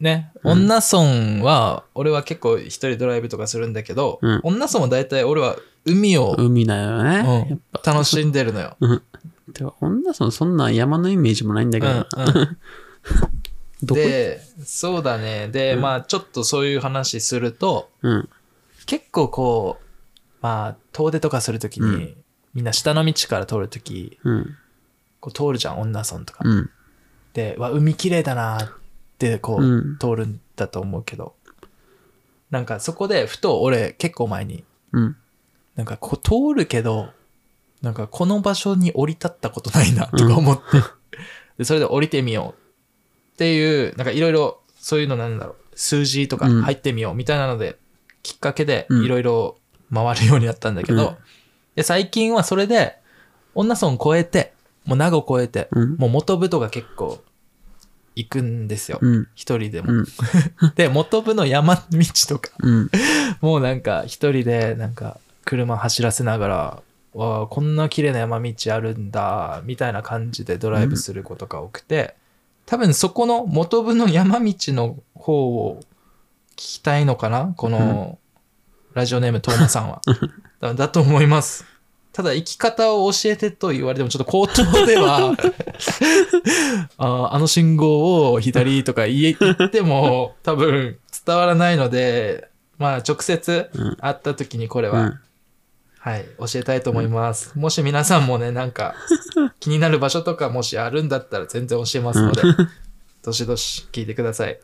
[SPEAKER 2] ね、女村は、俺は結構一人ドライブとかするんだけど、
[SPEAKER 1] うん
[SPEAKER 2] 女村は大体俺は海を、
[SPEAKER 1] 海だよね。
[SPEAKER 2] うん
[SPEAKER 1] やっぱ。
[SPEAKER 2] 楽しんでるのよ。
[SPEAKER 1] てか女村、そんな山のイメージもないんだ
[SPEAKER 2] う
[SPEAKER 1] けど
[SPEAKER 2] ん
[SPEAKER 1] な。
[SPEAKER 2] うん、
[SPEAKER 1] どこ
[SPEAKER 2] で、そうだね。で、まあちょっとそういう話すると、
[SPEAKER 1] うん。
[SPEAKER 2] 結構こう、まあ遠出とかするときに、
[SPEAKER 1] うん
[SPEAKER 2] みんな下の道から通るとき、
[SPEAKER 1] うん。
[SPEAKER 2] こう通るじゃん、女村とか。
[SPEAKER 1] うん。
[SPEAKER 2] で、わ、海綺麗だなってこう、
[SPEAKER 1] うん
[SPEAKER 2] 通るんだと思うけど、なんかそこでふと俺結構前に、
[SPEAKER 1] うん。
[SPEAKER 2] なんかこう通るけど、なんかこの場所に降り立ったことないなとか思って、 でそれで降りてみようっていう、なんかいろいろそういうのなんだろう、数字とか
[SPEAKER 1] うん
[SPEAKER 2] 入ってみようみたいなので、きっかけで
[SPEAKER 1] うん
[SPEAKER 2] いろいろ回るようになったんだけど、
[SPEAKER 1] うん
[SPEAKER 2] で最近はそれで、女村越えて、もう名護越えて、
[SPEAKER 1] うん
[SPEAKER 2] もう元部とか結構行くんですよ。
[SPEAKER 1] うん。
[SPEAKER 2] 一人でも。
[SPEAKER 1] うん。
[SPEAKER 2] で、元部の山道とか、
[SPEAKER 1] うん。
[SPEAKER 2] もうなんか一人でなんか車走らせながら、わあこんな綺麗な山道あるんだ、みたいな感じでドライブすることが多くて、多分そこの元部の山道の方を聞きたいのかなこのラジオネームトーマさ んは。だだと思います。ただ生き方を教えてと言われてもちょっと口頭 ではあーあの信号を左とか言え言っても多分伝わらないのでまあ直接
[SPEAKER 1] うん
[SPEAKER 2] 会った時にこれ
[SPEAKER 1] う
[SPEAKER 2] は、
[SPEAKER 1] ん
[SPEAKER 2] はい教えたいと思います、もし皆さんもねなんか 気になる場所とかもしあるんだったら全然教えますので、どしどし聞いてください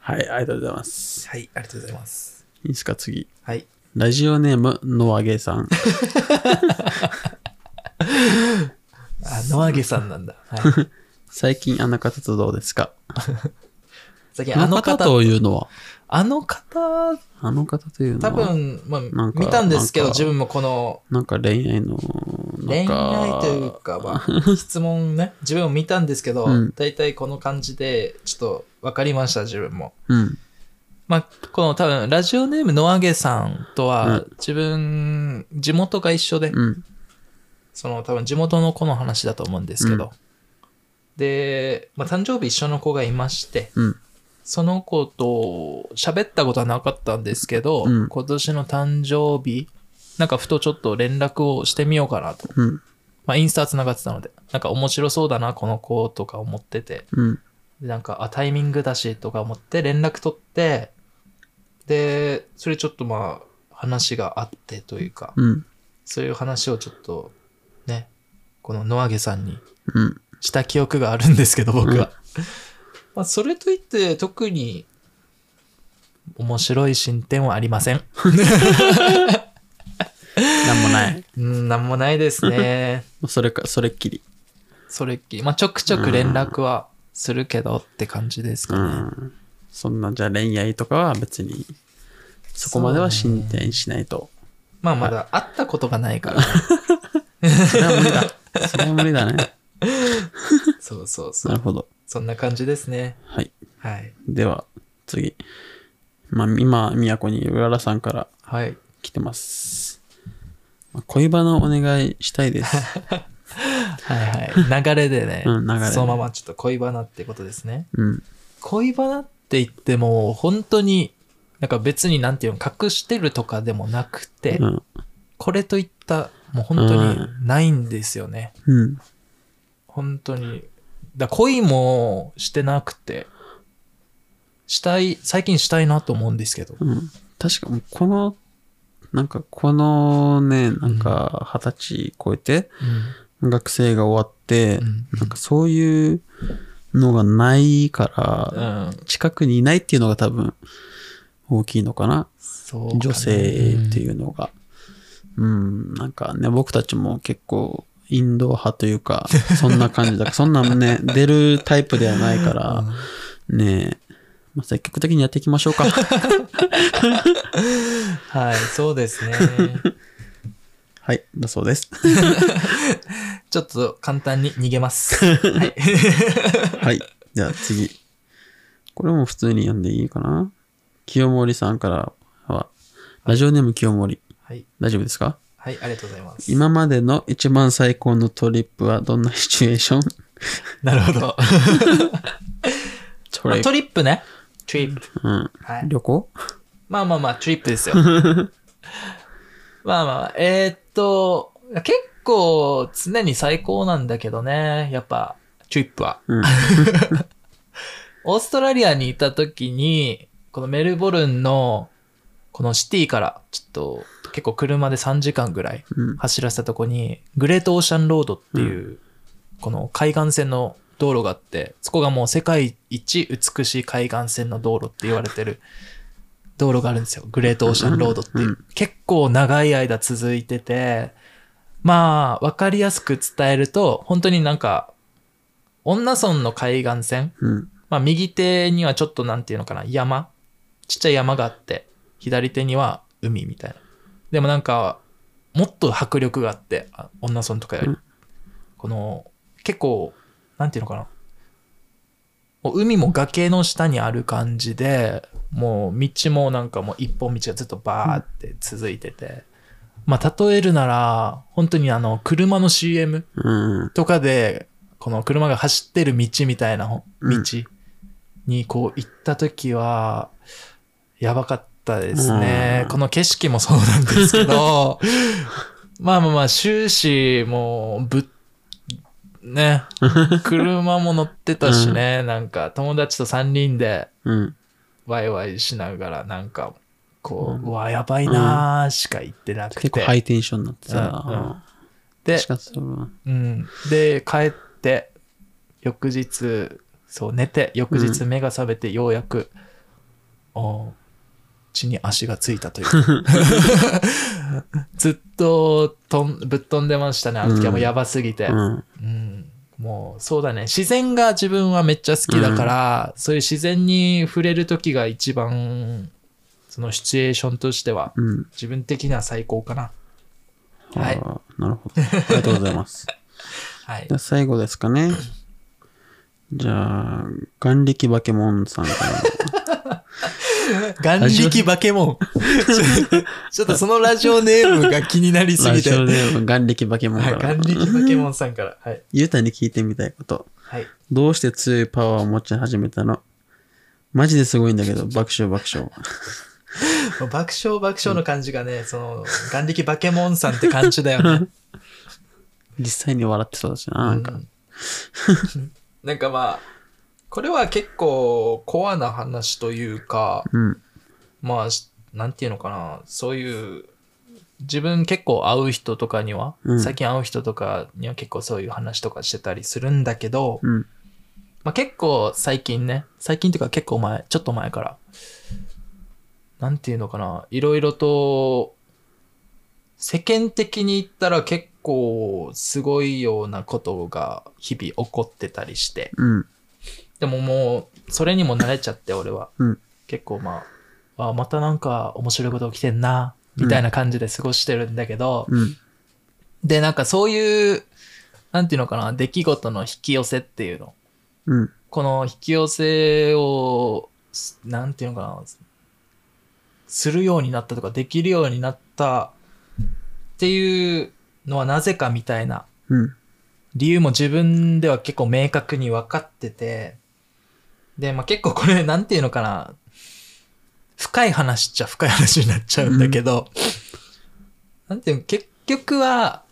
[SPEAKER 1] はい、ありがとうございます。
[SPEAKER 2] はいありがとうございます
[SPEAKER 1] いいですか、次。
[SPEAKER 2] はい
[SPEAKER 1] ラジオネーム、ノアゲさん。
[SPEAKER 2] あ、野揚げさんなんだ。 はい、
[SPEAKER 1] 最近あの方とどうですか
[SPEAKER 2] 最近
[SPEAKER 1] あ
[SPEAKER 2] あ
[SPEAKER 1] の
[SPEAKER 2] の
[SPEAKER 1] 方
[SPEAKER 2] 方、
[SPEAKER 1] というのは
[SPEAKER 2] あの方、
[SPEAKER 1] あの方というのは
[SPEAKER 2] 多分、まあ
[SPEAKER 1] なん、か
[SPEAKER 2] 見たんですけど、
[SPEAKER 1] なんか
[SPEAKER 2] 自分もこの
[SPEAKER 1] なんか恋愛の、なん
[SPEAKER 2] 恋
[SPEAKER 1] か
[SPEAKER 2] 愛というか、まあ、質問ね、自分も見たんですけど
[SPEAKER 1] うん、
[SPEAKER 2] 大体この感じで、ちょっと分かりました、自分も。
[SPEAKER 1] うん。
[SPEAKER 2] まあ、この多分、ラジオネームのあげさんと
[SPEAKER 1] う
[SPEAKER 2] は
[SPEAKER 1] ん、
[SPEAKER 2] 自分、地元が一緒で、
[SPEAKER 1] うん。
[SPEAKER 2] その多分地元の子の話だと思うんですけど、で、まあ、誕生日一緒の子がいまして、
[SPEAKER 1] うん。
[SPEAKER 2] その子と喋ったことはなかったんですけど、
[SPEAKER 1] うん
[SPEAKER 2] 今年の誕生日、なんかふとちょっと連絡をしてみようかなと。
[SPEAKER 1] うん。
[SPEAKER 2] まあ、インスタ繋がってたので、なんか面白そうだな、この子とか思ってて、
[SPEAKER 1] うん。
[SPEAKER 2] でなんか、あ、タイミングだしとか思って連絡取って、で、それちょっとまあ、話があってというか、
[SPEAKER 1] うん。
[SPEAKER 2] そういう話をちょっと、ね、この野揚げさんに
[SPEAKER 1] うん。
[SPEAKER 2] した記憶があるんですけど、僕は。
[SPEAKER 1] うん
[SPEAKER 2] まあ、それといって、特に、面白い進展はありません。
[SPEAKER 1] なんもない。
[SPEAKER 2] うん、なんもないです ね。
[SPEAKER 1] それか、それっきり。
[SPEAKER 2] それっきり。まあ、ちょくちょく連絡はするけどって感じです
[SPEAKER 1] う
[SPEAKER 2] かね。
[SPEAKER 1] ん。そんな、じゃあ恋愛とかは別に、そこまでは進展しないと。
[SPEAKER 2] まあ、まだ会ったことがないから。
[SPEAKER 1] それは無理だ。それは無理だね。
[SPEAKER 2] そうそうそ
[SPEAKER 1] な
[SPEAKER 2] う
[SPEAKER 1] る。ほど。
[SPEAKER 2] そんな感じですね。
[SPEAKER 1] はい。
[SPEAKER 2] はい。
[SPEAKER 1] では、次。まあ、今、宮古にうららさんから
[SPEAKER 2] はい。
[SPEAKER 1] 来てます。まあ恋バナお願いしたいです。
[SPEAKER 2] はいはい。流れでね。
[SPEAKER 1] うん流れで
[SPEAKER 2] そのままちょっと恋バナってことですね。
[SPEAKER 1] うん。
[SPEAKER 2] 恋バナって言っても、本当に、なんか別になんていうの、隠してるとかでもなくて、
[SPEAKER 1] うん。
[SPEAKER 2] これといった、もう本当
[SPEAKER 1] う
[SPEAKER 2] にないんですよね。
[SPEAKER 1] うん。
[SPEAKER 2] 本当に。だ恋もしてなくて、したい、最近したいなと思うんですけど。
[SPEAKER 1] うん、確か、この、なんか、このね、なんか、二十歳超えて、学生が終わって、
[SPEAKER 2] うん
[SPEAKER 1] なんかそういうのがないか
[SPEAKER 2] う
[SPEAKER 1] ら、
[SPEAKER 2] ん。うん。
[SPEAKER 1] 近くにいないっていうのが多分、大きいのかな。
[SPEAKER 2] そうかな。
[SPEAKER 1] 女性って
[SPEAKER 2] う
[SPEAKER 1] いうのが。うん、なんかね、僕たちも結構、インド派というか、そんな感 じだから、そんなね、出るタイプではないから、ねえ、まあ、積極的にやっていきま しょうか。
[SPEAKER 2] ん。はい、そうですね。
[SPEAKER 1] はい、だそうです。
[SPEAKER 2] ちょっと簡単に逃げま す。はい。
[SPEAKER 1] はい。じゃあ次。これも普通に読んでいいかな清盛さんからは、ラジオネーム清盛。
[SPEAKER 2] はい。
[SPEAKER 1] 大丈夫ですか
[SPEAKER 2] はい、ありがとうございます。
[SPEAKER 1] 今までの一番最高のトリップはどんなシチュエーション
[SPEAKER 2] なるほど。
[SPEAKER 1] ト
[SPEAKER 2] まあ
[SPEAKER 1] リップ
[SPEAKER 2] ト。リップね。トリップ。
[SPEAKER 1] うん。
[SPEAKER 2] はい。
[SPEAKER 1] 旅行
[SPEAKER 2] まあまあまあ、トリップですよ。まあまあ、えーっと、結構常に最高なんだけどね。やっぱ、トリップは。
[SPEAKER 1] うん。
[SPEAKER 2] オーストラリアにいた時に、このメルボルンの、このシティから、ちょっと、結構車で3時間ぐらい
[SPEAKER 1] うん
[SPEAKER 2] 走らせたとこに、グレートオーシャンロードっていう、この海岸線の道路があって、そこがもう世界一美しい海岸線の道路って言われてる道路があるんですよ。グレートオーシャンロードっていうう。結構長い間続いてて、まあ、わかりやすく伝えると、本当になんか、女村の海岸線
[SPEAKER 1] うん。
[SPEAKER 2] まあ、右手にはちょっとなんていうのかな、山。ちっちゃい山があって、左手には海みたいな。でもなんか、もっと迫力があって、あ女村とかより。
[SPEAKER 1] うん
[SPEAKER 2] この、結構、なんていうのかな。もう海も崖の下にある感じで、もう道もなんかもう一本道がずっとバーって続いてて。まあ、例えるなら、本当にあの、車の CM。
[SPEAKER 1] うん。
[SPEAKER 2] とかで、この車が走ってる道みたいなほ
[SPEAKER 1] うん
[SPEAKER 2] 道にこう行った時は、やばかったですね
[SPEAKER 1] う。ん
[SPEAKER 2] この景色もそうなんですけ ど、まあまあまあ終始もうぶっ、ね、車も乗ってたしね、なんか友達と3人で
[SPEAKER 1] うん。
[SPEAKER 2] ワイワイしながらなんか、こ
[SPEAKER 1] うん
[SPEAKER 2] う、うわ、やばいなーしか言ってなくて。
[SPEAKER 1] 結構ハイテンションになって
[SPEAKER 2] うんうん
[SPEAKER 1] さ。
[SPEAKER 2] で
[SPEAKER 1] しかそれは
[SPEAKER 2] うん、で帰って翌日そう寝て翌日目が覚めてようやく、あー地に足がついた というずっととんぶっ飛んでましたねあの時はもうやばすぎて、
[SPEAKER 1] うん。
[SPEAKER 2] うんもうそうだね自然が自分はめっちゃ好きだから、そういう自然に触れる時が一番そのシチュエーションとしては
[SPEAKER 1] うん。
[SPEAKER 2] 自分的には最高かなはい
[SPEAKER 1] あーなるほど。ありがとうござい ます。
[SPEAKER 2] はい
[SPEAKER 1] じゃあ最後ですかね。じゃあ、眼力バケモンさんから。
[SPEAKER 2] 眼力バケモンちょちょっとそのラジオネームが気になりす
[SPEAKER 1] ラ
[SPEAKER 2] ぎ
[SPEAKER 1] ジ
[SPEAKER 2] て
[SPEAKER 1] オネーム眼力バケモン
[SPEAKER 2] はい
[SPEAKER 1] から。
[SPEAKER 2] 眼力バケモンさんからはい
[SPEAKER 1] ゆうたに聞いてみたいこと。
[SPEAKER 2] はい
[SPEAKER 1] どうして強いパワーを持ち始めたのマジですごいんだけ ど、爆笑爆笑。
[SPEAKER 2] もう爆笑爆笑の感じがね、その眼力バケモンさんって感じだよね
[SPEAKER 1] 実際に笑ってそうだし な、なんか。
[SPEAKER 2] うんなんかまあこれは結構コアな話というか
[SPEAKER 1] うん。
[SPEAKER 2] まあしなんていうのかなそういう自分結構会う人とかには、
[SPEAKER 1] うん
[SPEAKER 2] 最近会う人とかには結構そういう話とかしてたりするんだけど、
[SPEAKER 1] うん。
[SPEAKER 2] まあ、結構最近ね最近というか結構前ちょっと前からなんていうのかないろいろと世間的に言ったら結構すごいようなことが日々起こってたりして
[SPEAKER 1] うん。
[SPEAKER 2] でももうそれにも慣れちゃって俺は、
[SPEAKER 1] うん
[SPEAKER 2] 結構まああまたなんか面白いこと起きてんなみたいな感じで過ごしてるんだけど、
[SPEAKER 1] うん。
[SPEAKER 2] でなんかそういうなんていうのかな出来事の引き寄せっていうの
[SPEAKER 1] うん。
[SPEAKER 2] この引き寄せを、すなんていうのかな、するようになったとか、できるようになったっていうのはなぜかみたいな
[SPEAKER 1] うん。
[SPEAKER 2] 理由も自分では結構明確に分かってて、で、まあ、結構これ、なんていうのかな、深い話っちゃ深い話になっちゃうんだけど、なんていうの、結局は、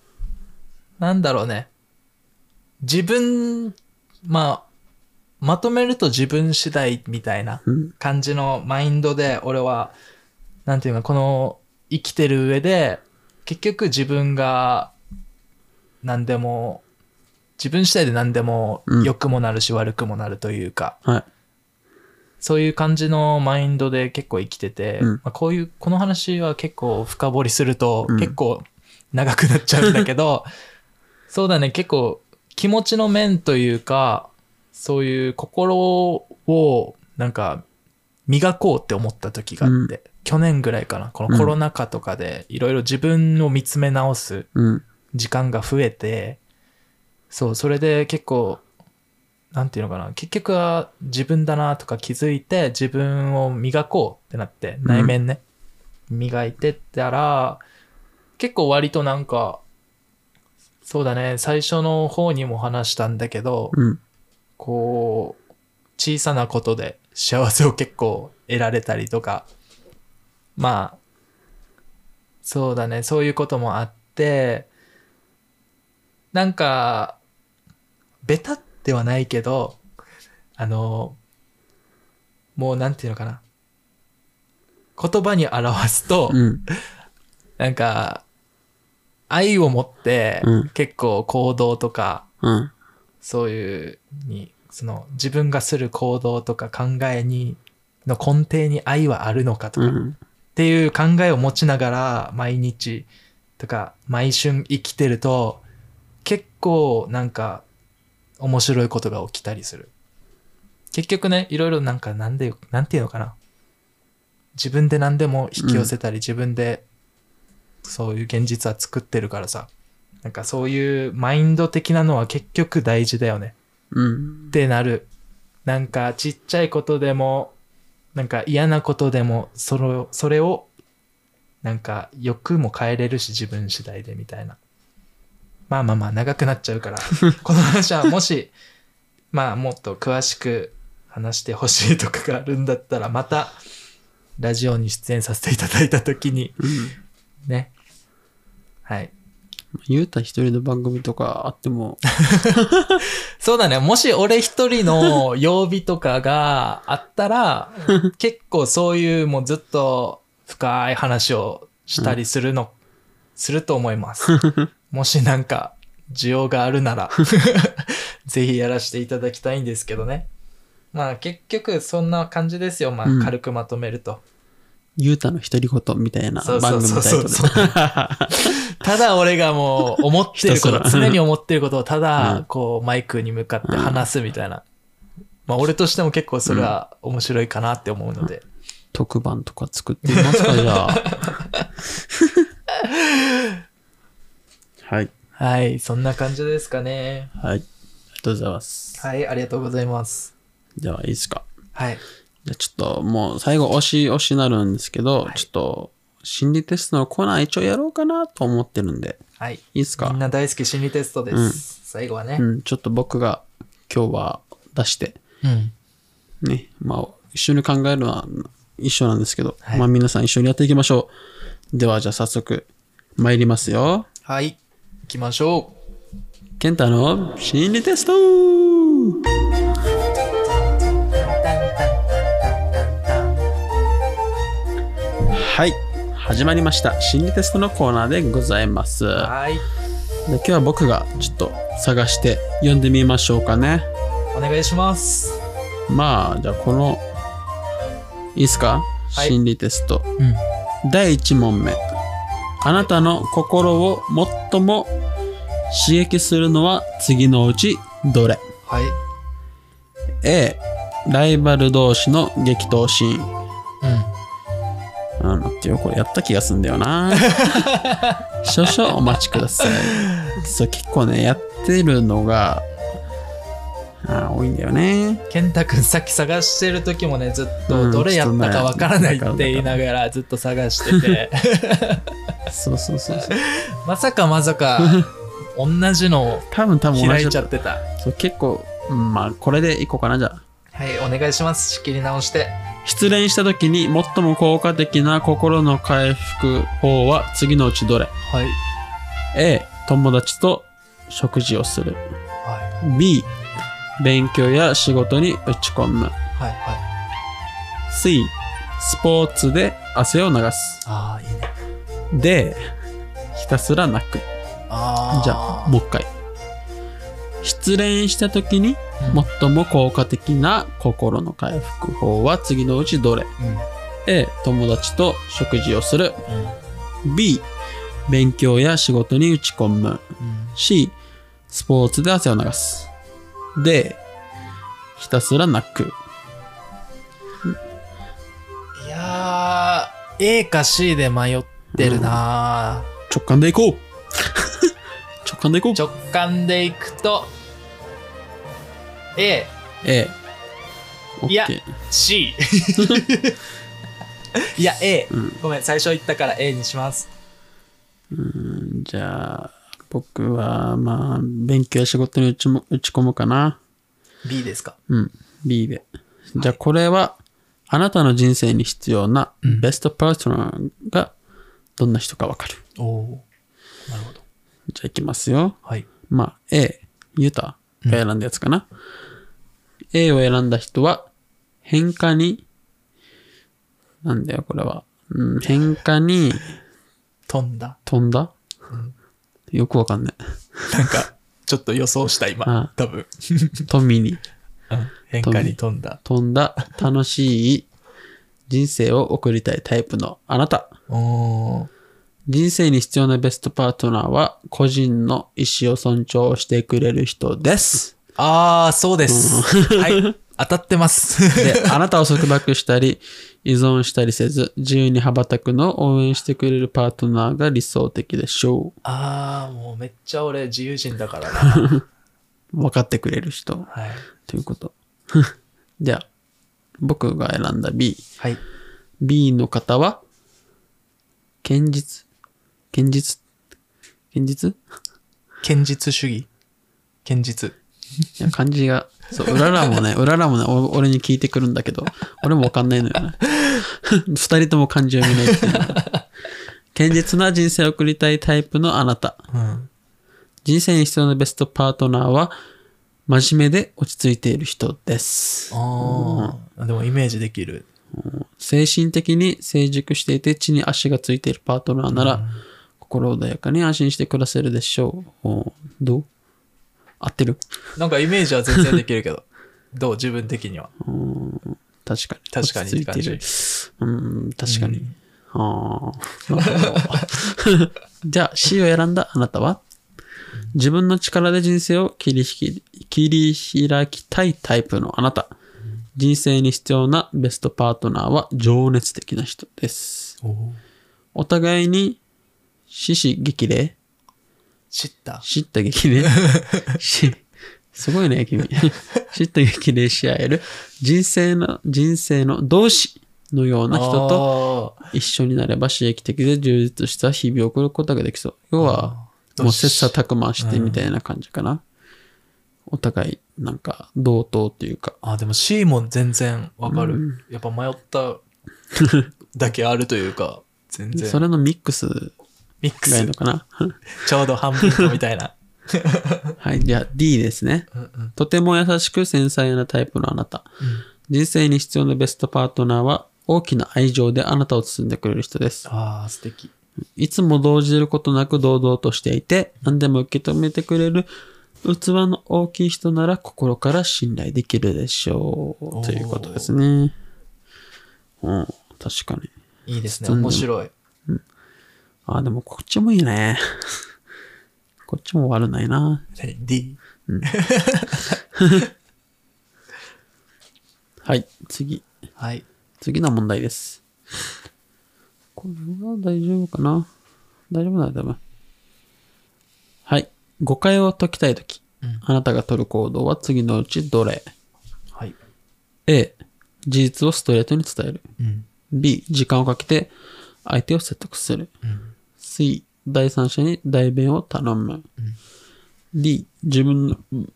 [SPEAKER 2] なんだろうね、自分、まあ、まとめると自分次第みたいな
[SPEAKER 1] うん。
[SPEAKER 2] 感じのマインドで俺はなんていうかこの生きてる上で結局自分が何でも自分次第で何でも
[SPEAKER 1] うん
[SPEAKER 2] 良くもなるし悪くもなるというか、
[SPEAKER 1] はい。
[SPEAKER 2] そういう感じのマインドで結構生きてて、
[SPEAKER 1] うん
[SPEAKER 2] まあ、こういうこの話は結構深掘りすると
[SPEAKER 1] うん
[SPEAKER 2] 結構長くなっちゃうんだけど、 そうだね結構気持ちの面というかそういう心をなんか磨こうって思った時があって、去年ぐらいかなこのコロナ禍とかでいろいろ自分を見つめ直す、
[SPEAKER 1] うん。
[SPEAKER 2] 時間が増えてそうそれで結構なんていうのかな結局は自分だなとか気づいて自分を磨こうってなって
[SPEAKER 1] ん
[SPEAKER 2] 内面ね、磨いてったら結構割となんかそうだね最初の方にも話したんだけど、
[SPEAKER 1] うん。
[SPEAKER 2] こう小さなことで幸せを結構得られたりとかまあそうだねそういうこともあってなんかベタではないけどあのもうなんていうのかな言葉に表すと、
[SPEAKER 1] うん。
[SPEAKER 2] なんか愛を持って
[SPEAKER 1] うん
[SPEAKER 2] 結構行動とか、
[SPEAKER 1] うん。
[SPEAKER 2] そういうに、その自分がする行動とか考えに、の根底に愛はあるのかと
[SPEAKER 1] う
[SPEAKER 2] か、っ
[SPEAKER 1] ん。
[SPEAKER 2] ていう考えを持ちながら毎日とか毎春生きてると、結構なんか面白いことが起きたりする。結局ね、いろいろなんかなんで、なんていうのかな。自分で何でも引き寄せたり、自分でそういう現実は作ってるからさ。なんかそういうマインド的なのは結局大事だよね。
[SPEAKER 1] うん
[SPEAKER 2] っ。てなるなんかちっちゃいことでもなんか嫌なことでもそれをそれをなんか欲も変えれるし自分次第でみたいなまあまあまあ長くなっちゃうからこの話はもしまあもっと詳しく話してほしいとかがあるんだったらまたラジオに出演させていただいた時にねはい
[SPEAKER 1] ゆうた一人の番組とかあって も、
[SPEAKER 2] そうだね。もし俺一人の曜日とかがあったら、結構そういうもうずっと深い話をしたりするの、すると思います。もしなんか需要があるなら、 ぜひやらせていただきたいんですけどね。まあ結局そんな感じですよ。まあ
[SPEAKER 1] うん
[SPEAKER 2] 軽くまとめると。
[SPEAKER 1] ゆうたの独り言みたいな
[SPEAKER 2] そうそ
[SPEAKER 1] 番
[SPEAKER 2] う
[SPEAKER 1] 組
[SPEAKER 2] そ
[SPEAKER 1] タ
[SPEAKER 2] う
[SPEAKER 1] イ
[SPEAKER 2] そ
[SPEAKER 1] ト
[SPEAKER 2] う
[SPEAKER 1] ル。
[SPEAKER 2] ただ俺がもう思ってるこ
[SPEAKER 1] ひ
[SPEAKER 2] と、
[SPEAKER 1] たすら
[SPEAKER 2] 常に思ってることをた
[SPEAKER 1] う
[SPEAKER 2] だ
[SPEAKER 1] ん
[SPEAKER 2] こうマイクに向かって話すみたいな。まあ俺としても結構それは面白いかなって思うので。
[SPEAKER 1] 特番とか作ってみますか、じゃあ。はい。
[SPEAKER 2] はい、そんな感じですかね。
[SPEAKER 1] はい。ありがとうございます。
[SPEAKER 2] はい、ありがとうございます。
[SPEAKER 1] じゃあ、いいですか。
[SPEAKER 2] はい。
[SPEAKER 1] じゃあちょっともう最後、推し、推しになるんですけど、
[SPEAKER 2] はい
[SPEAKER 1] ちょっと、心理テストのコーナー一応やろうかなと思ってるんで、
[SPEAKER 2] はい。
[SPEAKER 1] いいです
[SPEAKER 2] みん
[SPEAKER 1] か
[SPEAKER 2] な大好き心理テストです。
[SPEAKER 1] うん
[SPEAKER 2] 最後はね
[SPEAKER 1] う。ん、ちょっと僕が今日は出して、
[SPEAKER 2] うん。
[SPEAKER 1] ね、まあ、一緒に考えるのは一緒なんですけど、
[SPEAKER 2] はい
[SPEAKER 1] まあ皆さん一緒にやっていきましょう。では、じゃあ早速、参りますよ。
[SPEAKER 2] はい。行きましょう。
[SPEAKER 1] ケンタの心理テストはい始まりました心理テストのコーナーでございますで
[SPEAKER 2] はい。
[SPEAKER 1] 今日は僕がちょっと探して読んでみましょうかね
[SPEAKER 2] お願いします。
[SPEAKER 1] まあじゃあこのいいですか、
[SPEAKER 2] はい
[SPEAKER 1] 心理テスト
[SPEAKER 2] うん。
[SPEAKER 1] 第1問目あなたの心を最も刺激するのは次のうちどれ
[SPEAKER 2] はい。
[SPEAKER 1] A ライバル同士の激闘シーン
[SPEAKER 2] うん。
[SPEAKER 1] あ待ってよこれやった気がすんだよ な少々お待ちくださいそう結構ねやってるのがあ多いんだよね
[SPEAKER 2] 健太くんさっき探してる時もねずっとどれやったかわからないって言いながらずっと探して て
[SPEAKER 1] そうそうそうそう
[SPEAKER 2] まさかまさか同じのを
[SPEAKER 1] 多分多分同
[SPEAKER 2] 開
[SPEAKER 1] じ
[SPEAKER 2] いち
[SPEAKER 1] だ
[SPEAKER 2] ゃ
[SPEAKER 1] っ
[SPEAKER 2] ってた
[SPEAKER 1] たそう結構、うんまあこれでいこうかなじゃあ
[SPEAKER 2] はいお願いします仕切り直して
[SPEAKER 1] 失恋した時に最も効果的な心の回復法は次のうちどれ
[SPEAKER 2] はい
[SPEAKER 1] A 友達と食事をする
[SPEAKER 2] は
[SPEAKER 1] B 勉強や仕事に打ち込む
[SPEAKER 2] いはいはい
[SPEAKER 1] C スポーツで汗を流す
[SPEAKER 2] ああいいね
[SPEAKER 1] D ひたすら泣く
[SPEAKER 2] ああ
[SPEAKER 1] じゃあもう一回失恋した時に
[SPEAKER 2] も
[SPEAKER 1] 最も効果的な心の回復法は次のうちどれ
[SPEAKER 2] うん
[SPEAKER 1] A 友達と食事をする
[SPEAKER 2] うん
[SPEAKER 1] B 勉強や仕事に打ち込む
[SPEAKER 2] うん
[SPEAKER 1] C スポーツで汗を流す D ひたすら泣く
[SPEAKER 2] いやー A か C で迷ってるなー、
[SPEAKER 1] 直感でいこう 直感でいこう
[SPEAKER 2] 直感でいくと A
[SPEAKER 1] A オッ
[SPEAKER 2] いや
[SPEAKER 1] ケー
[SPEAKER 2] C いや A、
[SPEAKER 1] うん
[SPEAKER 2] ごめん最初言ったから A にします
[SPEAKER 1] じゃあ僕はまあ勉強や仕事に打ちも打ち込むかな
[SPEAKER 2] B ですか
[SPEAKER 1] うん B でじゃあこれはあなたの人生に必要な
[SPEAKER 2] うん
[SPEAKER 1] ベストパートナーがどんな人かわかる
[SPEAKER 2] おおなるほど
[SPEAKER 1] じゃあいきますよ
[SPEAKER 2] はい
[SPEAKER 1] まあ A ユタが選んだやつかな、A を選んだ人は変化になんだよこれは、うん、変化に
[SPEAKER 2] 飛んだ
[SPEAKER 1] 飛んだよくわかんない
[SPEAKER 2] なんかちょっと予想した
[SPEAKER 1] あ
[SPEAKER 2] 今多分
[SPEAKER 1] 富に
[SPEAKER 2] うん変化に飛んだ
[SPEAKER 1] 飛んだ楽しい人生を送りたいタイプのあなた。
[SPEAKER 2] おー
[SPEAKER 1] 人生に必要なベストパートナーは個人の意思を尊重してくれる人です。
[SPEAKER 2] ああそうです、 はい当たってます
[SPEAKER 1] で、あなたを束縛したり依存したりせず自由に羽ばたくのを応援してくれるパートナーが理想的でしょ
[SPEAKER 2] ああもうめっちゃ俺自由人だからな
[SPEAKER 1] う。分かってくれる人
[SPEAKER 2] はい
[SPEAKER 1] ということ。 じゃあ、僕が選んだ B。
[SPEAKER 2] はい、
[SPEAKER 1] B の方は、堅実。堅実。堅実
[SPEAKER 2] 堅実主義堅実
[SPEAKER 1] いや、漢字が、そう、うららもね、 うららもね、お俺に聞いてくるんだけど、俺もわかんないのよね。 二人とも漢字読めないっていうのは。堅実な人生を送りたいタイプのあなた。
[SPEAKER 2] うん
[SPEAKER 1] 人生に必要なベストパートナーは、真面目で落ち着いている人です。
[SPEAKER 2] ああ、でもイメージできる
[SPEAKER 1] 精神的に成熟していて、地に足がついているパートナーなら、心穏やかに安心して暮らせるでしょう。おどう合ってる
[SPEAKER 2] なんかイメージは全然できるけどどう自分的には
[SPEAKER 1] 確かに。
[SPEAKER 2] 確か
[SPEAKER 1] 落
[SPEAKER 2] に
[SPEAKER 1] ち着いてる
[SPEAKER 2] って
[SPEAKER 1] うん、確かに。
[SPEAKER 2] うん
[SPEAKER 1] ああ。なるほど じゃあ、C を選んだあなたは自分の力で人生を切り引き切り開きたいタイプのあなた。人生に必要なベストパートナーは情熱的な人です。お互いに獅子激励
[SPEAKER 2] 知った。
[SPEAKER 1] 知った激 励し、すごいね、君。知った激励し合える人生の、人生の同志のような人と
[SPEAKER 2] と、
[SPEAKER 1] 一緒になれば刺激的で充実した日々を送ることができそう。要は、もう切磋琢磨してみたいな感じかな。お互い、なんか、同等というか。
[SPEAKER 2] あ、でも C も全然わかる。
[SPEAKER 1] う
[SPEAKER 2] やっぱ迷っただけあるとい うか、全然。
[SPEAKER 1] それのミックス
[SPEAKER 2] ミック
[SPEAKER 1] がいい
[SPEAKER 2] ス
[SPEAKER 1] の、か な。
[SPEAKER 2] ちょうど半分こみたい な。
[SPEAKER 1] はい、じゃあ D ですね。
[SPEAKER 2] うんうん
[SPEAKER 1] とても優しく繊細なタイプのあなた。人生に必要なベストパートナーは大きな愛情であなたを包んでくれる人です。
[SPEAKER 2] ああ、素敵。
[SPEAKER 1] いつも動じることなく堂々としていて、何でも受け止めてくれる器の大きい人なら心から信頼できるでしょう。
[SPEAKER 2] ー
[SPEAKER 1] ということですね。うん、確かに。
[SPEAKER 2] いいですね。
[SPEAKER 1] 包んで
[SPEAKER 2] 面白い。
[SPEAKER 1] あ、でもこっちもいいね。 こっちも悪ないな。
[SPEAKER 2] 何 D。
[SPEAKER 1] はい、次。
[SPEAKER 2] はい。
[SPEAKER 1] 次の問題です。これは大丈夫かな大丈夫だよ、多分。はい。誤解を解きたいとき、
[SPEAKER 2] うん
[SPEAKER 1] あなたが取る行動は次のうちどれ
[SPEAKER 2] はい。
[SPEAKER 1] ?A、事実をストレートに伝える。
[SPEAKER 2] うん。
[SPEAKER 1] B、時間をかけて相手を説得する。
[SPEAKER 2] うん。
[SPEAKER 1] C、第三者に代弁を頼む。D、自分の、 うん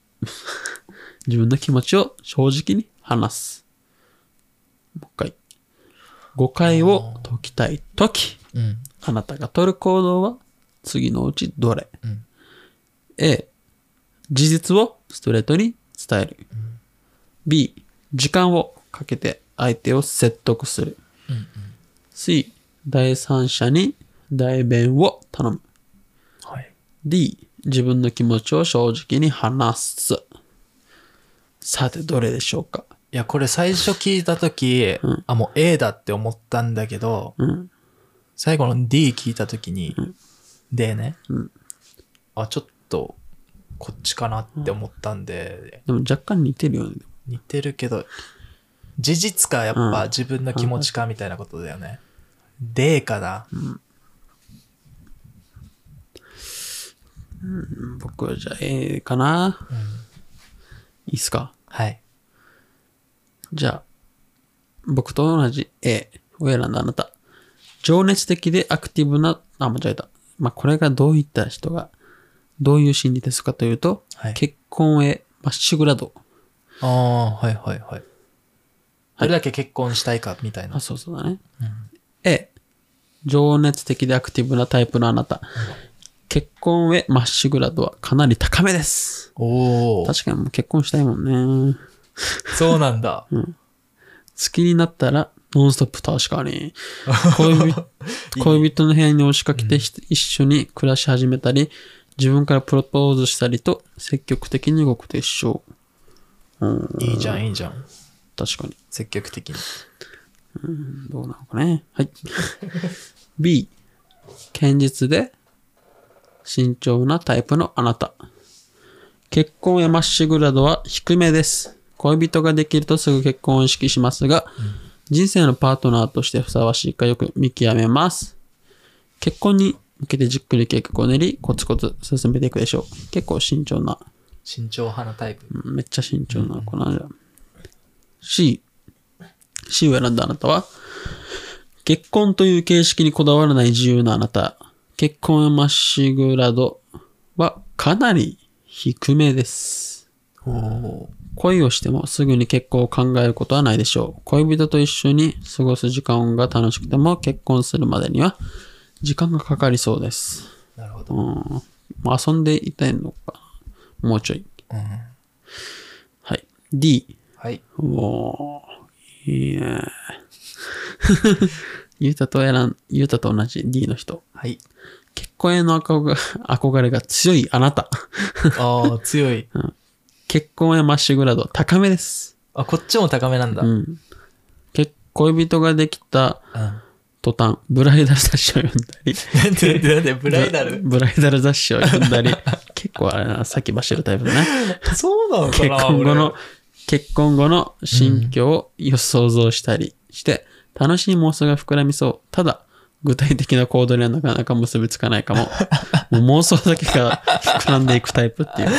[SPEAKER 1] 自分の気持ちを正直に話す。もう一回。誤解を解きたいとき、
[SPEAKER 2] うん。
[SPEAKER 1] あなたが取る行動は次のうちどれ、
[SPEAKER 2] うん
[SPEAKER 1] ?A、事実をストレートに伝える。B、時間をかけて相手を説得する。C、第三者に代弁を頼む。
[SPEAKER 2] はい。
[SPEAKER 1] D、自分の気持ちを正直に話す。さて、どれでしょうか
[SPEAKER 2] いや、これ最初聞いたとき、あ、もう A だって思ったんだけど、
[SPEAKER 1] うん。
[SPEAKER 2] 最後の D 聞いたときに、でね、あ、ちょっと、こっちかなって思ったんで、
[SPEAKER 1] でも若干似てるよね。
[SPEAKER 2] 似てるけど、事実かやっぱ自分の気持ちかみたいなことだよね。D かな。
[SPEAKER 1] 僕はじゃあ A かな、いいっすか
[SPEAKER 2] はい。
[SPEAKER 1] じゃあ、僕と同じ A を選んだあなた。情熱的でアクティブな、あ、間違えた。まあ、これがどういった人が、どういう心理ですかというと、
[SPEAKER 2] はい
[SPEAKER 1] 結婚へまっしぐらと。
[SPEAKER 2] ああ、はいはいはい。どれだけ結婚したいかみたいな
[SPEAKER 1] あ、。そうそうだね。A、情熱的でアクティブなタイプのあなた。結婚へまっしぐら度はかなり高めです。
[SPEAKER 2] おお、
[SPEAKER 1] 確かにもう結婚したいもんね。
[SPEAKER 2] そうなんだ。
[SPEAKER 1] 好きになったら、ノンストップ確かに。恋人恋人の部屋に押しかけてひ、一緒に暮らし始めたり、自分からプロポーズしたりと、積極的に動くでしょう。うん、
[SPEAKER 2] いいじゃん、いいじゃん。
[SPEAKER 1] 確かに。
[SPEAKER 2] 積極的に。
[SPEAKER 1] どうなのかね。はい。B、堅実で慎重なタイプのあなた。結婚やまっしぐら度は低めです。恋人ができるとすぐ結婚を意識しますが、人生のパートナーとしてふさわしいかよく見極めます。結婚に向けてじっくり計画を練り、コツコツ進めていくでしょう。結構慎重な
[SPEAKER 2] 慎重派なタイプ。
[SPEAKER 1] めっちゃ慎重な子なんじゃん。C。C を選んだあなたは、結婚という形式にこだわらない自由なあなた。結婚やまっしぐら度はかなり低めです。
[SPEAKER 2] おお
[SPEAKER 1] 恋をしてもすぐに結婚を考えることはないでしょう。恋人と一緒に過ごす時間が楽しくても結婚するまでには時間がかかりそうです。
[SPEAKER 2] ー、なるほ
[SPEAKER 1] う
[SPEAKER 2] ど。
[SPEAKER 1] ん。まあ遊んでいたいのかな。もうちょい。
[SPEAKER 2] うん、
[SPEAKER 1] はい。D。
[SPEAKER 2] はい。
[SPEAKER 1] おー、いいね。 ゆうたと選ん、ゆうたと同じ D の人。
[SPEAKER 2] はい。
[SPEAKER 1] 結婚への憧れ 憧れが強いあなた。
[SPEAKER 2] ああ、強い。
[SPEAKER 1] 結婚へまっしぐら度は高めです。
[SPEAKER 2] あ、こっちも高めなんだ。
[SPEAKER 1] うん。恋人ができた
[SPEAKER 2] うん
[SPEAKER 1] 途端、ブライダル雑誌を読んだり、
[SPEAKER 2] なんでなんでなんでブライダル
[SPEAKER 1] ブブライダル雑誌を読んだり、結構あれな、先走るタイプだね。
[SPEAKER 2] そうなのか
[SPEAKER 1] 結
[SPEAKER 2] な
[SPEAKER 1] 婚後の、結婚後の心境をよ想像したりして、楽しい妄想が膨らみそう。ただ、具体的な行動にはなかなか結びつかない かも。もう妄想だけが膨らんでいくタイプっていう。
[SPEAKER 2] 俺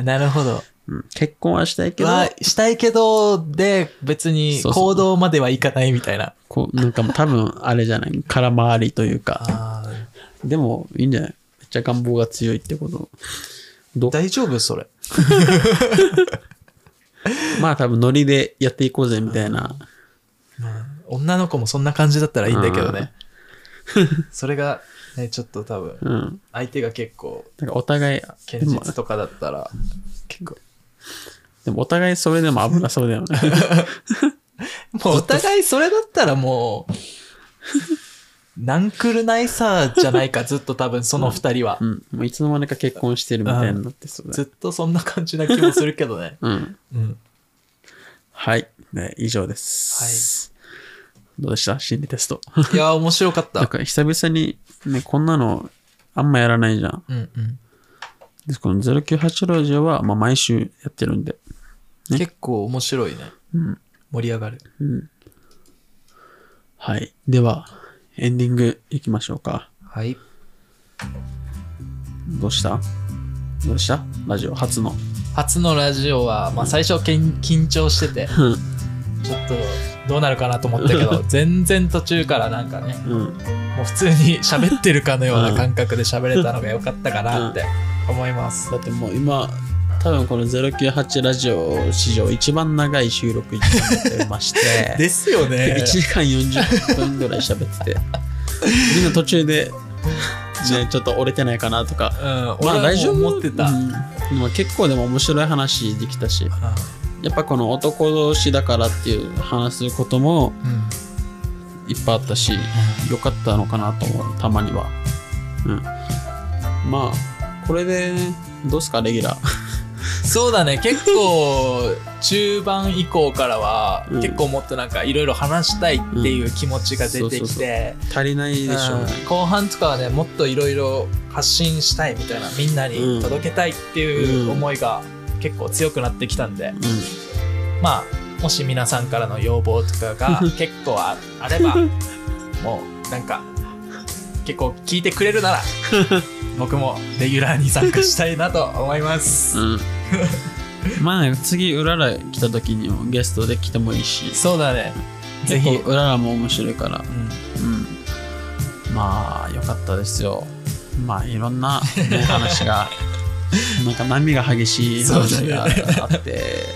[SPEAKER 2] あなるほど。
[SPEAKER 1] うん結婚はしたいけど、
[SPEAKER 2] は、したいけど、で、別に
[SPEAKER 1] そうそう
[SPEAKER 2] 行動まではいかないみたいな。
[SPEAKER 1] こう、なんかもう多分あれじゃない、空回りというか。
[SPEAKER 2] あー
[SPEAKER 1] でも、いいんじゃないめっちゃ願望が強いってこと。ど
[SPEAKER 2] 大丈夫それ。
[SPEAKER 1] まあ多分ノリでやっていこうぜみたいな。
[SPEAKER 2] 女の子もそんな感じだったらいいんだけどね。それが、ね、ちょっと多分、
[SPEAKER 1] うん。
[SPEAKER 2] 相手が結構、
[SPEAKER 1] なんかお互い、
[SPEAKER 2] 堅実とかだったら、結構。
[SPEAKER 1] でもお互いそれでも危なそうだよね。
[SPEAKER 2] もうお互いそれだったらもう、なんくるないさじゃないか、ずっと多分その二人は
[SPEAKER 1] う。ん。もういつの間にか結婚してるみたいになってそうだ
[SPEAKER 2] ずっ
[SPEAKER 1] ね。
[SPEAKER 2] とそんな感じな気もするけどね。
[SPEAKER 1] うん。
[SPEAKER 2] うん。
[SPEAKER 1] はい。ね、以上です。はい。どうでした心理テス ト。
[SPEAKER 2] いやー、面白かっ
[SPEAKER 1] なん
[SPEAKER 2] た。
[SPEAKER 1] か久々に、ね、こんなのあんまやらないじゃん。
[SPEAKER 2] うんうん。
[SPEAKER 1] でこの098ラジオは、まあ、毎週やってるんで。ね
[SPEAKER 2] 結構面白いね。
[SPEAKER 1] うん。
[SPEAKER 2] 盛り上がる。
[SPEAKER 1] はい。では、エンディングいきましょうか。
[SPEAKER 2] はい。
[SPEAKER 1] どうしたどうしたラジオ初の。
[SPEAKER 2] 初のラジオは、まあ、最初けん緊張してて、
[SPEAKER 1] うん
[SPEAKER 2] ちょっとどうなるかなと思ったけど、全然途中からなんかね、
[SPEAKER 1] うん。
[SPEAKER 2] もう普通に喋ってるかのような感覚で喋れたのが良かったかなって思います。。
[SPEAKER 1] だってもう今、多分この098ラジオ史上一番長い収録になってまして
[SPEAKER 2] ですよね
[SPEAKER 1] 1時間40分ぐらい喋っててみんな途中で、ね、ちょっと折れてないかなとか
[SPEAKER 2] うん、まあ
[SPEAKER 1] まあ大丈夫
[SPEAKER 2] 思ってた。う
[SPEAKER 1] うんんまあ結構でも面白い話できたしやっぱこの男同士だからっていう話すことも
[SPEAKER 2] うん
[SPEAKER 1] いっぱいあったし良かったのかなと思うたまにはうんまあこれでどうっすかレギュラー
[SPEAKER 2] そうだね結構中盤以降からは、
[SPEAKER 1] うん
[SPEAKER 2] 結構もっとなんかいろいろ話したいっていう気持ちが出て
[SPEAKER 1] うんそう
[SPEAKER 2] き
[SPEAKER 1] そう
[SPEAKER 2] て
[SPEAKER 1] 足りないでしょうね
[SPEAKER 2] うん後半とかはねもっといろいろ発信したいみたいなみんな
[SPEAKER 1] う
[SPEAKER 2] に
[SPEAKER 1] ん
[SPEAKER 2] 届けたいっていう
[SPEAKER 1] うん
[SPEAKER 2] 思いが結構強くなってきたんで、まあもし皆さんからの要望とか が結構ああればもうなんか結構聞いてくれる なら僕もレギュラーに参加したいなと思います。
[SPEAKER 1] うん、 うん、まあ次うらら来た時にもゲストで来てもいいし
[SPEAKER 2] そうだね。ぜ
[SPEAKER 1] ぜ
[SPEAKER 2] ひ。
[SPEAKER 1] ひ
[SPEAKER 2] うん
[SPEAKER 1] うららも面白いからうんまあ良かったですよまあいろん な、ね、話がなんか波が激しい話があって、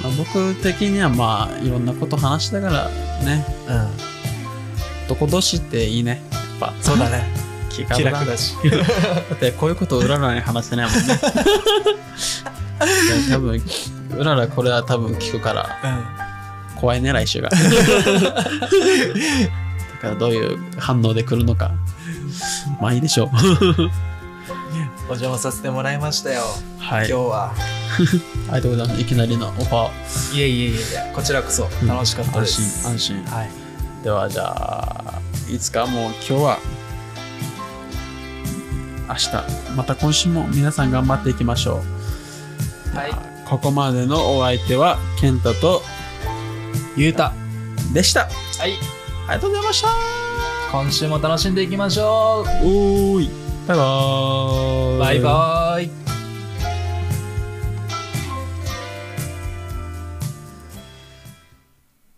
[SPEAKER 1] まあ、僕的にはまあいろんなこと話したからね男同士っていいねやっぱ
[SPEAKER 2] そうだね。
[SPEAKER 1] 気 楽
[SPEAKER 2] 気楽
[SPEAKER 1] だ
[SPEAKER 2] だし。
[SPEAKER 1] だってこういうことうららに話してないも んねいや多分うららこれは多分聞くから
[SPEAKER 2] うん。
[SPEAKER 1] 怖いね来 週がだからどういう反応で来るのかまあいいでしょう
[SPEAKER 2] お邪魔させてもらいましたよ。
[SPEAKER 1] は
[SPEAKER 2] 今
[SPEAKER 1] い
[SPEAKER 2] 日
[SPEAKER 1] あ
[SPEAKER 2] は。
[SPEAKER 1] りがとうございますいきなりのオファ
[SPEAKER 2] いえいえいえいえ。こちらこそ
[SPEAKER 1] ー
[SPEAKER 2] 楽しかったです。
[SPEAKER 1] うん安心安
[SPEAKER 2] はい。
[SPEAKER 1] 心ではじゃあいつかもう今日は明日また今週も皆さん頑張っていきましょう、
[SPEAKER 2] はい
[SPEAKER 1] ここまでのお相手は健太と
[SPEAKER 2] ゆうた。
[SPEAKER 1] でした
[SPEAKER 2] はい。
[SPEAKER 1] ありがとうございました
[SPEAKER 2] 今週も楽しんでいきましょ
[SPEAKER 1] おーいバイバー
[SPEAKER 2] う。
[SPEAKER 1] イ
[SPEAKER 2] バイバーイ。